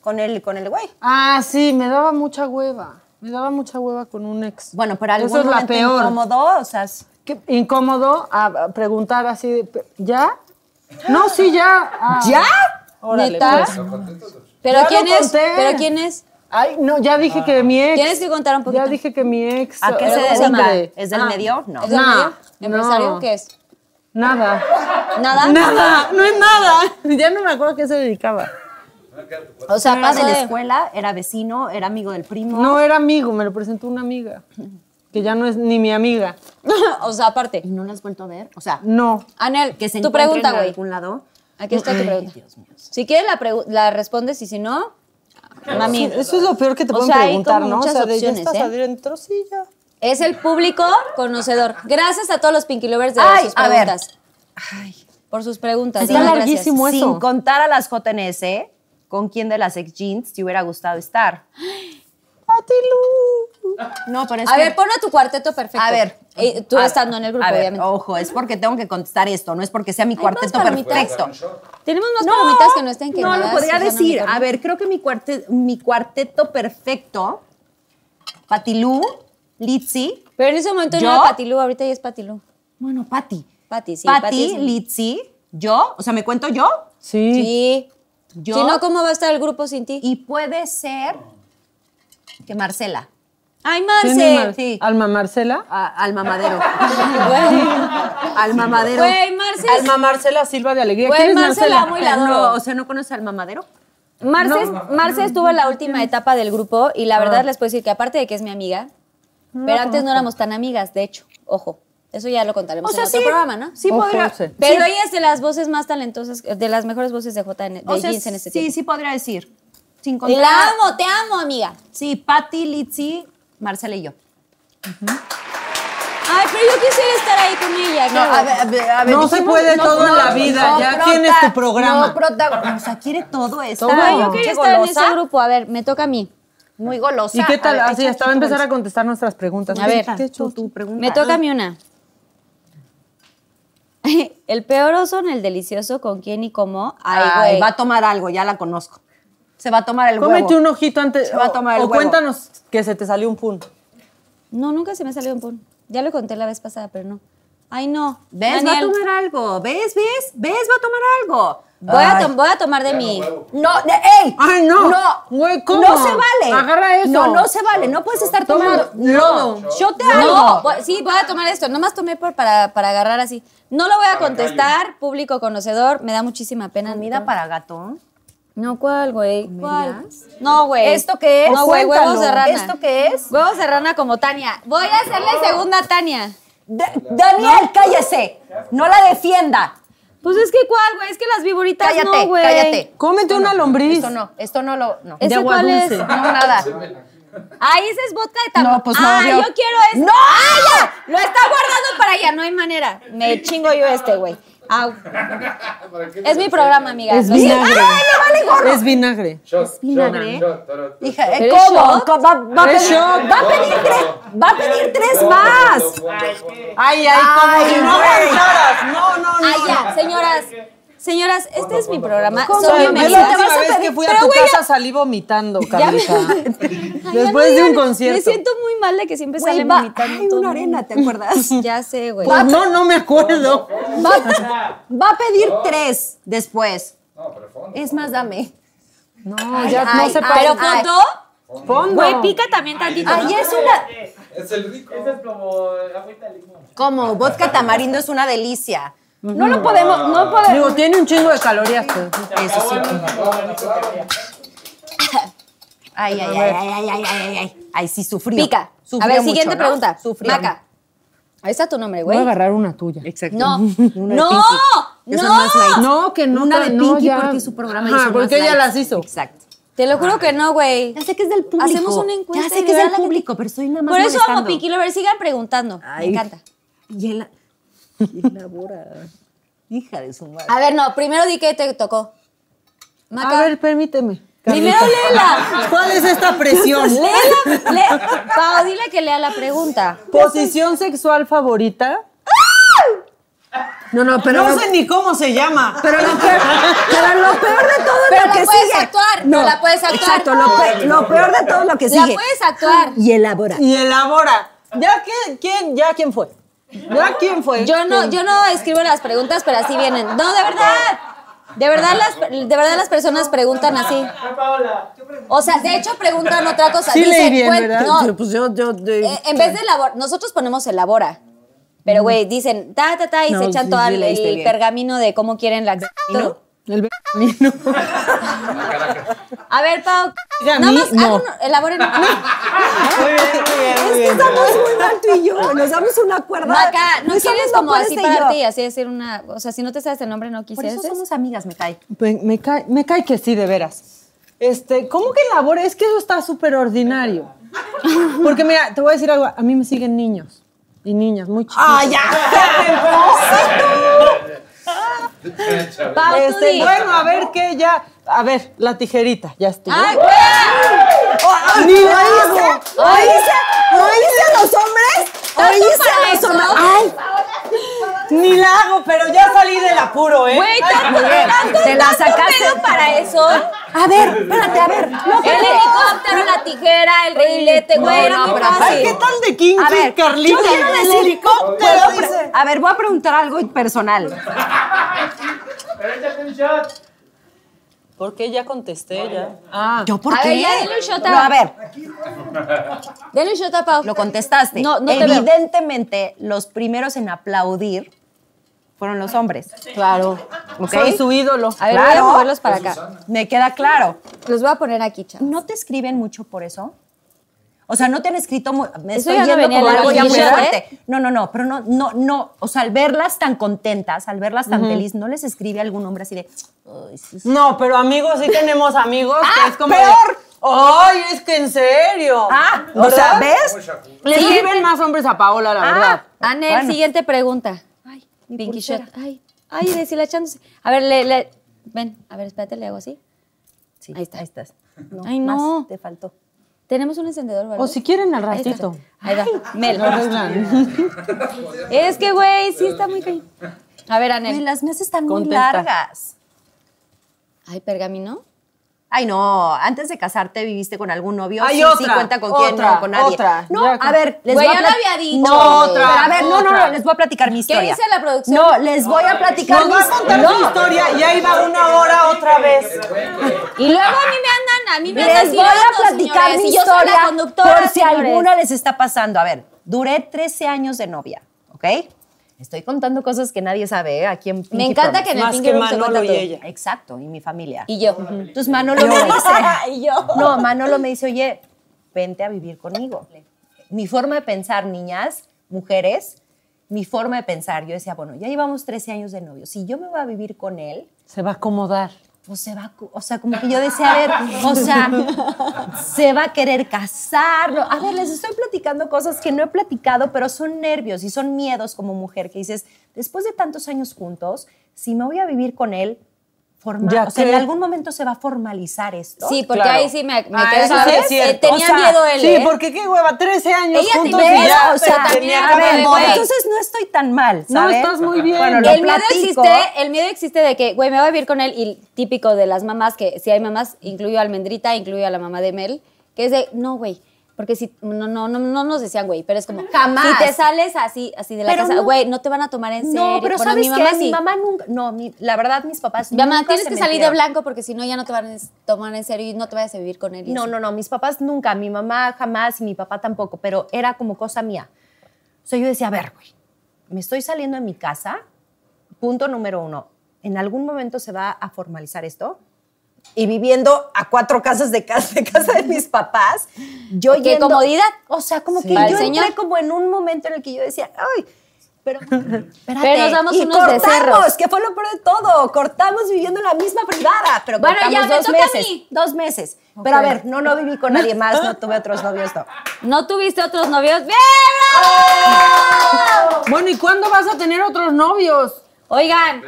D: Con el, con el güey.
C: Ah, sí, me daba mucha hueva. Me daba mucha hueva con un ex.
D: Bueno, pero algún
C: Eso es la
D: momento
C: peor.
D: incómodo, o sea, s-
C: Qué incómodo a, a preguntar así, de, pe- ¿ya? No, sí, ya. Ah,
B: ¿Ya?
C: Órale,
B: ¿Neta?
C: pues.
B: ¿Pero
C: Ya
B: quién
C: lo
B: es?
C: conté.
B: ¿Pero quién es?
C: Ay, no, ya dije que mi ex.
B: Tienes que contar un poquito.
C: Ya dije que mi ex.
D: ¿a qué
C: eh,
D: se
B: ¿cómo se
D: dedica?
C: hombre.
D: ¿Es del
C: Ah,
D: medio? No.
B: ¿Es del
C: No,
B: medio?
C: no.
B: ¿Empresario? ¿Qué es?
C: Nada.
B: ¿Nada?
D: ¿Ah?
C: Nada, no es nada. Ya no me acuerdo a qué se dedicaba.
B: O sea,
D: ¿Era
B: paso
D: de la
B: de...
D: escuela? ¿Era vecino? ¿Era amigo del primo?
C: No era amigo, me lo presentó una amiga. Que ya no es ni mi amiga.
B: o sea, aparte.
D: ¿Y no lo has vuelto a ver? O sea,
C: No.
B: Anel,
D: que se
B: tu
D: encuentren
B: pregunta,
D: en
B: güey.
D: algún lado.
B: Aquí está tu pregunta. Si quieres la, pregu- la respondes y si no, mami.
C: Eso es lo peor que te
B: O
C: pueden
B: sea, hay
C: preguntar,
B: como
C: ¿no? O
B: muchas
C: sea, de ya
B: opciones,
C: estás
B: ¿eh?
C: adentro, sí, ya.
B: Es el público conocedor. Gracias a todos los Pinky Lovers de
D: Ay,
B: sus
D: a ver.
B: preguntas. Por sus preguntas.
C: Está
B: de verdad,
C: larguísimo.
B: gracias.
C: eso.
D: Sin contar a las JNS, ¿con quién de las ex jeans te hubiera gustado estar?
C: Patilu.
D: No, pero
B: A ver, pon a tu cuarteto perfecto.
D: A ver.
B: Eh, tú
D: a-
B: estando en el grupo,
D: a ver, oh.
B: obviamente.
D: Ojo, es porque tengo que contestar esto, no es porque sea mi Ah.
B: Hay
D: cuarteto
B: más palomitas.
D: perfecto.
B: Tenemos más palomitas que no estén
D: no
B: quemadas.
D: lo podría
B: Susana
D: decir.
B: Unicornio.
D: A ver, creo que mi, cuarte- mi cuarteto perfecto, Patilú, Litzy,
B: Pero en ese momento
D: ¿Yo?
B: no era Patilú, ahorita ya es Patilú.
D: bueno, Pati.
B: Pati, sí.
D: Pati,
B: Pati es-
D: Litzy, yo, o sea, ¿me cuento yo?
C: Sí.
B: Sí.
D: Yo.
B: Si no, ¿cómo va a estar el grupo sin ti?
D: Y puede ser que Marcela,
B: ¡Ay,
C: ¿Quién
B: Marce!
C: es Mar-
D: sí.
C: Alma Marcela.
D: a- al mamadero.
B: Güey,
D: al mamadero.
B: Güey, Marce. es-
C: Alma Marcela Silva de Alegría.
B: Güey,
C: ¿Quién es
B: Marcela,
C: Marcela?
B: muy la adoro.
D: No, o sea, ¿no conoces al mamadero?
B: Marce, es- Marce estuvo en la última etapa del grupo y la
D: Ah.
B: verdad les puedo decir que aparte de que es mi amiga, pero antes no éramos tan amigas, de hecho, ojo, eso ya lo contaremos en otro programa, ¿no?
D: Sí
C: Ojo,
D: podría.
C: sí.
B: Pero ella es de las voces más talentosas, de las mejores voces de JN, de
D: o sea,
B: Jeans en este
D: sí,
B: tiempo.
D: sí podría decir. Sin
B: Y
D: contar.
B: la amo, te amo, amiga.
D: Sí, Pati, Litzy, Marcela y yo.
B: Ay, pero yo quisiera estar ahí con ella. claro.
D: ver, a
C: No se puede todo en la vida, ya tienes tu programa.
D: No, prota, o sea, quiere todo esta.
C: Todo.
B: Ay, yo
C: no.
B: quería
D: Qué
B: estar en
D: golosa,
B: ese grupo. A ver, me toca a mí.
D: Muy golosa.
C: ¿Y qué tal?
D: ver,
C: Así,
D: echa
C: hasta va a
D: tu
C: empezar a
D: bolsa.
C: contestar nuestras preguntas.
B: A ver,
C: ¿Qué hecho?
D: tú, tú, pregunta.
B: Me toca a mí una. El peor oso en el delicioso, con quién y cómo. Ay,
D: Ay,
B: güey.
D: va a tomar algo, ya la conozco. Se va a tomar el
C: Cómete
D: huevo.
C: un ojito antes.
D: Se va a tomar el
C: o,
D: huevo.
C: cuéntanos que se te salió un pun.
B: No, nunca se me salió un pun. Ya lo conté la vez pasada, pero no. Ay, no.
D: ¿Ves? Va a
B: Daniel,
D: tomar algo. ¿Ves? ¿Ves? ¿Ves? Va a tomar algo.
B: voy, a
D: Ay.
B: tom- voy a tomar de mi...
D: No, de- ¡ey!
C: Ay, no.
D: No,
C: Güey, ¿cómo?
D: no se vale.
C: Agarra eso.
D: No, no se vale. No puedes estar
C: Toma
D: tomando.
C: lodo.
D: Yo te
B: No,
D: hago.
B: voy- sí, voy a tomar esto. Nomás tomé por- para, para agarrar así. No lo voy a contestar, público conocedor. Me da muchísima pena.
D: Comida para gato.
B: No, ¿cuál, güey? ¿Cuál? No, güey.
D: ¿Esto qué es?
B: No, güey,
D: Cuéntalo.
B: huevos de rana.
D: ¿Esto qué es?
B: Huevos de rana como Tania. Voy a hacerle segunda a Tania.
D: Da- Daniel, cállese. No la defienda.
B: Pues es que ¿cuál, güey? Es que las viboritas
D: Cállate,
B: no, güey.
D: cállate.
C: Cómete una lombriz.
D: Esto no, esto no lo. No,
B: ¿Ese
C: De agua
B: cuál
C: dulce.
B: es?
D: no nada.
B: Ay, ese es vodka de tamarindo.
D: No, pues no,
B: Ah,
D: obvio.
B: yo quiero este.
D: ¡No!
B: ¡Ah, ya! Lo está guardando para allá. No hay manera. Me chingo yo este, güey. Au. Es mi programa, amiga.
C: Es
B: Lo siento.
C: vinagre.
D: ¡Ay, me vale gorro!
C: Es vinagre.
G: Shot,
D: vinagre.
G: shot, shot, tarot, tarot.
D: Hija, eh,
B: ¿Eres
D: ¿cómo?
B: shot?
D: ¿Cómo? Va, va a
C: ¿Eres
D: pedir,
C: shot?
D: va a pedir tres. Va a pedir tres más.
C: Ay, ay, como si no aguantaras. No, no, no.
B: Ay, ya, señoras. Señoras, este es mi programa.
C: O
B: Soy
C: sea, yo
B: bienvenida.
C: la
B: Te vas
C: última
B: a
C: vez
B: pedir-
C: que fui a
B: Pero,
C: tu
B: güey,
C: casa salí vomitando, Carlita.
B: ya-
C: Después de un
B: Me
C: concierto.
B: siento muy mal de que siempre
D: Güey,
B: salen
D: va-
B: vomitando.
D: hay
B: todo el
D: una arena, ¿te acuerdas?
B: mundo. Ya sé, güey.
C: Pues no, no me acuerdo.
D: Va, va a pedir tres después.
G: No, pero fondo.
D: Es más, dame.
C: No, ya
D: ay,
C: no
B: Ah,
C: se
D: ay,
C: para.
B: Pero
D: ay.
B: foto,
C: Fondo.
B: güey, pica también tantito. ¿no?
D: Ahí es una.
G: Es el rico.
D: Como vodka tamarindo es una delicia. No lo podemos, no podemos.
C: Digo, tiene un chingo de calorías. pero-
D: Eso
G: Ah,
D: sí. Ay, ay, ay, ay, ay, ay, ay, ay. Ay, sí sufrió.
B: Pica.
D: Sufrió
B: A ver,
D: mucho,
B: siguiente
D: ¿no?
B: pregunta.
D: Sufrió.
B: Maca. Ahí está tu nombre,
H: Voy
B: güey.
H: a agarrar una tuya.
B: No.
D: Una
B: No.
D: de Pinky. Yo soy
B: No.
D: más light.
C: No, que no.
D: Una de
C: no,
D: Pinky
C: ya.
D: porque es su programa y
C: Ajá,
D: yo soy
C: porque
D: más
C: ella
D: light.
C: las hizo.
D: Exacto.
B: Te lo juro que no, güey.
D: Ya sé que es del público.
B: Hacemos una encuesta
D: Ya sé
B: y
D: que es
B: verá
D: del
B: la gente-
D: público, pero estoy nada más
B: Por eso amo
D: molestando.
B: Pinky Lover. Sigan preguntando.
D: Ay.
B: Me encanta.
D: Y él... ¿Quién elabora? Hija de su madre.
B: A ver, no. Primero di que te tocó. Maca.
C: A ver, permíteme.
B: primero léela.
C: ¿Cuál es esta presión?
B: Léela. Lé- Pau, dile que lea la pregunta.
C: ¿Posición sexual favorita?
D: No, no, pero...
C: No sé ni cómo se llama.
D: Pero lo peor, pero lo peor de todo es
B: Pero
D: lo
B: la
D: que
B: puedes
D: sigue.
B: actuar, no la puedes actuar.
D: Exacto, lo, pe- lo peor de todo es lo que
B: La
D: sigue.
B: puedes actuar.
D: Y elabora.
C: Y elabora. ¿Ya qué- quién, ya quién fue? ¿Ya quién fue?
B: Yo no, yo no escribo las preguntas, pero así vienen. No, de verdad. De verdad las, de verdad las personas preguntan así. O sea, de hecho preguntan otra cosa.
C: Sí leí
B: Dicen,
C: bien,
B: cuen-
C: ¿verdad?
B: no,
C: Yo, pues yo, yo, yo-
B: eh, en vez de elabora, nosotros ponemos elabora. Pero, güey, dicen ta, ta, ta, y
C: No,
B: se echan
C: sí,
B: todo
C: sí
B: el,
C: leíste
B: el
C: bien.
B: pergamino de cómo quieren la.
C: El camino.
B: A ver, Pau.
C: Mira, a
B: nada
C: mí,
B: más,
C: no.
B: hagan- elaboren.
D: Es que estamos muy mal tú y yo. Nos damos una cuerda.
B: Maca, no
D: Nosotros
B: quieres como
D: puedes
B: así
D: y yo.
B: pararte y así decir una. O sea, si no te sabes el nombre, no
D: Por
B: quisieras.
D: eso somos amigas, me cae.
C: Me, me cae, me cae que sí, de veras. Este, ¿cómo que elabora? Es que eso está súper ordinario. Porque mira, te voy a decir algo. A mí me siguen niños y niñas, muy chicos.
D: Ah,
B: Pau, tú
C: Este,
B: di.
C: bueno, a ver qué ya. A ver, la tijerita, ya estoy.
D: Ah,
B: ¡Ay, güey!
C: ¡Ni la hago!
D: ¿Oíste? ¿Oíste a los hombres? ¿Oíste a los hombres? ¡Ay!
C: Ni la hago, pero ya salí del apuro, ¿eh?
B: Güey, tanto, tanto,
D: Te la
B: tanto
D: sacaste. Ah,
B: pedo para eso.
D: A ver, espérate, a ver. No,
B: el
D: espérate.
B: helicóptero, la tijera, el reilete, güey, era
D: no,
B: muy
D: pero
B: fácil.
D: aparte-
C: ¿Qué tal de King
D: A ver,
C: Carlita?
D: yo quiero
C: El
D: decir-
C: helicóptero, dice.
D: A ver, voy a preguntar algo personal.
C: ¿Por qué ya contesté ya? Ah.
D: ¿Yo por
B: A
D: qué?
B: ver, ya dile un shot a-
D: No, a ver,
B: Denle un shot a Pau.
D: lo contestaste.
B: No, no te veo.
D: Evidentemente, los primeros en aplaudir fueron los hombres.
B: Claro.
D: ¿Ok?
C: Soy su ídolo.
B: A ver, voy
D: Claro.
B: a moverlos para acá.
D: Me queda claro.
B: Los voy a poner aquí, chavos.
D: ¿No te escriben mucho por eso? O sea, no te han escrito mu- me
B: Eso
D: estoy
B: ya no
D: yendo
B: venía
D: como
B: en la ¿eh?
D: algo ya muy
B: condición,
D: fuerte. No, no, no, pero no, no, no. O sea, al verlas tan contentas, al verlas tan feliz, ¿no les escribe algún hombre así de. "Ay, sí,
B: Mm.
D: sí"?
C: No, pero amigos, sí tenemos amigos
D: ¡Ah,
C: que es como. de,
D: peor!
C: ¡Ay, es que en serio!
D: Ah, o
C: ¿Verdad?
D: sea, ¿ves?
C: Le
B: Sí. Ah,
C: escriben más hombres a Paola, la verdad.
B: Anel,
D: Bueno.
B: siguiente pregunta. Ay, Pinky shot. Ay, ay, deshilachándose. A ver, le, le- ven, a ver, espérate, le hago así.
D: Sí,
B: Ahí está.
D: Ahí estás. No,
B: Ay, no.
D: más, te faltó.
B: Tenemos un encendedor, ¿verdad?
C: O si quieren, al
B: Ahí está.
C: ratito.
B: Ahí va. Mel.
C: Lo arreglan.
B: Es que, güey, sí está muy cañón. A ver,
D: Güey,
B: Anel.
D: las mías están
C: Contesta.
D: muy largas.
B: Ay, pergamino.
D: Ay, no, antes de casarte viviste con algún novio.
C: Ay,
D: sí, sí,
C: otra,
D: cuenta con quién,
C: otra,
D: no, con nadie.
C: otra.
D: No,
C: Ya
D: a
C: con-
D: ver, les
B: Güey,
D: voy a
B: ya lo
D: plat-
B: había dicho,
D: No,
C: güey.
D: Pero a ver, no, no, no,
C: otra.
D: les voy a platicar mi historia.
B: dice la producción?
D: No, les voy a platicar
C: Nos va a
D: mis-
C: contar
D: No.
C: su historia y ahí va una hora otra vez.
B: Y luego a mí me andan, a mí me andan
D: Les voy a
B: tirando,
D: platicar
B: señores,
D: mi
B: y yo soy la
D: historia
B: conductora,
D: por si
B: señores.
D: alguna les está pasando. A ver, duré 13 años de novia, ¿ok? Estoy contando cosas que nadie sabe ¿eh? aquí en Pinky
B: Me encanta
D: Promise.
B: que en el
C: Más
B: Pinky
C: que
B: Room se cuenta
C: Manolo y
B: todo.
C: ella.
D: Exacto, y mi familia.
B: Y yo.
D: Entonces Manolo me dice...
B: Y yo.
D: No, Manolo me dice, oye, vente a vivir conmigo. Mi forma de pensar, niñas, mujeres, mi forma de pensar. Yo decía, bueno, ya llevamos 13 años de novio. Si yo me voy a vivir con él,
C: Se va a acomodar.
D: pues se va, a cu- o sea, como que yo decía, a ver, o sea, se va a querer casar. no. A ver, les estoy platicando cosas que no he platicado, pero son nervios y son miedos como mujer que dices, después de tantos años juntos, si me voy a vivir con él, formal.
C: Ya
D: o sea,
C: que-
D: en algún momento se va a formalizar esto.
B: Sí, porque
C: Claro.
B: ahí sí me, me
C: Ah,
B: quedé
C: eso
B: con-
C: sí es cierto.
B: eh, tenía
C: O sea,
B: miedo él.
C: Sí,
B: ¿eh?
C: porque qué hueva, 13 años
B: Ella te
C: juntos
B: ve,
C: y ya.
B: o sea, también
C: tenía que
B: a ver, pues,
C: haber-
B: güey.
D: entonces no estoy tan mal,
C: No,
D: ¿sabes?
C: estás muy bien.
D: Bueno, lo
B: el miedo
D: platico.
B: existe, el miedo existe de que, güey, me voy a vivir con él y típico de las mamás que si hay mamás, incluyo a Almendrita, incluyo a la mamá de Mel, que es de, no, güey, porque si no no no no nos decían, güey, pero es como
D: Jamás.
B: si te sales así así de la
D: Pero
B: casa,
D: no.
B: güey, no te van a tomar en serio.
D: No, pero
B: Bueno,
D: ¿sabes
B: mi
D: qué?
B: mamá sí.
D: Mi mamá nunca... No, mi- la verdad, mis papás
B: Mi mamá,
D: nunca
B: tienes
D: se
B: que salir de
D: metieron.
B: blanco porque si no ya no te van a tomar en serio y no te vayas a vivir con él. y
D: No,
B: así.
D: no, no, mis papás nunca, mi mamá jamás y mi papá tampoco, pero era como cosa mía. O sea, yo decía, a ver, güey, me estoy saliendo de mi casa, punto número uno, en algún momento se va a formalizar esto. Y viviendo a cuatro casas de casa de, casa de mis papás, yo
B: Qué
D: yendo-
B: comodidad.
D: O sea, como que
B: Para el
D: yo entré
B: señor.
D: como en un momento en el que yo decía, ay, pero, espérate,
B: nos damos
D: y
B: unos
D: cortamos,
B: becerros.
D: que fue lo peor de todo, cortamos viviendo en la misma privada, pero
B: Bueno, ya,
D: cortamos
B: me
D: dos
B: toca a
D: meses,
B: mí.
D: dos meses. Pero a ver, no, no viví con nadie más, no tuve otros novios, no.
B: ¿No tuviste otros novios. ¡Bien! bravo!
C: Bueno, ¿y cuándo vas a tener otros novios?
B: Oigan,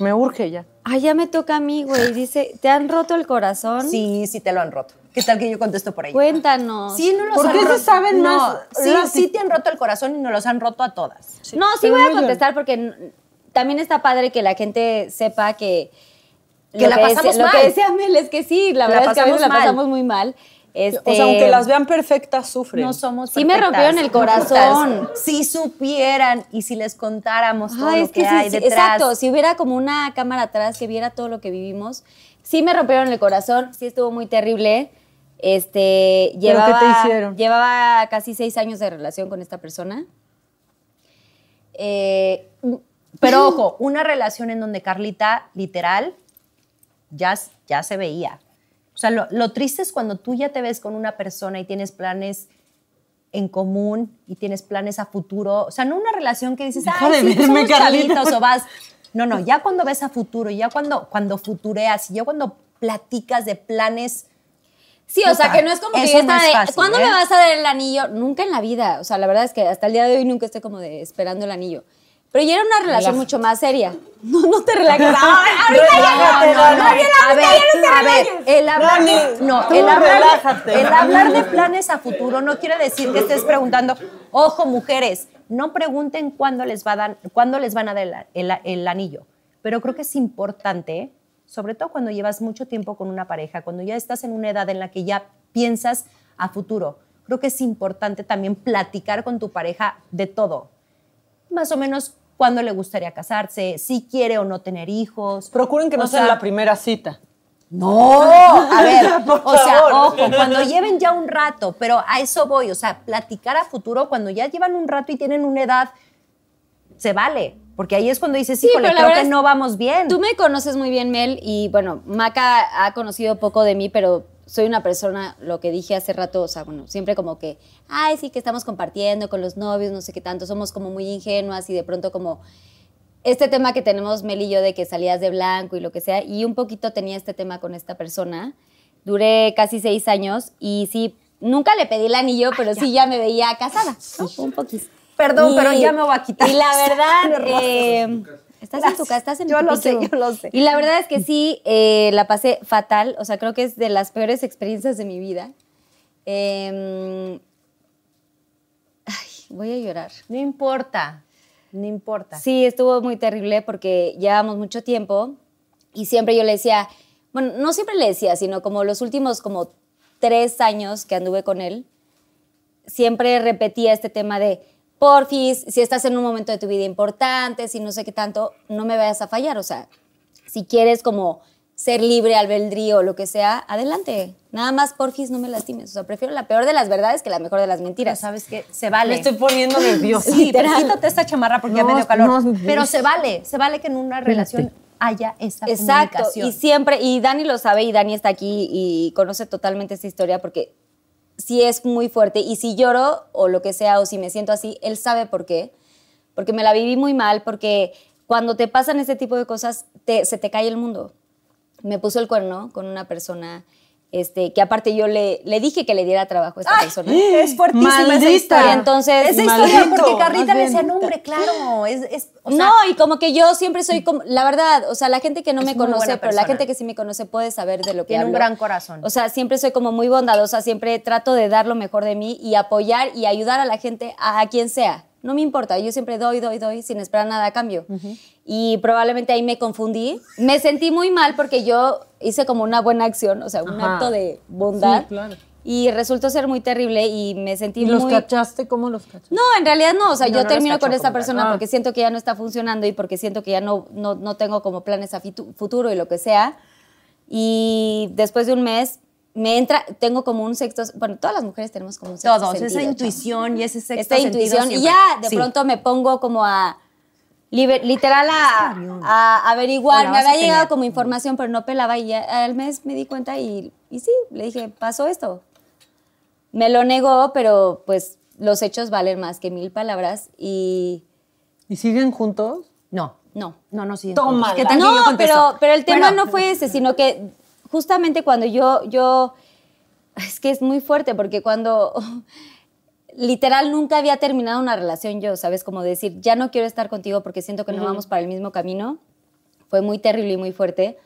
C: Me urge ya.
B: ay, ya me toca a mí, güey. Dice, ¿te han roto el corazón?
D: Sí, sí te lo han roto. ¿Qué tal que yo contesto por ahí?
B: Cuéntanos.
D: Sí, no los
C: ¿Por
D: han
C: qué se
D: roto.
C: saben
D: No,
C: más
D: Sí,
C: las-
D: sí te han roto el corazón y nos los han roto a todas.
B: No, sí
C: Pero
B: voy a
C: no llores.
B: contestar porque n- también está padre que la gente sepa que...
D: Que la pasamos
B: dec- Lo
D: mal.
B: que decía Mel es que sí, la,
D: La
B: verdad es que a veces
D: pasamos
B: la
D: mal.
B: pasamos muy mal. Este,
C: O sea, aunque las vean perfectas, sufren.
D: No somos
B: Sí me
D: perfectas,
B: rompieron el corazón.
D: perfectas. Si supieran y si les contáramos todo
B: Ay,
D: lo
B: es
D: que,
B: que sí,
D: hay
B: sí,
D: detrás.
B: exacto, si hubiera como una cámara atrás que viera todo lo que vivimos. Sí me rompieron el corazón, sí estuvo muy terrible. Este,
C: ¿Pero
B: llevaba,
C: qué te hicieron?
B: llevaba casi seis años de relación con esta persona. Eh,
D: Pero ojo, una relación en donde Carlita, literal, ya, s- ya se veía. O sea, lo, lo triste es cuando tú ya te ves con una persona y tienes planes en común y tienes planes a futuro. O sea, no una relación que dices,
C: Deja
D: ah,
C: de
D: sí,
C: verme,
D: somos
C: Carlita".
D: chavitos", o vas. No, no, ya cuando ves a futuro, ya cuando, cuando futureas, y ya cuando platicas de planes.
B: Sí, o
D: Puta,
B: sea, que no es como que
D: eso
B: yo
D: no
B: estaba
D: es
B: de,
D: fácil,
B: ¿cuándo
D: ¿eh?
B: me vas a dar el anillo? Nunca en la vida. O sea, la verdad es que hasta el día de hoy nunca estoy como de esperando el anillo. Pero ya era una relación mucho más seria. No, no te relajes. Ahorita ya no.
D: no, no,
B: No, ya la-
D: a ver, a ver, el hablar, de,
C: Dani,
D: no,
C: tú
D: el hablar,
C: relájate.
D: el hablar de planes a futuro no quiere decir que estés preguntando, ojo mujeres, no pregunten cuándo les, va a dar, cuándo les van a dar el, el- el anillo, pero creo que es importante, sobre todo cuando llevas mucho tiempo con una pareja, cuando ya estás en una edad en la que ya piensas a futuro, creo que es importante también platicar con tu pareja de todo, más o menos cuándo le gustaría casarse, si quiere o no tener hijos.
C: Procuren que no
D: O
C: sea
D: sea,
C: la primera cita.
D: no, a ver,
C: Por
D: o sea,
C: favor.
D: ojo, cuando lleven ya un rato, pero a eso voy, o sea, platicar a futuro cuando ya llevan un rato y tienen una edad, se vale, porque ahí es cuando dices,
B: Sí,
D: híjole,
B: pero la
D: creo
B: verdad
D: que
B: es-
D: no vamos bien.
B: Tú me conoces muy bien, Mel, y bueno, Maca ha conocido poco de mí, pero soy una persona, lo que dije hace rato, o sea, bueno, siempre como que, ay, sí, que estamos compartiendo con los novios, no sé qué tanto, somos como muy ingenuas y de pronto como este tema que tenemos Mel y yo de que salías de blanco y lo que sea, y un poquito tenía este tema con esta persona. Duré casi seis años y sí, nunca le pedí el
D: Ah,
B: anillo, pero sí ya me veía casada, ¿no? Un poquito.
D: Perdón,
B: Y-
D: pero ya me voy a quitar.
B: Y la
D: Me
B: verdad,
D: rozas.
B: eh, estás en tu casa, estás en
D: Yo
B: tu
D: lo sé,
B: piqueo.
D: yo lo sé.
B: Y la verdad es que sí, eh, la pasé fatal. O sea, creo que es de las peores experiencias de mi vida. Eh, ay, voy a llorar.
D: No importa, no importa.
B: Sí, estuvo muy terrible porque llevábamos mucho tiempo y siempre yo le decía, bueno, no siempre le decía, sino como los últimos como tres años que anduve con él, siempre repetía este tema de, porfis, si estás en un momento de tu vida importante, si no sé qué tanto, no me vayas a fallar, o sea, si quieres como ser libre, albedrío, o lo que sea, adelante. Nada más, porfis, no me lastimes. O sea, prefiero la peor de las verdades que la mejor de las
D: Pero
B: mentiras.
D: sabes que se vale.
C: Me estoy poniendo nerviosa.
D: Sí, pero
B: Literal.
D: quítate esta chamarra porque ya
C: No,
D: me dio calor.
C: no,
D: pero se vale, se vale que en una relación haya esa
B: Exacto,
D: comunicación.
B: y siempre, y Dani lo sabe, y Dani está aquí y conoce totalmente esta historia porque sí es muy fuerte, y si lloro o lo que sea, o si me siento así, él sabe por qué, porque me la viví muy mal, porque cuando te pasan este tipo de cosas, te- se te cae el mundo. Me puso el cuerno con una persona Este, que aparte yo le, le dije que le diera trabajo a esta
D: ¡Ay!
B: persona.
D: Es fuertísima esa
C: Maldita.
D: historia.
B: Y entonces-
D: Esa historia,
C: Maldito,
D: porque Carlita
C: más
D: le decía,
C: bien.
D: no, hombre, claro. Es, es, o sea,
B: no, y como que yo siempre soy como, la verdad, o sea, la gente que no
D: Es
B: me
D: muy buena
B: conoce, pero
D: persona.
B: la gente que sí me conoce puede saber de lo que
D: Tiene un
B: hablo.
D: gran corazón.
B: O sea, siempre soy como muy bondadosa, siempre trato de dar lo mejor de mí y apoyar y ayudar a la gente, a, a quien sea. No me importa, yo siempre doy, doy, doy, sin esperar nada a cambio. Y probablemente ahí me confundí. Me sentí muy mal porque yo hice como una buena acción, o sea, un
C: Ajá.
B: acto de bondad.
C: Sí, claro.
B: Y resultó ser muy terrible y me sentí
C: ¿Y los
B: muy...
C: cachaste? ¿Cómo los cachaste?
B: No, en realidad no. O sea,
D: No,
B: yo
D: no
B: termino
D: los cachó
B: con esta
D: como tal.
B: persona
C: Ah.
B: porque siento que ya no está funcionando y porque siento que ya no, no, no tengo como planes a fitu- futuro y lo que sea. Y después de un mes me entra, tengo como un sexto, bueno, todas las mujeres tenemos como un sexto
D: todos, esa
B: sentido, ¿no?
D: intuición y ese sexto
B: Esta
D: sentido
B: intuición. Y
D: siempre.
B: ya de
D: Sí.
B: pronto me pongo como a, liber- literal a, a averiguar.
D: No la
B: me
D: vas
B: había
D: a
B: llegado
D: tener.
B: como información, pero no pelaba y ya al mes me di cuenta y, y sí, le dije, pasó esto. Me lo negó, pero pues los hechos valen más que mil palabras y
C: ¿Y siguen juntos?
D: No,
B: no.
D: no, no, sí.
C: Tómala.
D: ¿Qué tal que yo
B: No,
D: contesto?
B: pero, pero el tema
D: Bueno,
B: no fue ese, sino que justamente cuando yo, yo, es que es muy fuerte porque cuando literal nunca había terminado una relación yo, ¿sabes? Como decir, ya no quiero estar contigo porque siento que no vamos para el mismo camino. Fue muy terrible y muy fuerte.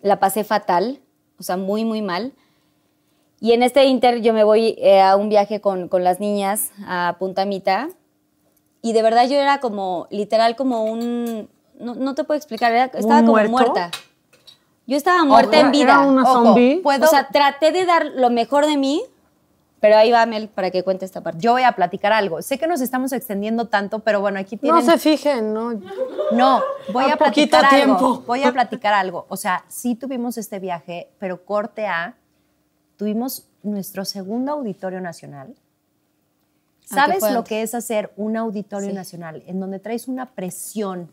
B: La pasé fatal, o sea, muy, muy mal. Y en este inter yo me voy eh, a un viaje con, con las niñas a Puntamita. Y de verdad yo era como, literal, como un... No, no te puedo explicar, era- estaba como
C: muerto?
B: muerta. Yo estaba muerta en vida.
C: ¿Era una
D: Ojo,
C: zombie?
D: pues- puedo-
B: O sea, traté de dar lo mejor de mí, pero ahí va Mel para que cuente esta parte.
D: Yo voy a platicar algo. Sé que nos estamos extendiendo tanto, pero bueno, aquí tienen...
C: No se fijen, ¿no?
D: No, voy a,
C: A poquito
D: platicar algo.
C: tiempo.
D: Voy a platicar algo. O sea, sí tuvimos este viaje, pero corte A, tuvimos nuestro segundo auditorio nacional.
C: Ah,
B: qué
D: ¿Sabes
B: fuerte.
D: lo que es hacer un auditorio
B: Sí.
D: nacional en donde traes una presión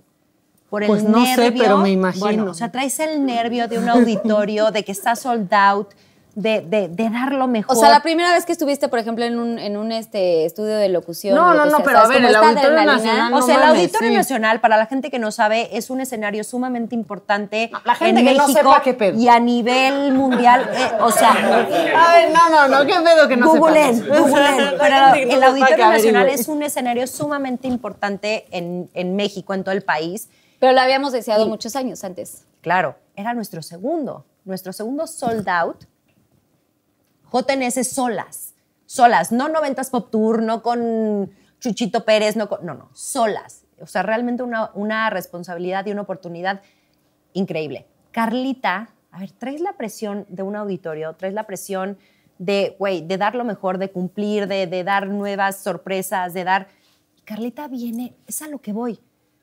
D: por el
C: Pues no sé,
D: nervio?
C: pero me imagino.
D: Bueno, o sea, traes el nervio de un auditorio, de que estás sold out, de, de, de dar lo mejor.
B: O sea, la primera vez que estuviste, por ejemplo, en un, en un este, estudio de locución.
C: No,
B: o lo
C: no,
B: que
C: no,
B: sea,
C: pero
B: ¿sabes?
C: a ver,
B: Como
C: el
B: esta
C: Auditorio
B: adrenalina.
C: Nacional
D: O
C: Ah, no
D: sea, el
C: mames,
D: Auditorio
C: sí.
D: Nacional, para la gente que no sabe, es un escenario sumamente importante.
C: La gente
D: en
C: que no
D: México
C: sepa qué pedo.
D: Y a nivel mundial, eh, o sea,
C: A ver, no, no, no, qué pedo que no
D: Googleen,
C: sepamos.
D: googleen.
C: La
D: Pero
C: gente que no sepa
D: el
C: que
D: Auditorio Nacional
C: averigüe.
D: es un escenario sumamente importante en, en México, en todo el país.
B: Pero lo habíamos deseado muchos años antes.
D: Claro, era nuestro segundo, nuestro segundo sold out. JNS solas, solas, no 90s Pop Tour, no con Chuchito Pérez, no, con- no, no, solas. O sea, realmente una, una responsabilidad y una oportunidad increíble. Carlita, a ver, traes la presión de un auditorio, traes la presión de, güey, de dar lo mejor, de cumplir, de, de dar nuevas sorpresas, de dar... Carlita viene, es a lo que voy.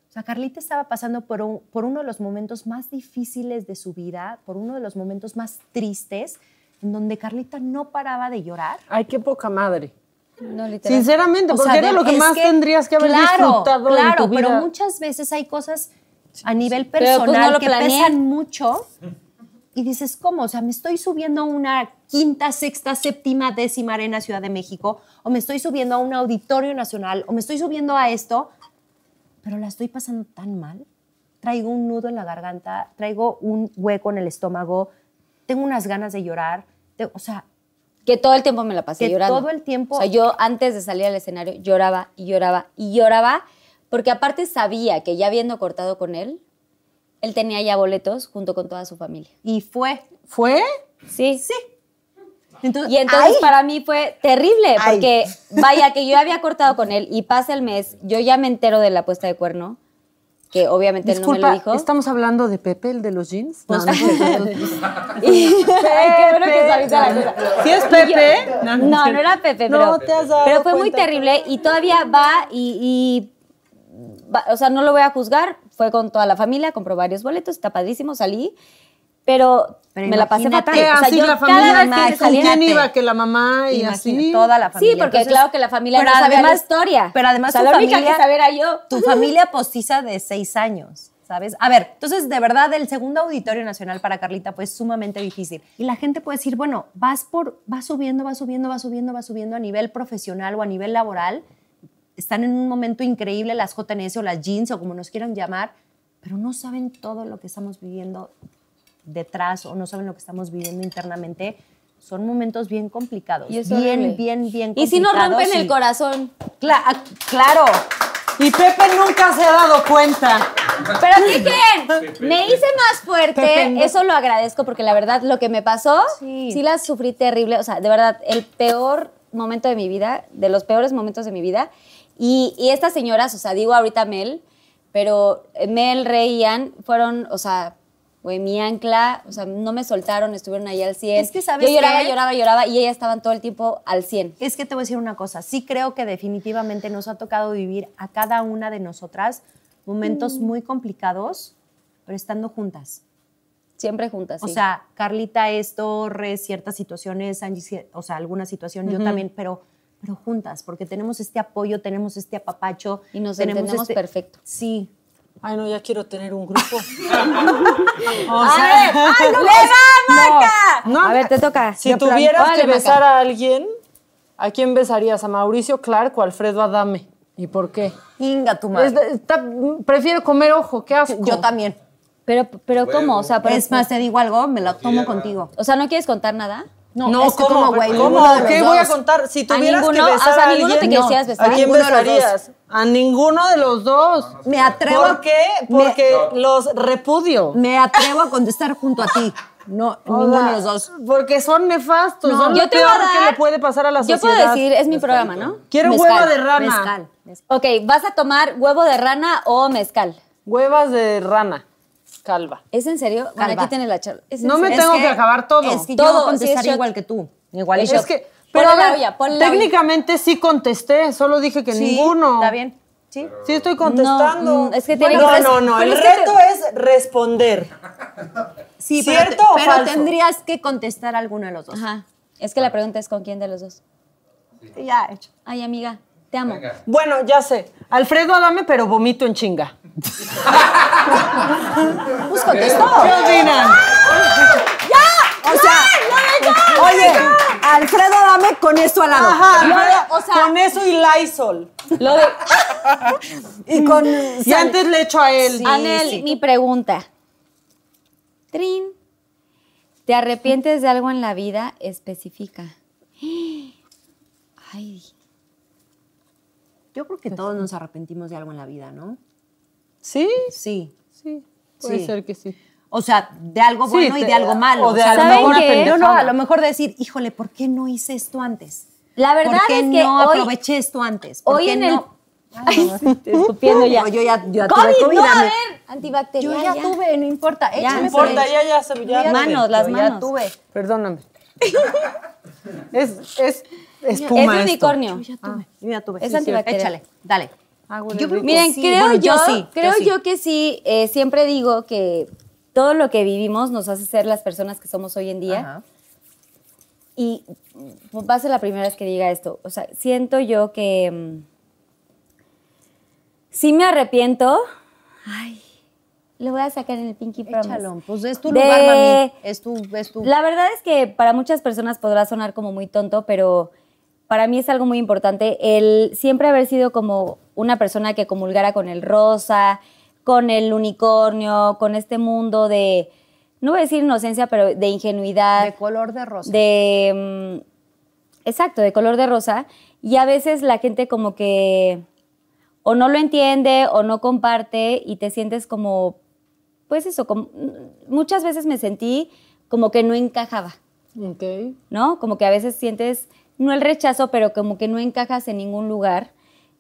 D: O sea, Carlita estaba pasando por, un- por uno de los momentos más difíciles de su vida, por uno de los momentos más tristes, en donde Carlita no paraba de llorar.
C: Ay, qué poca madre.
B: No, literal.
C: Sinceramente,
D: O
C: porque
D: sea,
C: era
D: de-
C: lo que
D: es
C: más tendrías que haber
D: claro,
C: disfrutado
D: Claro,
C: en tu vida.
D: pero muchas veces hay cosas a nivel
B: Pero, pues,
D: personal
B: no lo
D: que
B: planeé.
D: pesan mucho y dices, ¿cómo? O sea, me estoy subiendo a una quinta, sexta, séptima, décima arena Ciudad de México, o me estoy subiendo a un auditorio nacional, o me estoy subiendo a esto, pero la estoy pasando tan mal. Traigo un nudo en la garganta, traigo un hueco en el estómago, tengo unas ganas de llorar. te- o sea,
B: Que todo el tiempo me la pasé
D: Que
B: llorando.
D: todo el tiempo-
B: O sea, yo antes de salir al escenario lloraba y lloraba y lloraba, porque aparte sabía que ya habiendo cortado con él, él tenía ya boletos junto con toda su familia.
D: y fue.
C: ¿Fue?
B: Sí. Sí.
D: Entonces,
B: Y entonces
D: ¡ay!
B: para mí fue terrible,
D: Ay.
B: porque vaya que yo había cortado con él y pasa el mes, yo ya me entero de la puesta de cuerno, que obviamente él no me
C: Disculpa,
B: lo dijo.
C: ¿estamos hablando de Pepe, el de los jeans? No, no.
B: Y- Ay, qué bueno que sabiste la cosa.
C: ¿Sí es Pepe?
B: No, no era Pepe,
C: No
B: pero,
C: te has dado
B: pero fue muy
C: cuenta.
B: terrible y todavía va y, y va- o sea, no lo voy a juzgar, fue con toda la familia, compró varios boletos, está padrísimo, salí, pero,
D: Pero
B: me la pasé
D: imagínate.
B: fatal.
C: ¿Qué?
B: O sea,
C: Así
B: yo
C: la
B: cada vez
C: familia,
B: que
D: Imagínate.
C: ¿con
B: salía-
C: quién iba? Que la mamá y
D: Imagina,
C: así.
D: toda la familia.
B: Sí, porque
D: Entonces,
B: claro que la familia
D: pero
B: no sabía
D: además-
B: la historia.
D: Pero además
B: O sea,
D: tu
B: la única
D: familia-
B: que sabía era yo.
D: Tu familia postiza de seis años, ¿sabes? A ver, entonces de verdad el segundo auditorio nacional para Carlita fue sumamente difícil. Y la gente puede decir, bueno, vas por, vas subiendo, vas subiendo, vas subiendo, vas subiendo a nivel profesional o a nivel laboral. Están en un momento increíble las JNS o las jeans o como nos quieran llamar, pero no saben todo lo que estamos viviendo detrás o no saben lo que estamos viviendo internamente, son momentos bien complicados.
B: Y es horrible.
D: bien, bien, bien
B: Y
D: complicados.
B: si nos rompen el
D: y-
B: corazón.
D: Cla- ah, claro.
C: Y Pepe nunca se ha dado cuenta.
B: ¿Pero qué creen? Me hice más fuerte. Eso lo agradezco porque la verdad lo que me pasó, sí.
D: Sí.
B: la sufrí terrible. O sea, de verdad, el peor momento de mi vida, de los peores momentos de mi vida. Y, y estas señoras, o sea, digo ahorita Mel, pero Mel, Rey y Ann fueron, o sea, güey, mi ancla, o sea, no me soltaron, estuvieron ahí al 100.
D: Es que, ¿sabes
B: Yo lloraba,
D: qué?
B: lloraba, lloraba y ellas estaban todo el tiempo al 100.
D: Es que te voy a decir una cosa, sí creo que definitivamente nos ha tocado vivir a cada una de nosotras momentos muy complicados, pero estando juntas.
B: Siempre juntas.
D: O
B: sí.
D: sea, Carlita esto, Re ciertas situaciones, Angie, cier- o sea, alguna situación, yo también, pero, pero juntas, porque tenemos este apoyo, tenemos este apapacho.
B: Y nos
D: tenemos este
B: entendemos perfecto.
D: Sí.
C: Ay, no, ya quiero tener un grupo.
B: ¡A ver! ¡Ay, no! ¡Le va, Maca!
C: No.
B: A ver, te toca.
C: Si
B: Yo plan-
C: tuvieras
B: Órale,
C: que
B: Maca.
C: besar a alguien, ¿a quién besarías? ¿A Mauricio Clark o a Alfredo Adame? ¿Y por qué?
D: Inga tu
C: Es de- está- prefiero comer ojo, qué asco.
D: Yo también.
B: Pero, pero ¿cómo? O sea, Ah, pero-
D: es más, te digo algo, me la tomo
G: Tierra.
D: contigo.
B: O sea, ¿no quieres contar nada?
C: No,
D: es que
C: ¿cómo,
D: como, güey,
C: ¿Cómo?
D: ninguno de los
C: ¿Qué voy a
D: dos.
C: contar? Si
B: ¿A
C: tuvieras que
B: ninguno? O
C: besar
B: sea, ¿a
C: a
B: ninguno te
C: alguien, no.
B: quisieras besar?
C: ¿A quién
D: Ninguno de los
C: besarías? A ninguno de los dos.
D: Me atrevo,
C: ¿Por qué?
D: me-
C: Porque los repudio.
D: me atrevo a contestar junto a ti. No,
C: O
D: ninguno
C: sea,
D: de los dos.
C: Porque son nefastos.
B: No,
C: son
B: yo
C: lo
B: te voy a
C: peor
B: dar-
C: que le puede pasar a la
B: Yo
C: sociedad.
B: puedo decir, es mi programa, ¿no?
C: Quiero
B: Mezcal.
C: hueva de rana.
D: Mezcal.
B: Ok, ¿vas a tomar huevo de rana o mezcal?
C: Huevas de rana. Calva.
B: ¿Es en serio? Bueno,
D: Calva.
B: aquí tienen la charla. ¿Es en
C: No me
B: serio?
C: tengo que acabar todo.
D: Es que yo
B: Todo,
D: voy a
B: sí,
D: contestar
B: es shot.
D: igual que tú. Igual
B: Es
D: que yo.
C: Es que,
B: Ponle
C: pero a
B: la
C: ver,
B: olla, ponle la olla.
C: técnicamente sí contesté, solo dije que
D: Sí,
C: ninguno.
D: Está bien. Sí.
C: Sí estoy contestando.
B: No, mm, es que tiene
C: no,
B: que-
C: no, no,
B: pero
C: el
B: es que te-
C: reto es responder.
D: Sí,
C: ¿Cierto
D: pero,
C: o
D: te- pero
C: falso?
D: tendrías que contestar alguno de los dos.
B: Ajá. Es que la pregunta es con quién de los dos.
D: Ya hecho.
B: Ay, amiga, te amo.
G: Venga.
C: Bueno, ya sé. Alfredo Adame, pero vomito en chinga.
D: Pues contestó.
C: ¿Qué opinan?
B: Ah,
D: O sea, pues, oye, Alfredo dame con esto al lado.
C: Ajá,
D: Lo de-
C: no,
D: o sea,
C: Ah, con eso y Lysol.
B: Lo de...
D: y con
C: Y antes le echo a él.
B: Anel,
D: sí.
B: mi pregunta. Trin, ¿te arrepientes de algo en la vida? Especifica. Ay,
D: Yo creo que todos nos arrepentimos de algo en la vida, ¿no?
C: ¿Sí?
D: Sí.
C: Sí, puede
D: Sí.
C: ser que sí.
D: O sea, de algo
C: Sí,
D: bueno y
C: te-
D: de algo malo.
C: o de
D: sea,
C: algo-
B: ¿saben
C: una
B: qué?
D: No,
C: pendejada.
D: no, a lo mejor decir, híjole, ¿por qué no hice esto antes?
B: La verdad
D: ¿Por qué
B: es que
D: no
B: hoy-
D: aproveché esto antes? ¿Por
B: hoy
D: qué
B: en el...
D: no?
B: Ay, estoy escupiendo ya.
D: No, yo ya- yo ya tuve
B: COVID,
D: COVID,
B: no, a
D: dame.
B: ver.
D: Yo
B: Antibacterial,
D: ya, tuve, no importa.
B: Ya,
C: Ah,
D: échame
B: no
D: por
C: importa,
D: ahí.
C: ya, ya se- ya
D: Yo
B: Manos,
D: tuve,
B: las
D: yo
B: manos.
D: Ya tuve.
C: Perdóname. es, es Ah, espuma
B: es de
C: esto.
B: unicornio.
D: Yo ya tuve.
B: Es antibacterial.
D: Échale, dale.
C: ah,
D: Yo creo que
B: Miren,
D: sí.
B: creo
D: Bueno,
B: yo,
D: sí,
B: creo yo,
D: sí.
B: que sí, eh, siempre digo que todo lo que vivimos nos hace ser las personas que somos hoy en día.
D: Ajá.
B: Y mm, va a ser la primera vez que diga esto. O sea, siento yo que. mm, sí me arrepiento. Ay. Lo voy a sacar en el Pinky Promise.
D: Échalo, pues es tu
B: De-
D: lugar, mami. Es tu, es tu.
B: La verdad es que para muchas personas podrá sonar como muy tonto, pero para mí es algo muy importante el siempre haber sido como una persona que comulgara con el rosa, con el unicornio, con este mundo de, no voy a decir inocencia, pero de ingenuidad
D: de color de rosa.
B: de mm, exacto de color de rosa y a veces la gente como que o no lo entiende o no comparte y te sientes como pues eso como- mm, muchas veces me sentí como que no encajaba
C: Ok.
B: ¿no? Como que a veces sientes, no el rechazo, pero como que no encajas en ningún lugar.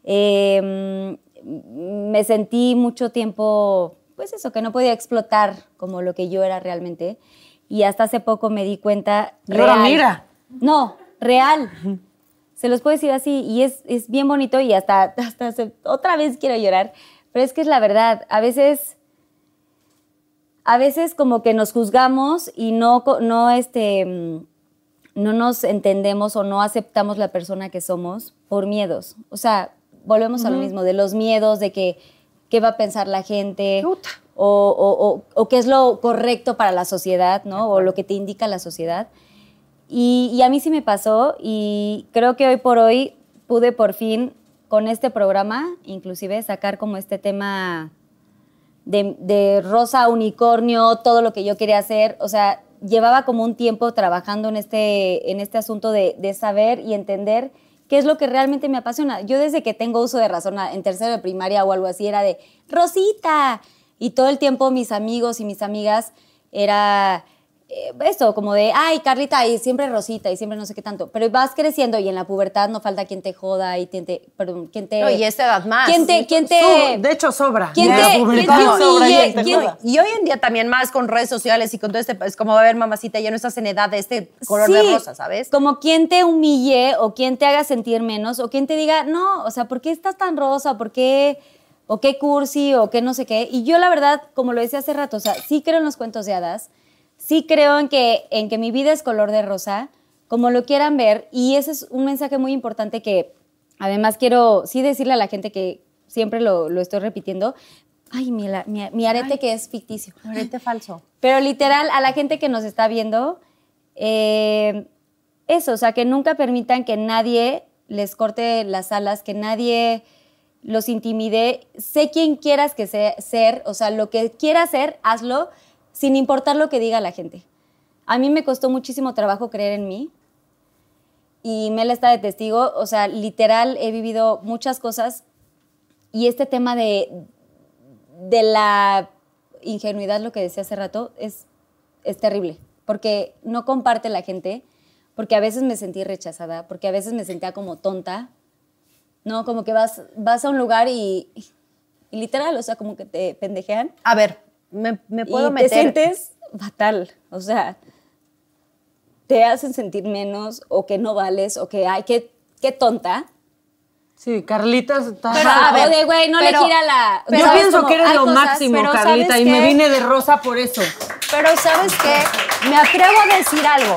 B: Eh, mm, me sentí mucho tiempo, pues eso, que no podía explotar como lo que yo era realmente. Y hasta hace poco me di cuenta.
C: Y ahora mira.
B: No, real. Se los puedo decir así y es, es bien bonito y hasta, hasta se- otra vez quiero llorar. Pero es que es la verdad. A veces a veces como que nos juzgamos y no, co- no, este, mm, no nos entendemos o no aceptamos la persona que somos por miedos. O sea, volvemos a lo mismo, de los miedos, de que qué va a pensar la gente
C: Puta.
B: o, o- o- o qué es lo correcto para la sociedad, ¿no? O lo que te indica la sociedad. Y, y a mí sí me pasó y creo que hoy por hoy pude por fin con este programa, inclusive, sacar como este tema de, de rosa unicornio, todo lo que yo quería hacer. O sea, llevaba como un tiempo trabajando en este, en este asunto de, de saber y entender qué es lo que realmente me apasiona. Yo desde que tengo uso de razón, en tercero de primaria o algo así, era de Rosita. Y todo el tiempo mis amigos y mis amigas era eh, esto, como de, ay, Carlita, y siempre Rosita, y siempre no sé qué tanto. Pero vas creciendo y en la pubertad no falta quien te joda y quien te, perdón, quien te...
D: No, y esta edad más.
B: Quien te, quien te-
C: Sobra, de hecho, sobra.
B: ¿Quién
C: Ya,
B: te-
C: publicado.
B: quién te
C: Sobra,
B: humille?
C: ya está.
B: ¿Quién-
C: Sobra.
D: Y hoy en día también más con redes sociales y con todo este, es como, a ver, mamacita, ya no estás en edad de este color de
B: Sí,
D: rosa, ¿sabes?
B: Como quien te humille o quien te haga sentir menos o quien te diga, no, o sea, ¿por qué estás tan rosa? ¿Por qué? ¿O qué cursi? ¿O qué no sé qué? Y yo la verdad, como lo decía hace rato, o sea, sí creo en los cuentos de hadas, sí creo en que, en que mi vida es color de rosa, como lo quieran ver, y ese es un mensaje muy importante que además quiero sí decirle a la gente que siempre lo, lo estoy repitiendo. Ay, mi, la- mi- mi arete que es ficticio.
D: Ahorita falso.
B: Pero literal, a la gente que nos está viendo, eh, eso, o sea, que nunca permitan que nadie les corte las alas, que nadie los intimide. Sé quién quieras que sea, ser, o sea, lo que quieras ser, hazlo sin importar lo que diga la gente. A mí me costó muchísimo trabajo creer en mí y Mela está de testigo, o sea, literal he vivido muchas cosas y este tema de, de la ingenuidad, lo que decía hace rato, es, es terrible, porque no comparte la gente, porque a veces me sentí rechazada, porque a veces me sentía como tonta, ¿no? Como que vas, vas a un lugar y, y literal, o sea, como que te pendejean
D: A ver, me, me puedo
B: y
D: meter.
B: te sientes fatal, o sea, te hacen sentir menos o que no vales o que, ay, qué, qué tonta.
C: Sí, Carlita está...
B: Pero,
D: a
B: o
D: ver,
B: de, güey, no
D: pero-
B: le gira la...
D: pero-
C: yo
B: ¿sabes?
C: pienso
B: Como
C: que eres
B: hay
C: lo
B: cosas,
C: máximo,
B: pero ¿sabes
C: Carlita, y me
B: qué?
C: vine de rosa por eso.
D: Pero sabes qué, me atrevo a decir algo.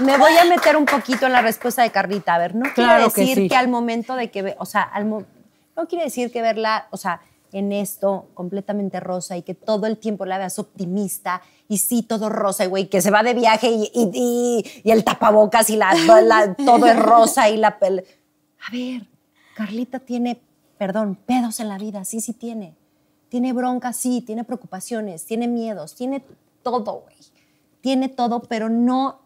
D: Me voy a meter un poquito en la respuesta de Carlita. A ver, no quiere
C: Claro que
D: decir que,
C: sí.
D: al momento de que, ve- o sea, al mo- no quiere decir que verla, o sea, en esto completamente rosa y que todo el tiempo la veas optimista y sí, todo rosa y güey, que se va de viaje y, y- y- y el tapabocas y la, la- todo es rosa y la... pel- A ver, Carlita tiene, perdón, pedos en la vida, sí, sí tiene. Tiene bronca, sí, tiene preocupaciones, tiene miedos, tiene todo, güey. Tiene todo, pero no,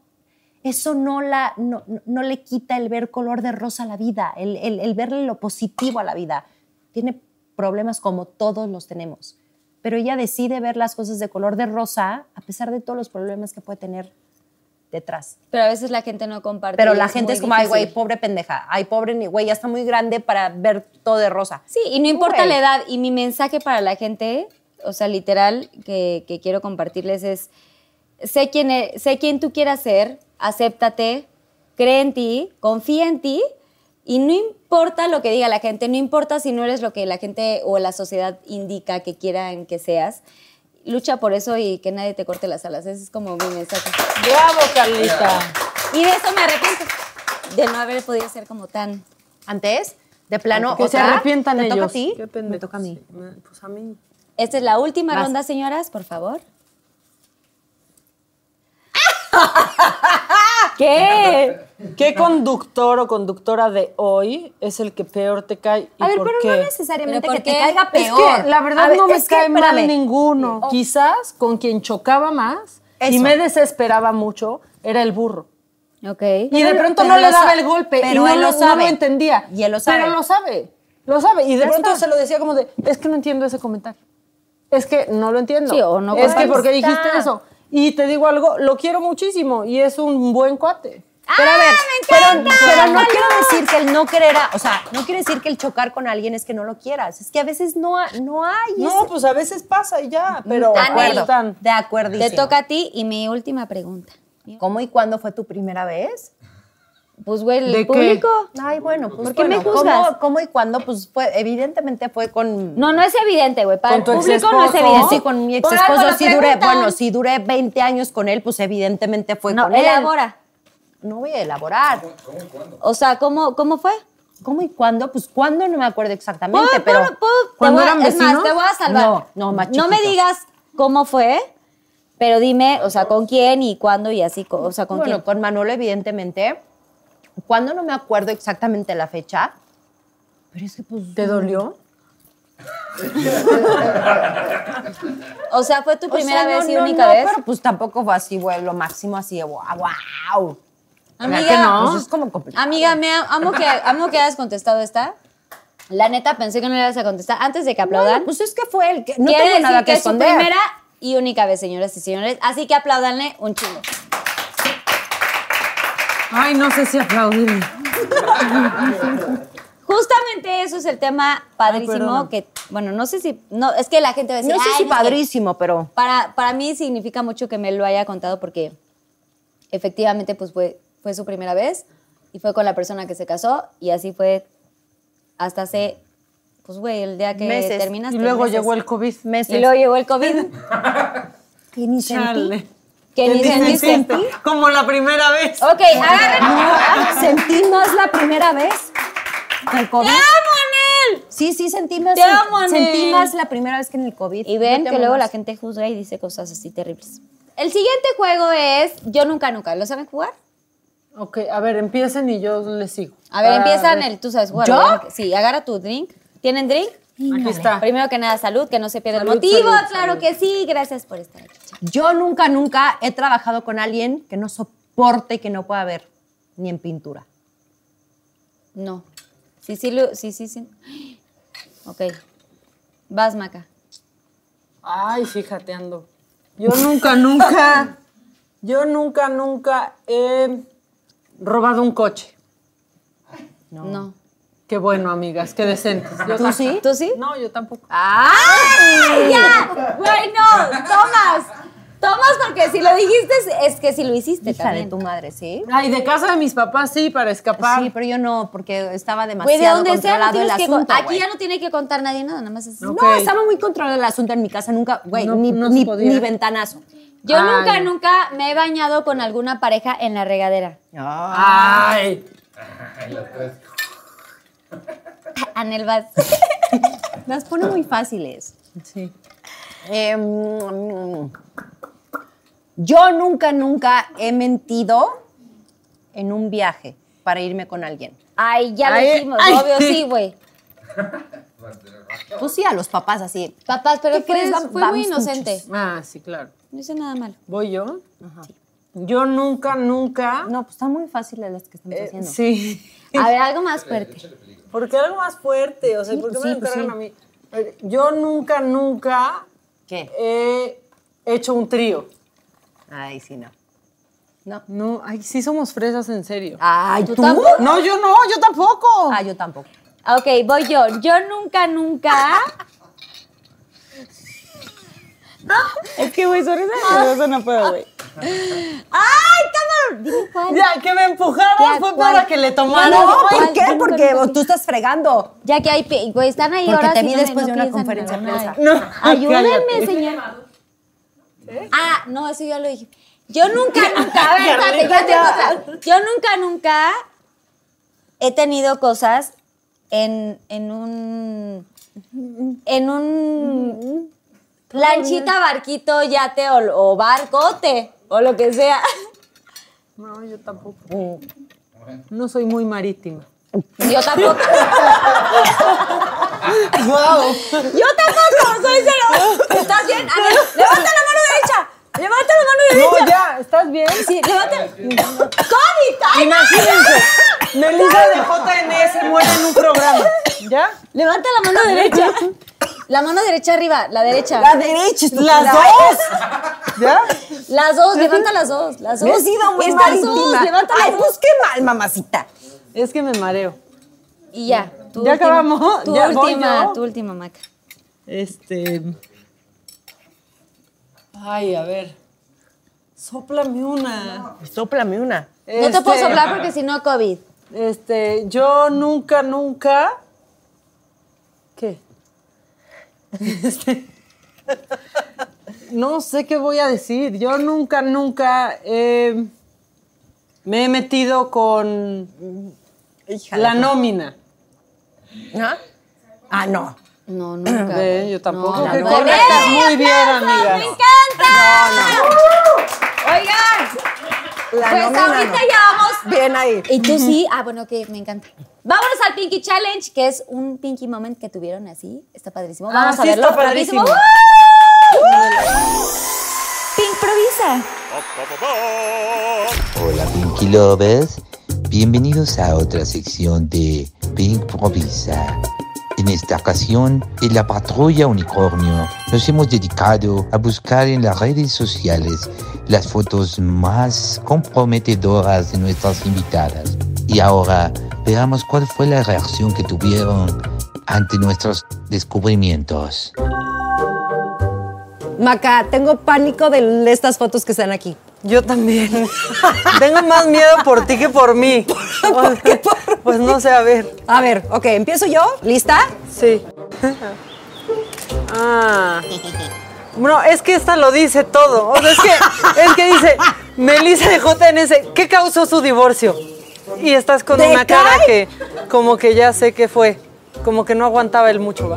D: eso no, la, no, no- no le quita el ver color de rosa a la vida, el, el- el verle lo positivo a la vida. Tiene problemas como todos los tenemos, pero ella decide ver las cosas de color de rosa a pesar de todos los problemas que puede tener detrás.
B: Pero a veces la gente no comparte.
D: Pero
B: y
D: la
B: muy
D: gente es como, ay, güey,
B: difícil".
D: pobre pendeja, ay, pobre, ni- güey, ya está muy grande para ver todo de rosa.
B: Sí, y no importa
D: Güey.
B: la edad. Y mi mensaje para la gente, o sea, literal, que, que quiero compartirles es, sé quién, e- sé quién tú quieras ser, acéptate, cree en ti, confía en ti, y no importa lo que diga la gente, no importa si no eres lo que la gente o la sociedad indica que quieran que seas, lucha por eso y que nadie te corte las alas. Ese es como mi mensaje.
C: Bravo, Carlita.
B: Y de eso me arrepiento, de no haber podido ser como tan...
D: Antes, de plano,
C: Que se
D: otra,
C: arrepientan
D: ¿te
C: ellos.
D: toca a ti?
C: Qué
D: Me
C: pendejo.
D: toca a mí.
C: Sí, me- Pues a mí.
B: Esta es la última
D: Vas.
B: ronda, señoras, por favor. ¿Qué?
C: ¿Qué conductor o conductora de hoy es el que peor te cae y
D: A ver,
C: por
D: pero
C: qué?
D: no necesariamente
B: ¿Pero por
D: que te
B: qué?
D: caiga
C: Es
D: peor.
C: que la verdad
D: A ver,
C: no me
D: es que,
C: cae mal
D: espérame.
C: ninguno.
D: Oh,
C: Quizás con quien chocaba más y
D: Eso.
C: me desesperaba mucho era el burro.
B: Ok.
C: Y de
D: Pero-
C: pronto
D: pero
C: no
D: lo
C: le daba
D: sabe.
C: el golpe
D: Pero
C: y no,
D: él lo
C: lo, no
D: sabe.
C: lo entendía.
D: Y él lo sabe.
C: Pero lo sabe, lo sabe. Y de
D: Ya
C: pronto
D: está.
C: se lo decía como de, es que no entiendo ese comentario. Es que no lo entiendo.
B: Sí, o no
C: es que
B: contesta.
C: ¿por qué dijiste eso? Y te digo algo, lo quiero muchísimo y es un buen cuate.
B: Ah,
D: Pero a ver, pero, pero no
B: ¡Salud!
D: quiero decir que el no querer, a- o sea, no quiere decir que el chocar con alguien es que no lo quieras. Es que a veces no, ha- no hay.
C: No, pues a veces pasa y ya, pero
D: de
B: Anel.
D: acuerdo.
C: aguantan.
D: De acuerdo.
B: Te toca a ti y mi última pregunta.
D: ¿Cómo y cuándo fue tu primera vez?
B: Pues, güey, el
C: ¿De qué?
B: público.
D: Ay, bueno, pues.
B: ¿Por qué me
D: bueno,
B: juzgas?
D: ¿cómo, cómo y cuándo? Pues fue, evidentemente fue con.
B: No, no es evidente, güey. Para el
C: ¿Con tu
B: público no es
C: exesposo?
B: evidente.
D: Sí, con mi ex
B: Por algo
D: esposo
B: lo
D: sí duré,
B: preguntan.
D: bueno, sí duré 20 años con él, pues evidentemente fue
B: No,
D: con él.
B: elabora.
D: No voy a elaborar.
B: O sea, ¿cómo, cómo fue?
D: ¿Cómo y cuándo? Pues cuándo no me acuerdo exactamente,
B: ¿Puedo-
D: pero.
B: puedo- puedo- te
C: ¿Cuando
B: voy a-
C: eran
B: es más,
C: vecinos?
B: te voy a salvar.
D: No, no, más
B: No me
D: chiquito.
B: digas cómo fue, pero dime, o sea, con quién y cuándo y así, co- o sea, con
D: bueno,
B: quién.
D: con Manolo, evidentemente. Cuando no me acuerdo exactamente la fecha, pero es que pues.
C: ¿Te dolió?
B: O sea, fue tu
D: O
B: primera
D: sea, no,
B: vez y
D: no,
B: única
D: no,
B: vez.
D: Pero pues tampoco fue así, güey, lo máximo así, de wow. wow. ¿Verdad
B: Amiga,
D: que no? Pues es como complicado.
B: Amiga, me am- amo que, amo que hayas contestado esta. La neta, pensé que no le ibas a contestar. Antes de que aplaudan,
D: Bueno, pues es que fue el que. No
B: quiere
D: tengo
B: decir
D: nada
B: que,
D: que,
B: es su
D: esconder.
B: primera y única vez, señoras y señores. Así que aplaudanle un chingo.
C: Ay, no sé si aplaudir.
B: Justamente eso es el tema padrísimo
C: perdona.
B: que, bueno, no sé si, no, es que la gente va a decir,
D: No sé
B: "Ay,
D: si
B: sé".
D: padrísimo, pero.
B: Para, para mí significa mucho que me lo haya contado porque efectivamente pues fue, fue su primera vez y fue con la persona que se casó y así fue hasta hace, pues güey, el día que
D: Meses.
B: terminaste.
C: Y luego
B: meses.
C: llegó el COVID.
B: Y luego llegó el COVID.
D: ¿Qué ni sentí?
C: Chale.
B: que ni sentiste.
C: Como la primera vez.
B: Ok, agarren.
D: No, sentí más la primera vez que el
B: ¡Te
D: COVID.
B: amo, Anel!
D: Sí, sí, sentí más.
B: Te amo, Anel.
D: sentí más la primera vez que en el COVID.
B: Y ven
D: Yo
B: que
D: te amo
B: luego
D: más.
B: la gente juzga y dice cosas así terribles. El siguiente juego es Yo Nunca Nunca. ¿Lo saben jugar?
C: Ok, a ver, empiecen y yo les sigo.
B: A ver,
C: Ah,
B: empieza
C: ver.
B: Anel, tú sabes jugar.
D: ¿Yo?
B: ¿verdad? Sí, agarra tu drink. ¿Tienen drink?
C: Aquí está.
B: Primero que nada, salud, que no se pierda
C: Salud,
B: el motivo.
C: salud,
B: claro que sí, gracias por estar aquí.
D: Yo nunca, nunca he trabajado con alguien que no soporte y que no pueda ver ni en pintura.
B: No. Sí, sí, lo- sí, sí, sí. Ok. Vas, Maca.
C: Ay, fíjate, ando. Yo nunca, nunca, yo nunca, nunca he robado un coche.
B: No.
C: Qué bueno, amigas, qué decentes. Yo
B: ¿Tú sí? Ah. ¿Tú sí?
C: No, yo tampoco.
B: ¡Ay, ya! Güey, no, Tomas. Tomas porque si lo dijiste es que si lo hiciste
D: Hija
B: también.
D: de tu madre, ¿sí?
C: Ay, de casa de mis papás sí, para escapar.
D: Sí, pero yo no, porque estaba
B: Güey, de
D: demasiado
B: donde sea, no
D: controlado el
B: tienes que con-
D: asunto.
B: Aquí
D: güey.
B: ya no tiene que contar nadie nada, nada más es.
C: No.
D: No,
C: Ok.
D: estaba muy controlado el asunto en mi casa, nunca, güey,
C: No-
D: ni,
C: no se
D: ni,
C: podía.
D: ni ventanazo.
B: Yo
C: Ay.
B: nunca, nunca me he bañado con alguna pareja en la regadera.
C: Ay,
B: Anel vas.
D: Las pone muy fáciles.
C: sí.
D: Eh, mm, yo nunca, nunca he mentido en un viaje para irme con alguien.
B: Ay, ya lo
C: Ay,
B: hicimos,
C: ay.
B: obvio, sí, güey.
D: Pues sí, a los papás así.
B: Papás, pero
D: ¿Qué
B: fue,
D: crees? Va-
B: fue muy
D: vamos
B: inocente.
C: Ah, sí, claro.
B: No hice nada malo.
C: ¿Voy yo? Yo nunca, nunca...
D: No, pues están muy fáciles las que estamos
C: eh,
D: haciendo.
C: sí.
B: A ver, algo más fuerte.
C: Porque algo más fuerte, o sea, ¿por qué me lo encargan a mí? A ver, Yo nunca, nunca
D: ¿Qué?
C: he hecho un trío.
D: Ay, sí, no.
C: No, ay, sí somos fresas en serio.
D: Ay,
B: ¿Tú
D: ¿tú?
B: tampoco?
C: No, yo no, yo tampoco.
D: Ah, yo tampoco.
B: Ok, voy yo. Yo nunca, nunca.
C: Es que, güey, sorry, eso no puedo, güey.
B: ¡Ay, cámara! Dime cuál.
C: Ya, que me empujaras
B: Ya,
C: fue
B: ¿cuál?
C: para que le tomara.
B: Ya,
D: No,
B: no,
D: ¿por
C: pues,
B: igual,
D: qué?
B: nunca,
D: Porque
B: nunca,
D: tú estás fregando.
B: Ya que hay. pe- Güey, están ahí
D: Porque
B: ahora.
D: te vi después de una conferencia de prensa.
C: No,
B: Ayúdenme,
C: cállate.
B: señor. Ah, no, eso ya lo dije. Yo nunca, nunca. A ver, espérate, yo tengo otra. Yo nunca, nunca he tenido cosas en, en un. En un. Lanchita, barquito, yate o, o barcote o lo que sea.
C: No, yo tampoco. No soy muy marítima.
B: Yo tampoco.
C: ¡Wow!
B: Yo tampoco, soy cero. ¿Estás bien? A ver, levanta la mano derecha. Levanta la mano derecha.
C: No, ya, ¿estás bien?
B: Sí, levanta. ¡COVID! ¡Ay, no!
C: Imagínense, Melissa de JNS muere en un programa. ¿Ya?
B: Levanta la mano derecha. La mano derecha arriba, la derecha.
C: derecha, ¡Las dos! ¿Ya?
B: Las dos, levanta las dos. Las dos.
D: Me he sido muy
B: Estas
D: marítima.
B: dos, levanta las
D: Ay,
B: dos.
D: pues qué mal, mamacita.
C: Es que me mareo.
B: Y ya. tu
C: Ya
B: última-
C: acabamos,
B: Tu
C: ya voy
B: última,
C: yo.
B: tu última, Maca.
C: Este. Ay, a ver. Sóplame una.
D: Sóplame una.
B: No te puedo soplar porque si no, COVID.
C: Este, yo nunca, nunca. ¿Qué? Este, no sé qué voy a decir. Yo nunca, nunca eh, me he metido con
D: Hija.
C: la nómina.
D: ¿Ah? Ah, no.
B: No, nunca.
C: Ve,
B: güey.
C: yo tampoco.
B: No,
C: Qué
B: no,
C: correctas,
B: no.
C: muy bien,
B: ¡Aplausos!
C: amigas.
B: ¡Ah, ¡Me encanta! Oigan,
D: La
B: pues
D: nómina
B: ahorita Pues
D: no.
E: Ah, Pues
B: ya vamos.
D: Bien ahí.
B: Y tú sí. Ah, bueno, que me encanta. Vámonos al Pinky Challenge, que es un Pinky Moment que tuvieron así. Está padrísimo. Vamos
C: Ah,
B: a
C: sí,
B: verlo.
C: está padrísimo.
B: rapidísimo. Pink Provisa.
I: Hola Pinky Lovers, bienvenidos a otra sección de Pink Provisa. En esta ocasión, en la patrulla unicornio, nos hemos dedicado a buscar en las redes sociales las fotos más comprometedoras de nuestras invitadas. Y ahora veamos cuál fue la reacción que tuvieron ante nuestros descubrimientos.
D: Maca, tengo pánico de estas fotos que están aquí.
C: Yo también. Tengo más miedo por ti que por mí.
D: ¿Por qué por
C: pues no sé, a ver.
D: A ver, ok, empiezo yo. ¿Lista?
C: Sí. Ah. No, es que esta lo dice todo. O sea, es que, es que dice, Melissa de JNS, ¿qué causó su divorcio? Y estás con
D: ¿Te
C: una cara
D: cae?
C: que como que ya sé qué fue. Como que no aguantaba él mucho, ¿va?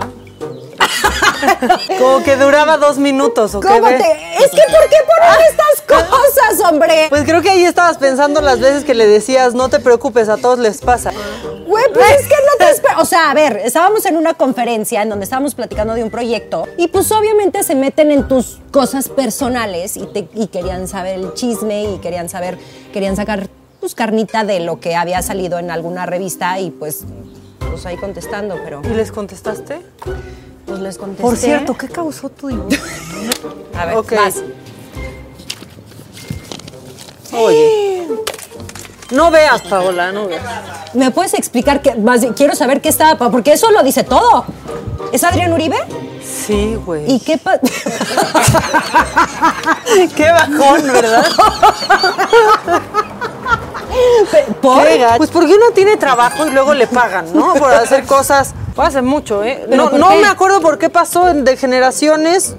C: como que duraba dos minutos, ¿o qué
D: ¿Cómo
C: ves?
D: te.? Es que ¿por qué ponen estas cosas, hombre?
C: Pues creo que ahí estabas pensando las veces que le decías, no te preocupes, a todos les pasa.
D: Güey, pues es que no te espera. O sea, a ver, estábamos en una conferencia en donde estábamos platicando de un proyecto y pues obviamente se meten en tus cosas personales y, te- y querían saber el chisme y querían saber, querían sacar pues carnita de lo que había salido en alguna revista y pues, pues ahí contestando, pero
C: ¿Y les contestaste?
D: pues les contesté.
C: Por cierto, ¿qué causó tu divorcio?
D: a ver,
C: ok.
D: vas.
C: No veas, Paola, no veas.
D: ¿Me puedes explicar qué? Más bien, quiero saber qué estaba, pa- porque eso lo dice todo. ¿Es Adrián Uribe?
C: Sí, güey.
D: ¿Y qué pa-
C: Qué bajón, ¿verdad?
D: ¿Por?
C: Qué gacho. Pues porque uno tiene trabajo y luego le pagan, ¿no? Por hacer cosas. Fue hace mucho, ¿eh?
D: ¿Pero
C: No,
D: por
C: no
D: qué?
C: me acuerdo por qué pasó en de generaciones.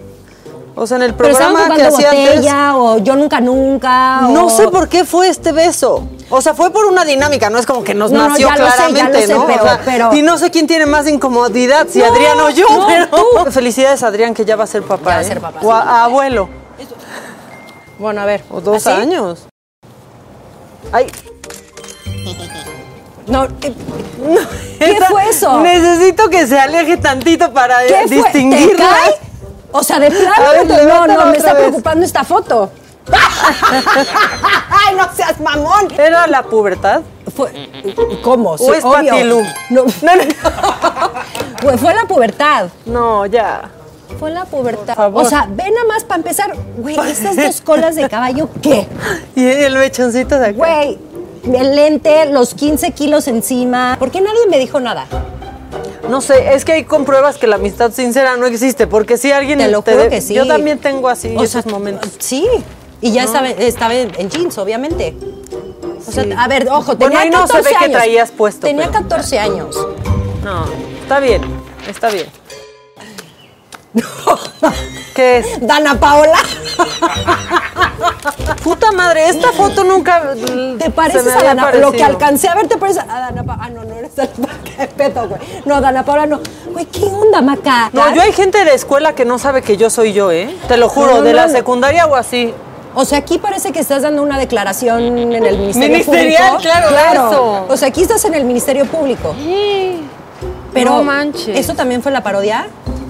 C: O sea, en el
D: Pero estaban
C: programa que
D: jugando
C: hacía antes.
D: botella o yo nunca nunca.
C: No
D: o-
C: sé por qué fue este beso. O sea, fue por una dinámica, no es como que nos
D: No, no,
C: nació
D: ya lo sé, ya lo
C: claramente,
D: sé,
C: ¿no? O
D: pero-
C: sea,
D: pero-
C: Y no sé quién tiene más incomodidad, si Adrián o yo,
D: no,
C: pero. Felicidades, Adrián, que ya va a ser papá.
D: Ya va a
C: ¿eh?
D: ser papá,
C: O a- a abuelo.
D: Bueno, a ver.
C: O dos
D: ¿así?
C: años. Ay,
D: No, eh, ¿Qué
C: esta-
D: fue eso?
C: Necesito que se aleje tantito para eh,
D: ¿Qué fue? ¿Te
C: distinguirlas.
D: cae? O sea, de plano.
C: A ver,
D: no,
C: levántala
D: no, me
C: otra
D: está
C: vez.
D: preocupando esta foto. ¡Ay, no seas mamón!
C: ¿Era la pubertad?
D: Fue- ¿Cómo?
C: ¿O es
D: obvio.
C: patilú?
D: No, no, no. Fue- Fue la pubertad.
C: No, ya.
D: Fue la pubertad.
C: favor.
D: O sea, ven nada más para empezar. Güey, estas dos colas de caballo, ¿qué?
C: Y el mechoncito de acá.
D: Güey, el lente, los 15 kilos encima. ¿Por qué nadie me dijo nada?
C: No sé, es que ahí compruebas que la amistad sincera no existe, porque si alguien
D: Te lo juro
C: de-
D: que sí.
C: Yo también tengo así
D: O
C: esos
D: sea,
C: momentos.
D: Sí. Y ya estaba, estaba en, en jeans, obviamente. O sea,
C: Sí.
D: a ver, ojo,
C: Bueno,
D: tenía
C: ahí no se
D: 14
C: ve que
D: años.
C: traías puesto,
D: Tenía
C: pero-
D: 14 años.
C: No, está bien, está bien. ¿Qué es?
D: Dana Paola,
C: Puta madre, esta foto nunca
D: Ah. ¿te pareces
C: se me
D: a
C: había
D: Dana Paola? Lo que
C: parecido.
D: alcancé a ver, ¿te parece a Dana Paola? Ah, no, no eres Dana Paola, qué pedo, güey. No, Dana Paola no. Güey, ¿qué onda, maca?
C: No, yo hay gente de la escuela que no sabe que yo soy yo, ¿eh? Te lo juro,
D: No, no,
C: de la
D: no.
C: secundaria o así.
D: O sea, aquí parece que estás dando una declaración en el Ministerio
C: Ministerial,
D: Público.
C: claro, eso.
D: O sea, aquí estás en el Ministerio Público. Pero
C: No manches.
D: ¿Eso también fue la parodia?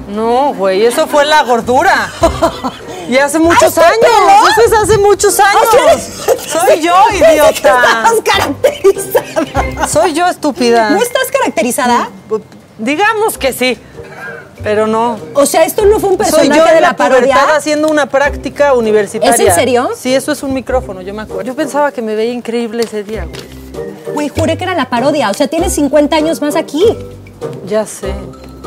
C: No, güey, eso fue la gordura. Y hace
D: ¡Ay,
C: muchos
D: se
C: años.
D: peló!
C: Eso es hace muchos años. Soy yo, idiota.
D: Estabas caracterizada.
C: Soy yo, estúpida.
D: ¿No estás caracterizada?
C: Pues, Digamos que sí, pero no.
D: O sea, esto no fue un
C: Soy
D: personaje
C: yo
D: de
C: en
D: la,
C: la
D: parodia.
C: pubertad haciendo una práctica universitaria.
D: ¿Es en serio?
C: Sí, eso es un micrófono, yo me acuerdo. Yo pensaba que me veía increíble ese día, güey.
D: Güey, juré que era la parodia. O sea, tienes 50 años más aquí.
C: Ya sé.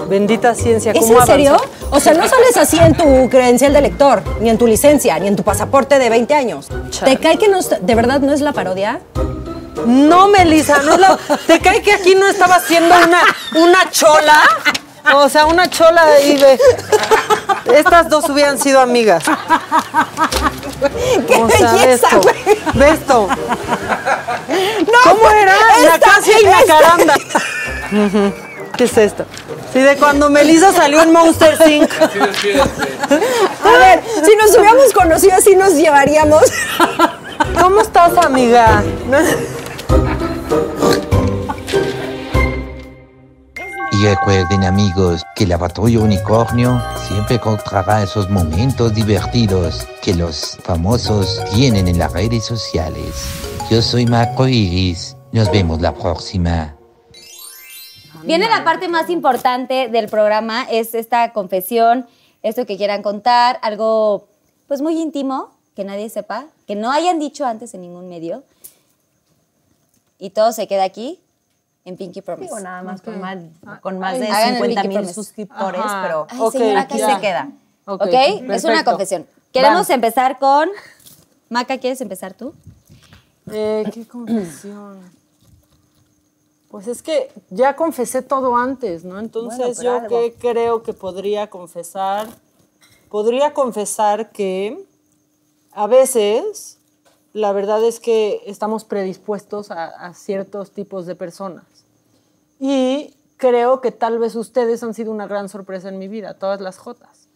C: Bendita ciencia,
D: ¿Es
C: ¿cómo
D: en serio?
C: avanzó?
D: O sea, no sales así en tu credencial de lector, ni en tu licencia, ni en tu pasaporte de 20 años.
C: Chale.
D: ¿Te cae que no, es- de verdad no es la parodia?
C: No, Melissa, no es la- ¿te cae que aquí no estaba haciendo una, una chola? O sea, una chola ahí de... Estas dos hubieran sido amigas.
D: ¡Qué
C: O sea, ve
D: belleza,
C: esto,
D: güey!
C: ve esto. ¿Cómo era? Nacasia y Nacaranda. Ujú. ¿Qué es esto? Sí, de cuando Melissa salió en Monster Inc.
D: A ver, si nos hubiéramos conocido así nos llevaríamos.
C: ¿Cómo estás, amiga?
I: Y recuerden amigos que la patrulla unicornio siempre encontrará esos momentos divertidos que los famosos tienen en las redes sociales. Yo soy Marco Iris, nos vemos la próxima.
B: Viene la parte más importante del programa, es esta confesión, esto que quieran contar, algo pues muy íntimo, que nadie sepa, que no hayan dicho antes en ningún medio. Y todo se queda aquí en Pinky Promise.
D: Digo, nada más con más, con más de 50 mil suscriptores, pero
B: Ay, señora,
D: aquí
B: ya.
D: se queda.
B: Ok, es una confesión. Queremos empezar con... Maca, ¿quieres empezar tú?
C: Eh, qué confesión. Pues es que ya confesé todo antes, ¿no? Entonces
D: pero
C: yo
D: algo.
C: qué creo que podría confesar. Podría confesar que a veces la verdad es que estamos predispuestos a, a ciertos tipos de personas. Y creo que tal vez ustedes han sido una gran sorpresa en mi vida, todas las Jotas.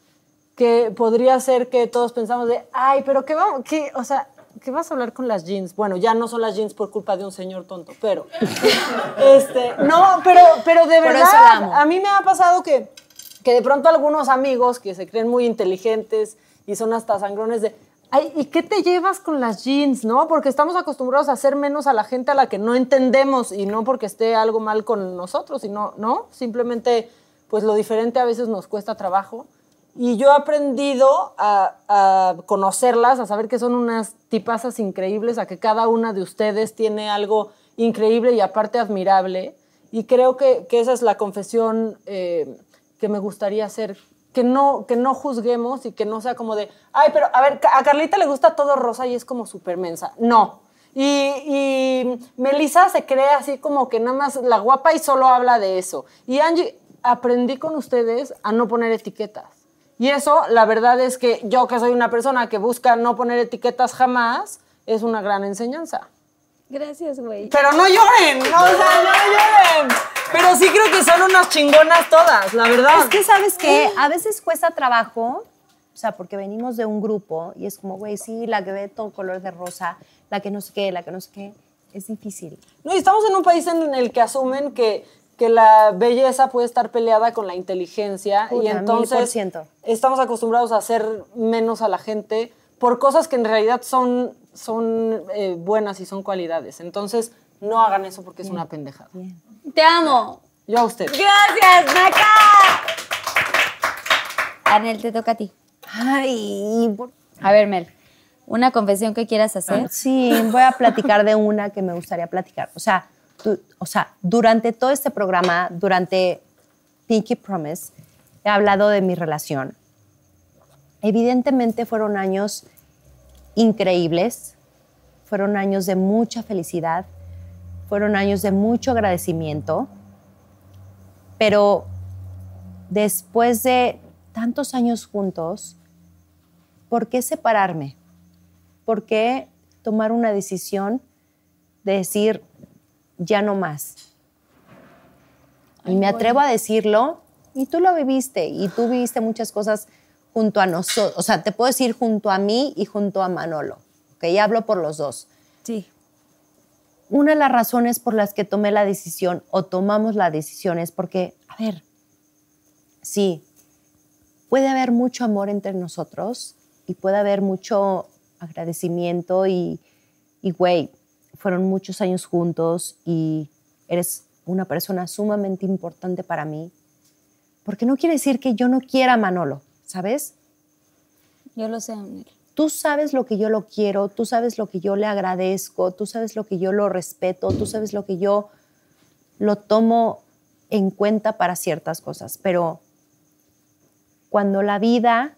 C: Que podría ser que todos pensamos de, ay, pero ¿qué vamos? ¿Qué? O sea, ¿qué vas a hablar con las jeans? Bueno, ya no son las jeans por culpa de un señor tonto, pero... este, no, pero, pero de
D: Por
C: verdad,
D: eso la amo.
C: a mí me ha pasado que, que de pronto algunos amigos que se creen muy inteligentes y son hasta sangrones de... Ay, ¿y qué te llevas con las jeans, no? Porque estamos acostumbrados a hacer menos a la gente a la que no entendemos y no porque esté algo mal con nosotros, sino, ¿no? Simplemente, pues lo diferente a veces nos cuesta trabajo. Y yo he aprendido a, a conocerlas, a saber que son unas tipazas increíbles, a que cada una de ustedes tiene algo increíble y aparte admirable. Y creo que, que esa es la confesión eh, que me gustaría hacer. Que no, que no juzguemos y que no sea como de, ay, pero a ver, a Carlita le gusta todo rosa y es como súper mensa. No. Y, y Melissa se cree así como que nada más la guapa y solo habla de eso. Y Angie, aprendí con ustedes a no poner etiquetas. Y eso, la verdad es que yo que soy una persona que busca no poner etiquetas jamás, es una gran enseñanza.
B: Gracias, güey.
C: Pero no lloren, no, o sea, no lloren. Pero sí creo que son unas chingonas todas, la verdad.
D: Es que, ¿sabes qué? A veces cuesta trabajo, o sea, porque venimos de un grupo y es como, güey, sí, la que ve todo color de rosa, la que no sé qué, la que no sé qué. Es difícil.
C: No, y estamos en un país en el que asumen que, que la belleza puede estar peleada con la inteligencia y
D: Puta, mil por
C: entonces
D: ciento.
C: estamos acostumbrados a hacer menos a la gente por cosas que en realidad son, son eh, buenas y son cualidades. Entonces, no hagan eso porque es una pendejada.
B: Te amo.
C: Yo a usted.
B: Gracias, Maca. Anel, te toca a ti.
D: Ay, por-
B: A ver, Mel, una confesión que quieras hacer.
D: sí, voy a platicar de una que me gustaría platicar. O sea, tú- o sea, durante todo este programa, durante Pinky Promise, he hablado de mi relación. Evidentemente fueron años increíbles, fueron años de mucha felicidad, fueron años de mucho agradecimiento, pero después de tantos años juntos, ¿por qué separarme? ¿Por qué tomar una decisión de decir ya no más? Y me atrevo a decirlo, y tú lo viviste, y tú viviste muchas cosas junto a nosotros, o sea, te puedo decir junto a mí y junto a Manolo, que ya hablo por los dos.
B: Sí.
D: Una de las razones por las que tomé la decisión o tomamos la decisión es porque, a ver, sí, puede haber mucho amor entre nosotros y puede haber mucho agradecimiento y, y, güey, fueron muchos años juntos y eres una persona sumamente importante para mí. Porque no quiere decir que yo no quiera a Manolo, ¿sabes?
B: Yo lo sé, Anel.
D: tú sabes lo que yo lo quiero, tú sabes lo que yo le agradezco, tú sabes lo que yo lo respeto, tú sabes lo que yo lo tomo en cuenta para ciertas cosas, pero cuando la vida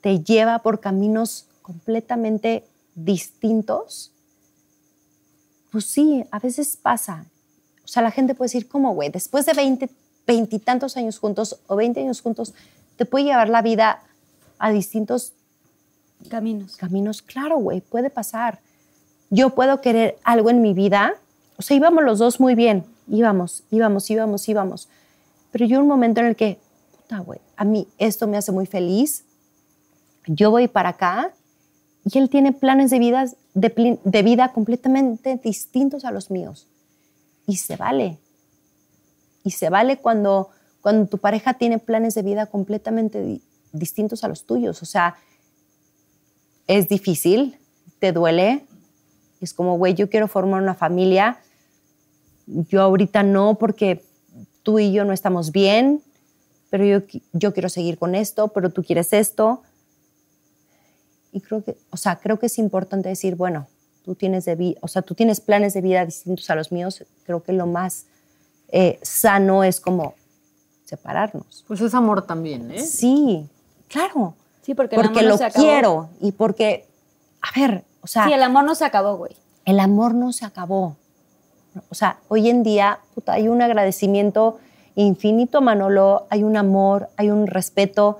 D: te lleva por caminos completamente distintos, pues sí, a veces pasa. O sea, la gente puede decir, ¿cómo, güey? Después de 20, veintitantos años juntos o 20 años juntos, te puede llevar la vida a distintos
B: Caminos.
D: caminos, claro, güey, puede pasar. Yo puedo querer algo en mi vida. O sea, íbamos los dos muy bien. Íbamos, íbamos, íbamos, íbamos. Pero yo un momento en el que, puta, güey, a mí esto me hace muy feliz. Yo voy para acá y él tiene planes de vida, de, pli- de vida completamente distintos a los míos. Y se vale. Y se vale cuando, cuando tu pareja tiene planes de vida completamente di- distintos a los tuyos. O sea, es difícil, te duele. Y es como, güey, yo quiero formar una familia. Yo ahorita no, porque tú y yo no estamos bien, pero yo, qui- yo quiero seguir con esto, pero tú quieres esto. Y creo que, o sea, creo que es importante decir, bueno, tú tienes, de vi- o sea, tú tienes planes de vida distintos a los míos. Creo que lo más eh, sano es como separarnos.
C: Pues es amor también, ¿eh?
D: Sí, claro.
B: Sí, porque, el
D: Porque
B: amor no
D: lo
B: se acabó.
D: quiero y porque, a ver, o sea,
B: Sí, el amor no se acabó, güey.
D: el amor no se acabó. O sea, hoy en día puta, hay un agradecimiento infinito a Manolo, hay un amor, hay un respeto,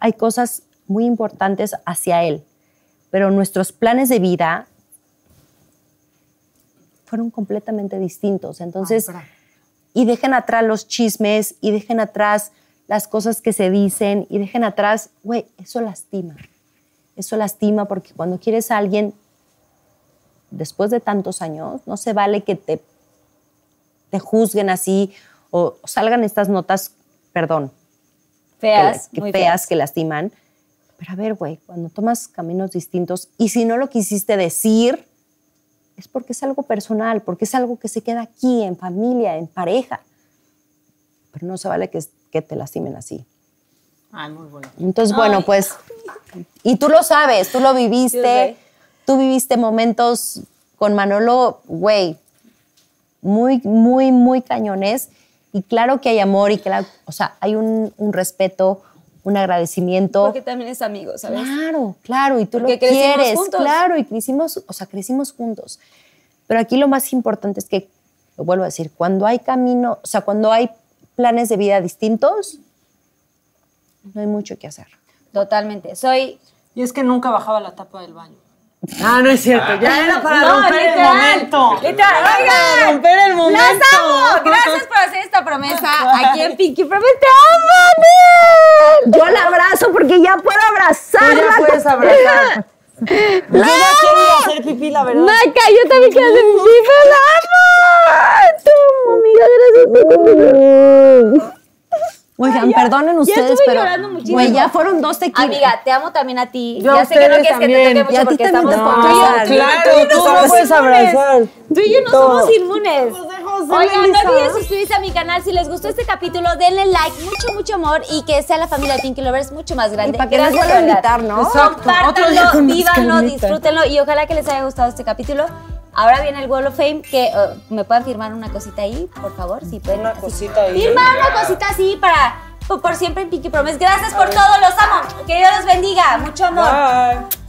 D: hay cosas muy importantes hacia él. Pero nuestros planes de vida fueron completamente distintos. Entonces, y dejen atrás los chismes, y dejen atrás las cosas que se dicen, y dejen atrás, güey, eso lastima. Eso lastima porque cuando quieres a alguien, después de tantos años, no se vale que te, te juzguen así o salgan estas notas, perdón, que la-
B: Feas,
D: que,
B: muy
D: feas, que lastiman. Pero a ver, güey, cuando tomas caminos distintos y si no lo quisiste decir, es porque es algo personal, porque es algo que se queda aquí, en familia, en pareja. Pero no se vale que, que te lastimen así.
C: Ay, Ah, muy bueno.
D: Entonces, bueno, pues, y tú lo sabes, tú lo viviste, tú viviste momentos con Manolo, güey, muy, muy, muy cañones. Y claro que hay amor y claro, o sea, hay un, un respeto, un agradecimiento.
B: Porque también es amigo, ¿sabes?
D: Claro, claro, y tú
B: Porque
D: lo
B: crecimos
D: quieres,
B: juntos.
D: claro, y crecimos, o sea, crecimos juntos. Pero aquí lo más importante es que, lo vuelvo a decir, cuando hay camino, o sea, cuando hay planes de vida distintos, no hay mucho que hacer.
B: Totalmente. Soy.
C: Y es que nunca bajaba la tapa del baño. Ah, no es cierto. Ya era para
B: No,
C: romper el
B: literal,
C: momento.
B: literal,
C: Era para
B: oigan,
C: romper el momento.
B: ¡Las amo! Gracias por hacer esta promesa aquí en Pinky Promise. ¡Te amo, Nel!
D: Yo la abrazo porque ya puedo
C: Tú
D: abrazarla.
C: ya puedes abrazar. Yo ya quiero ir a hacer pipí, la verdad.
B: Maca, yo también quiero hacer mi hija, la amo. Te amo, amiga, gracias.
D: Oigan, perdonen ustedes,
B: estuve
D: pero
B: llorando muchísimo.
D: güey, ya fueron dos tequilas.
B: Amiga, te amo también a ti.
C: Yo a
B: ya sé que no
C: ustedes
B: quieres que te
C: también.
B: toque
D: Y a
B: mucho
D: ti
B: porque
D: también
B: estamos por
D: te toco.
B: tú y yo.
D: Ah,
C: claro,
B: y yo
C: tú
B: no
C: no
B: somos
C: puedes
B: inmunes.
C: abrazar.
B: Tú y yo no
C: Todo.
B: somos inmunes.
C: José
B: Oigan, no
C: Melissa.
B: olviden suscribirse a mi canal. Si les gustó este capítulo, denle like. Mucho, mucho amor. Y que sea la familia de Pinky Lovers mucho más grande.
D: Y para que nos
B: Gracias,
D: vuelva a
B: de verdad.
D: invitar, ¿no?
C: Otro día
B: Compártanlo,
C: con más
B: vívanlo,
C: calmita.
B: disfrútenlo. Y ojalá que les haya gustado este capítulo. Ahora viene el Wall of Fame. Que eh, me puedan firmar una cosita ahí, por favor. Si pueden.
C: Una
B: Así.
C: cosita ahí.
B: Firmar una cosita así para... Por por siempre en Pinky Promise. Gracias por todo, los amo. Que Dios los bendiga. Mucho amor.
C: Bye.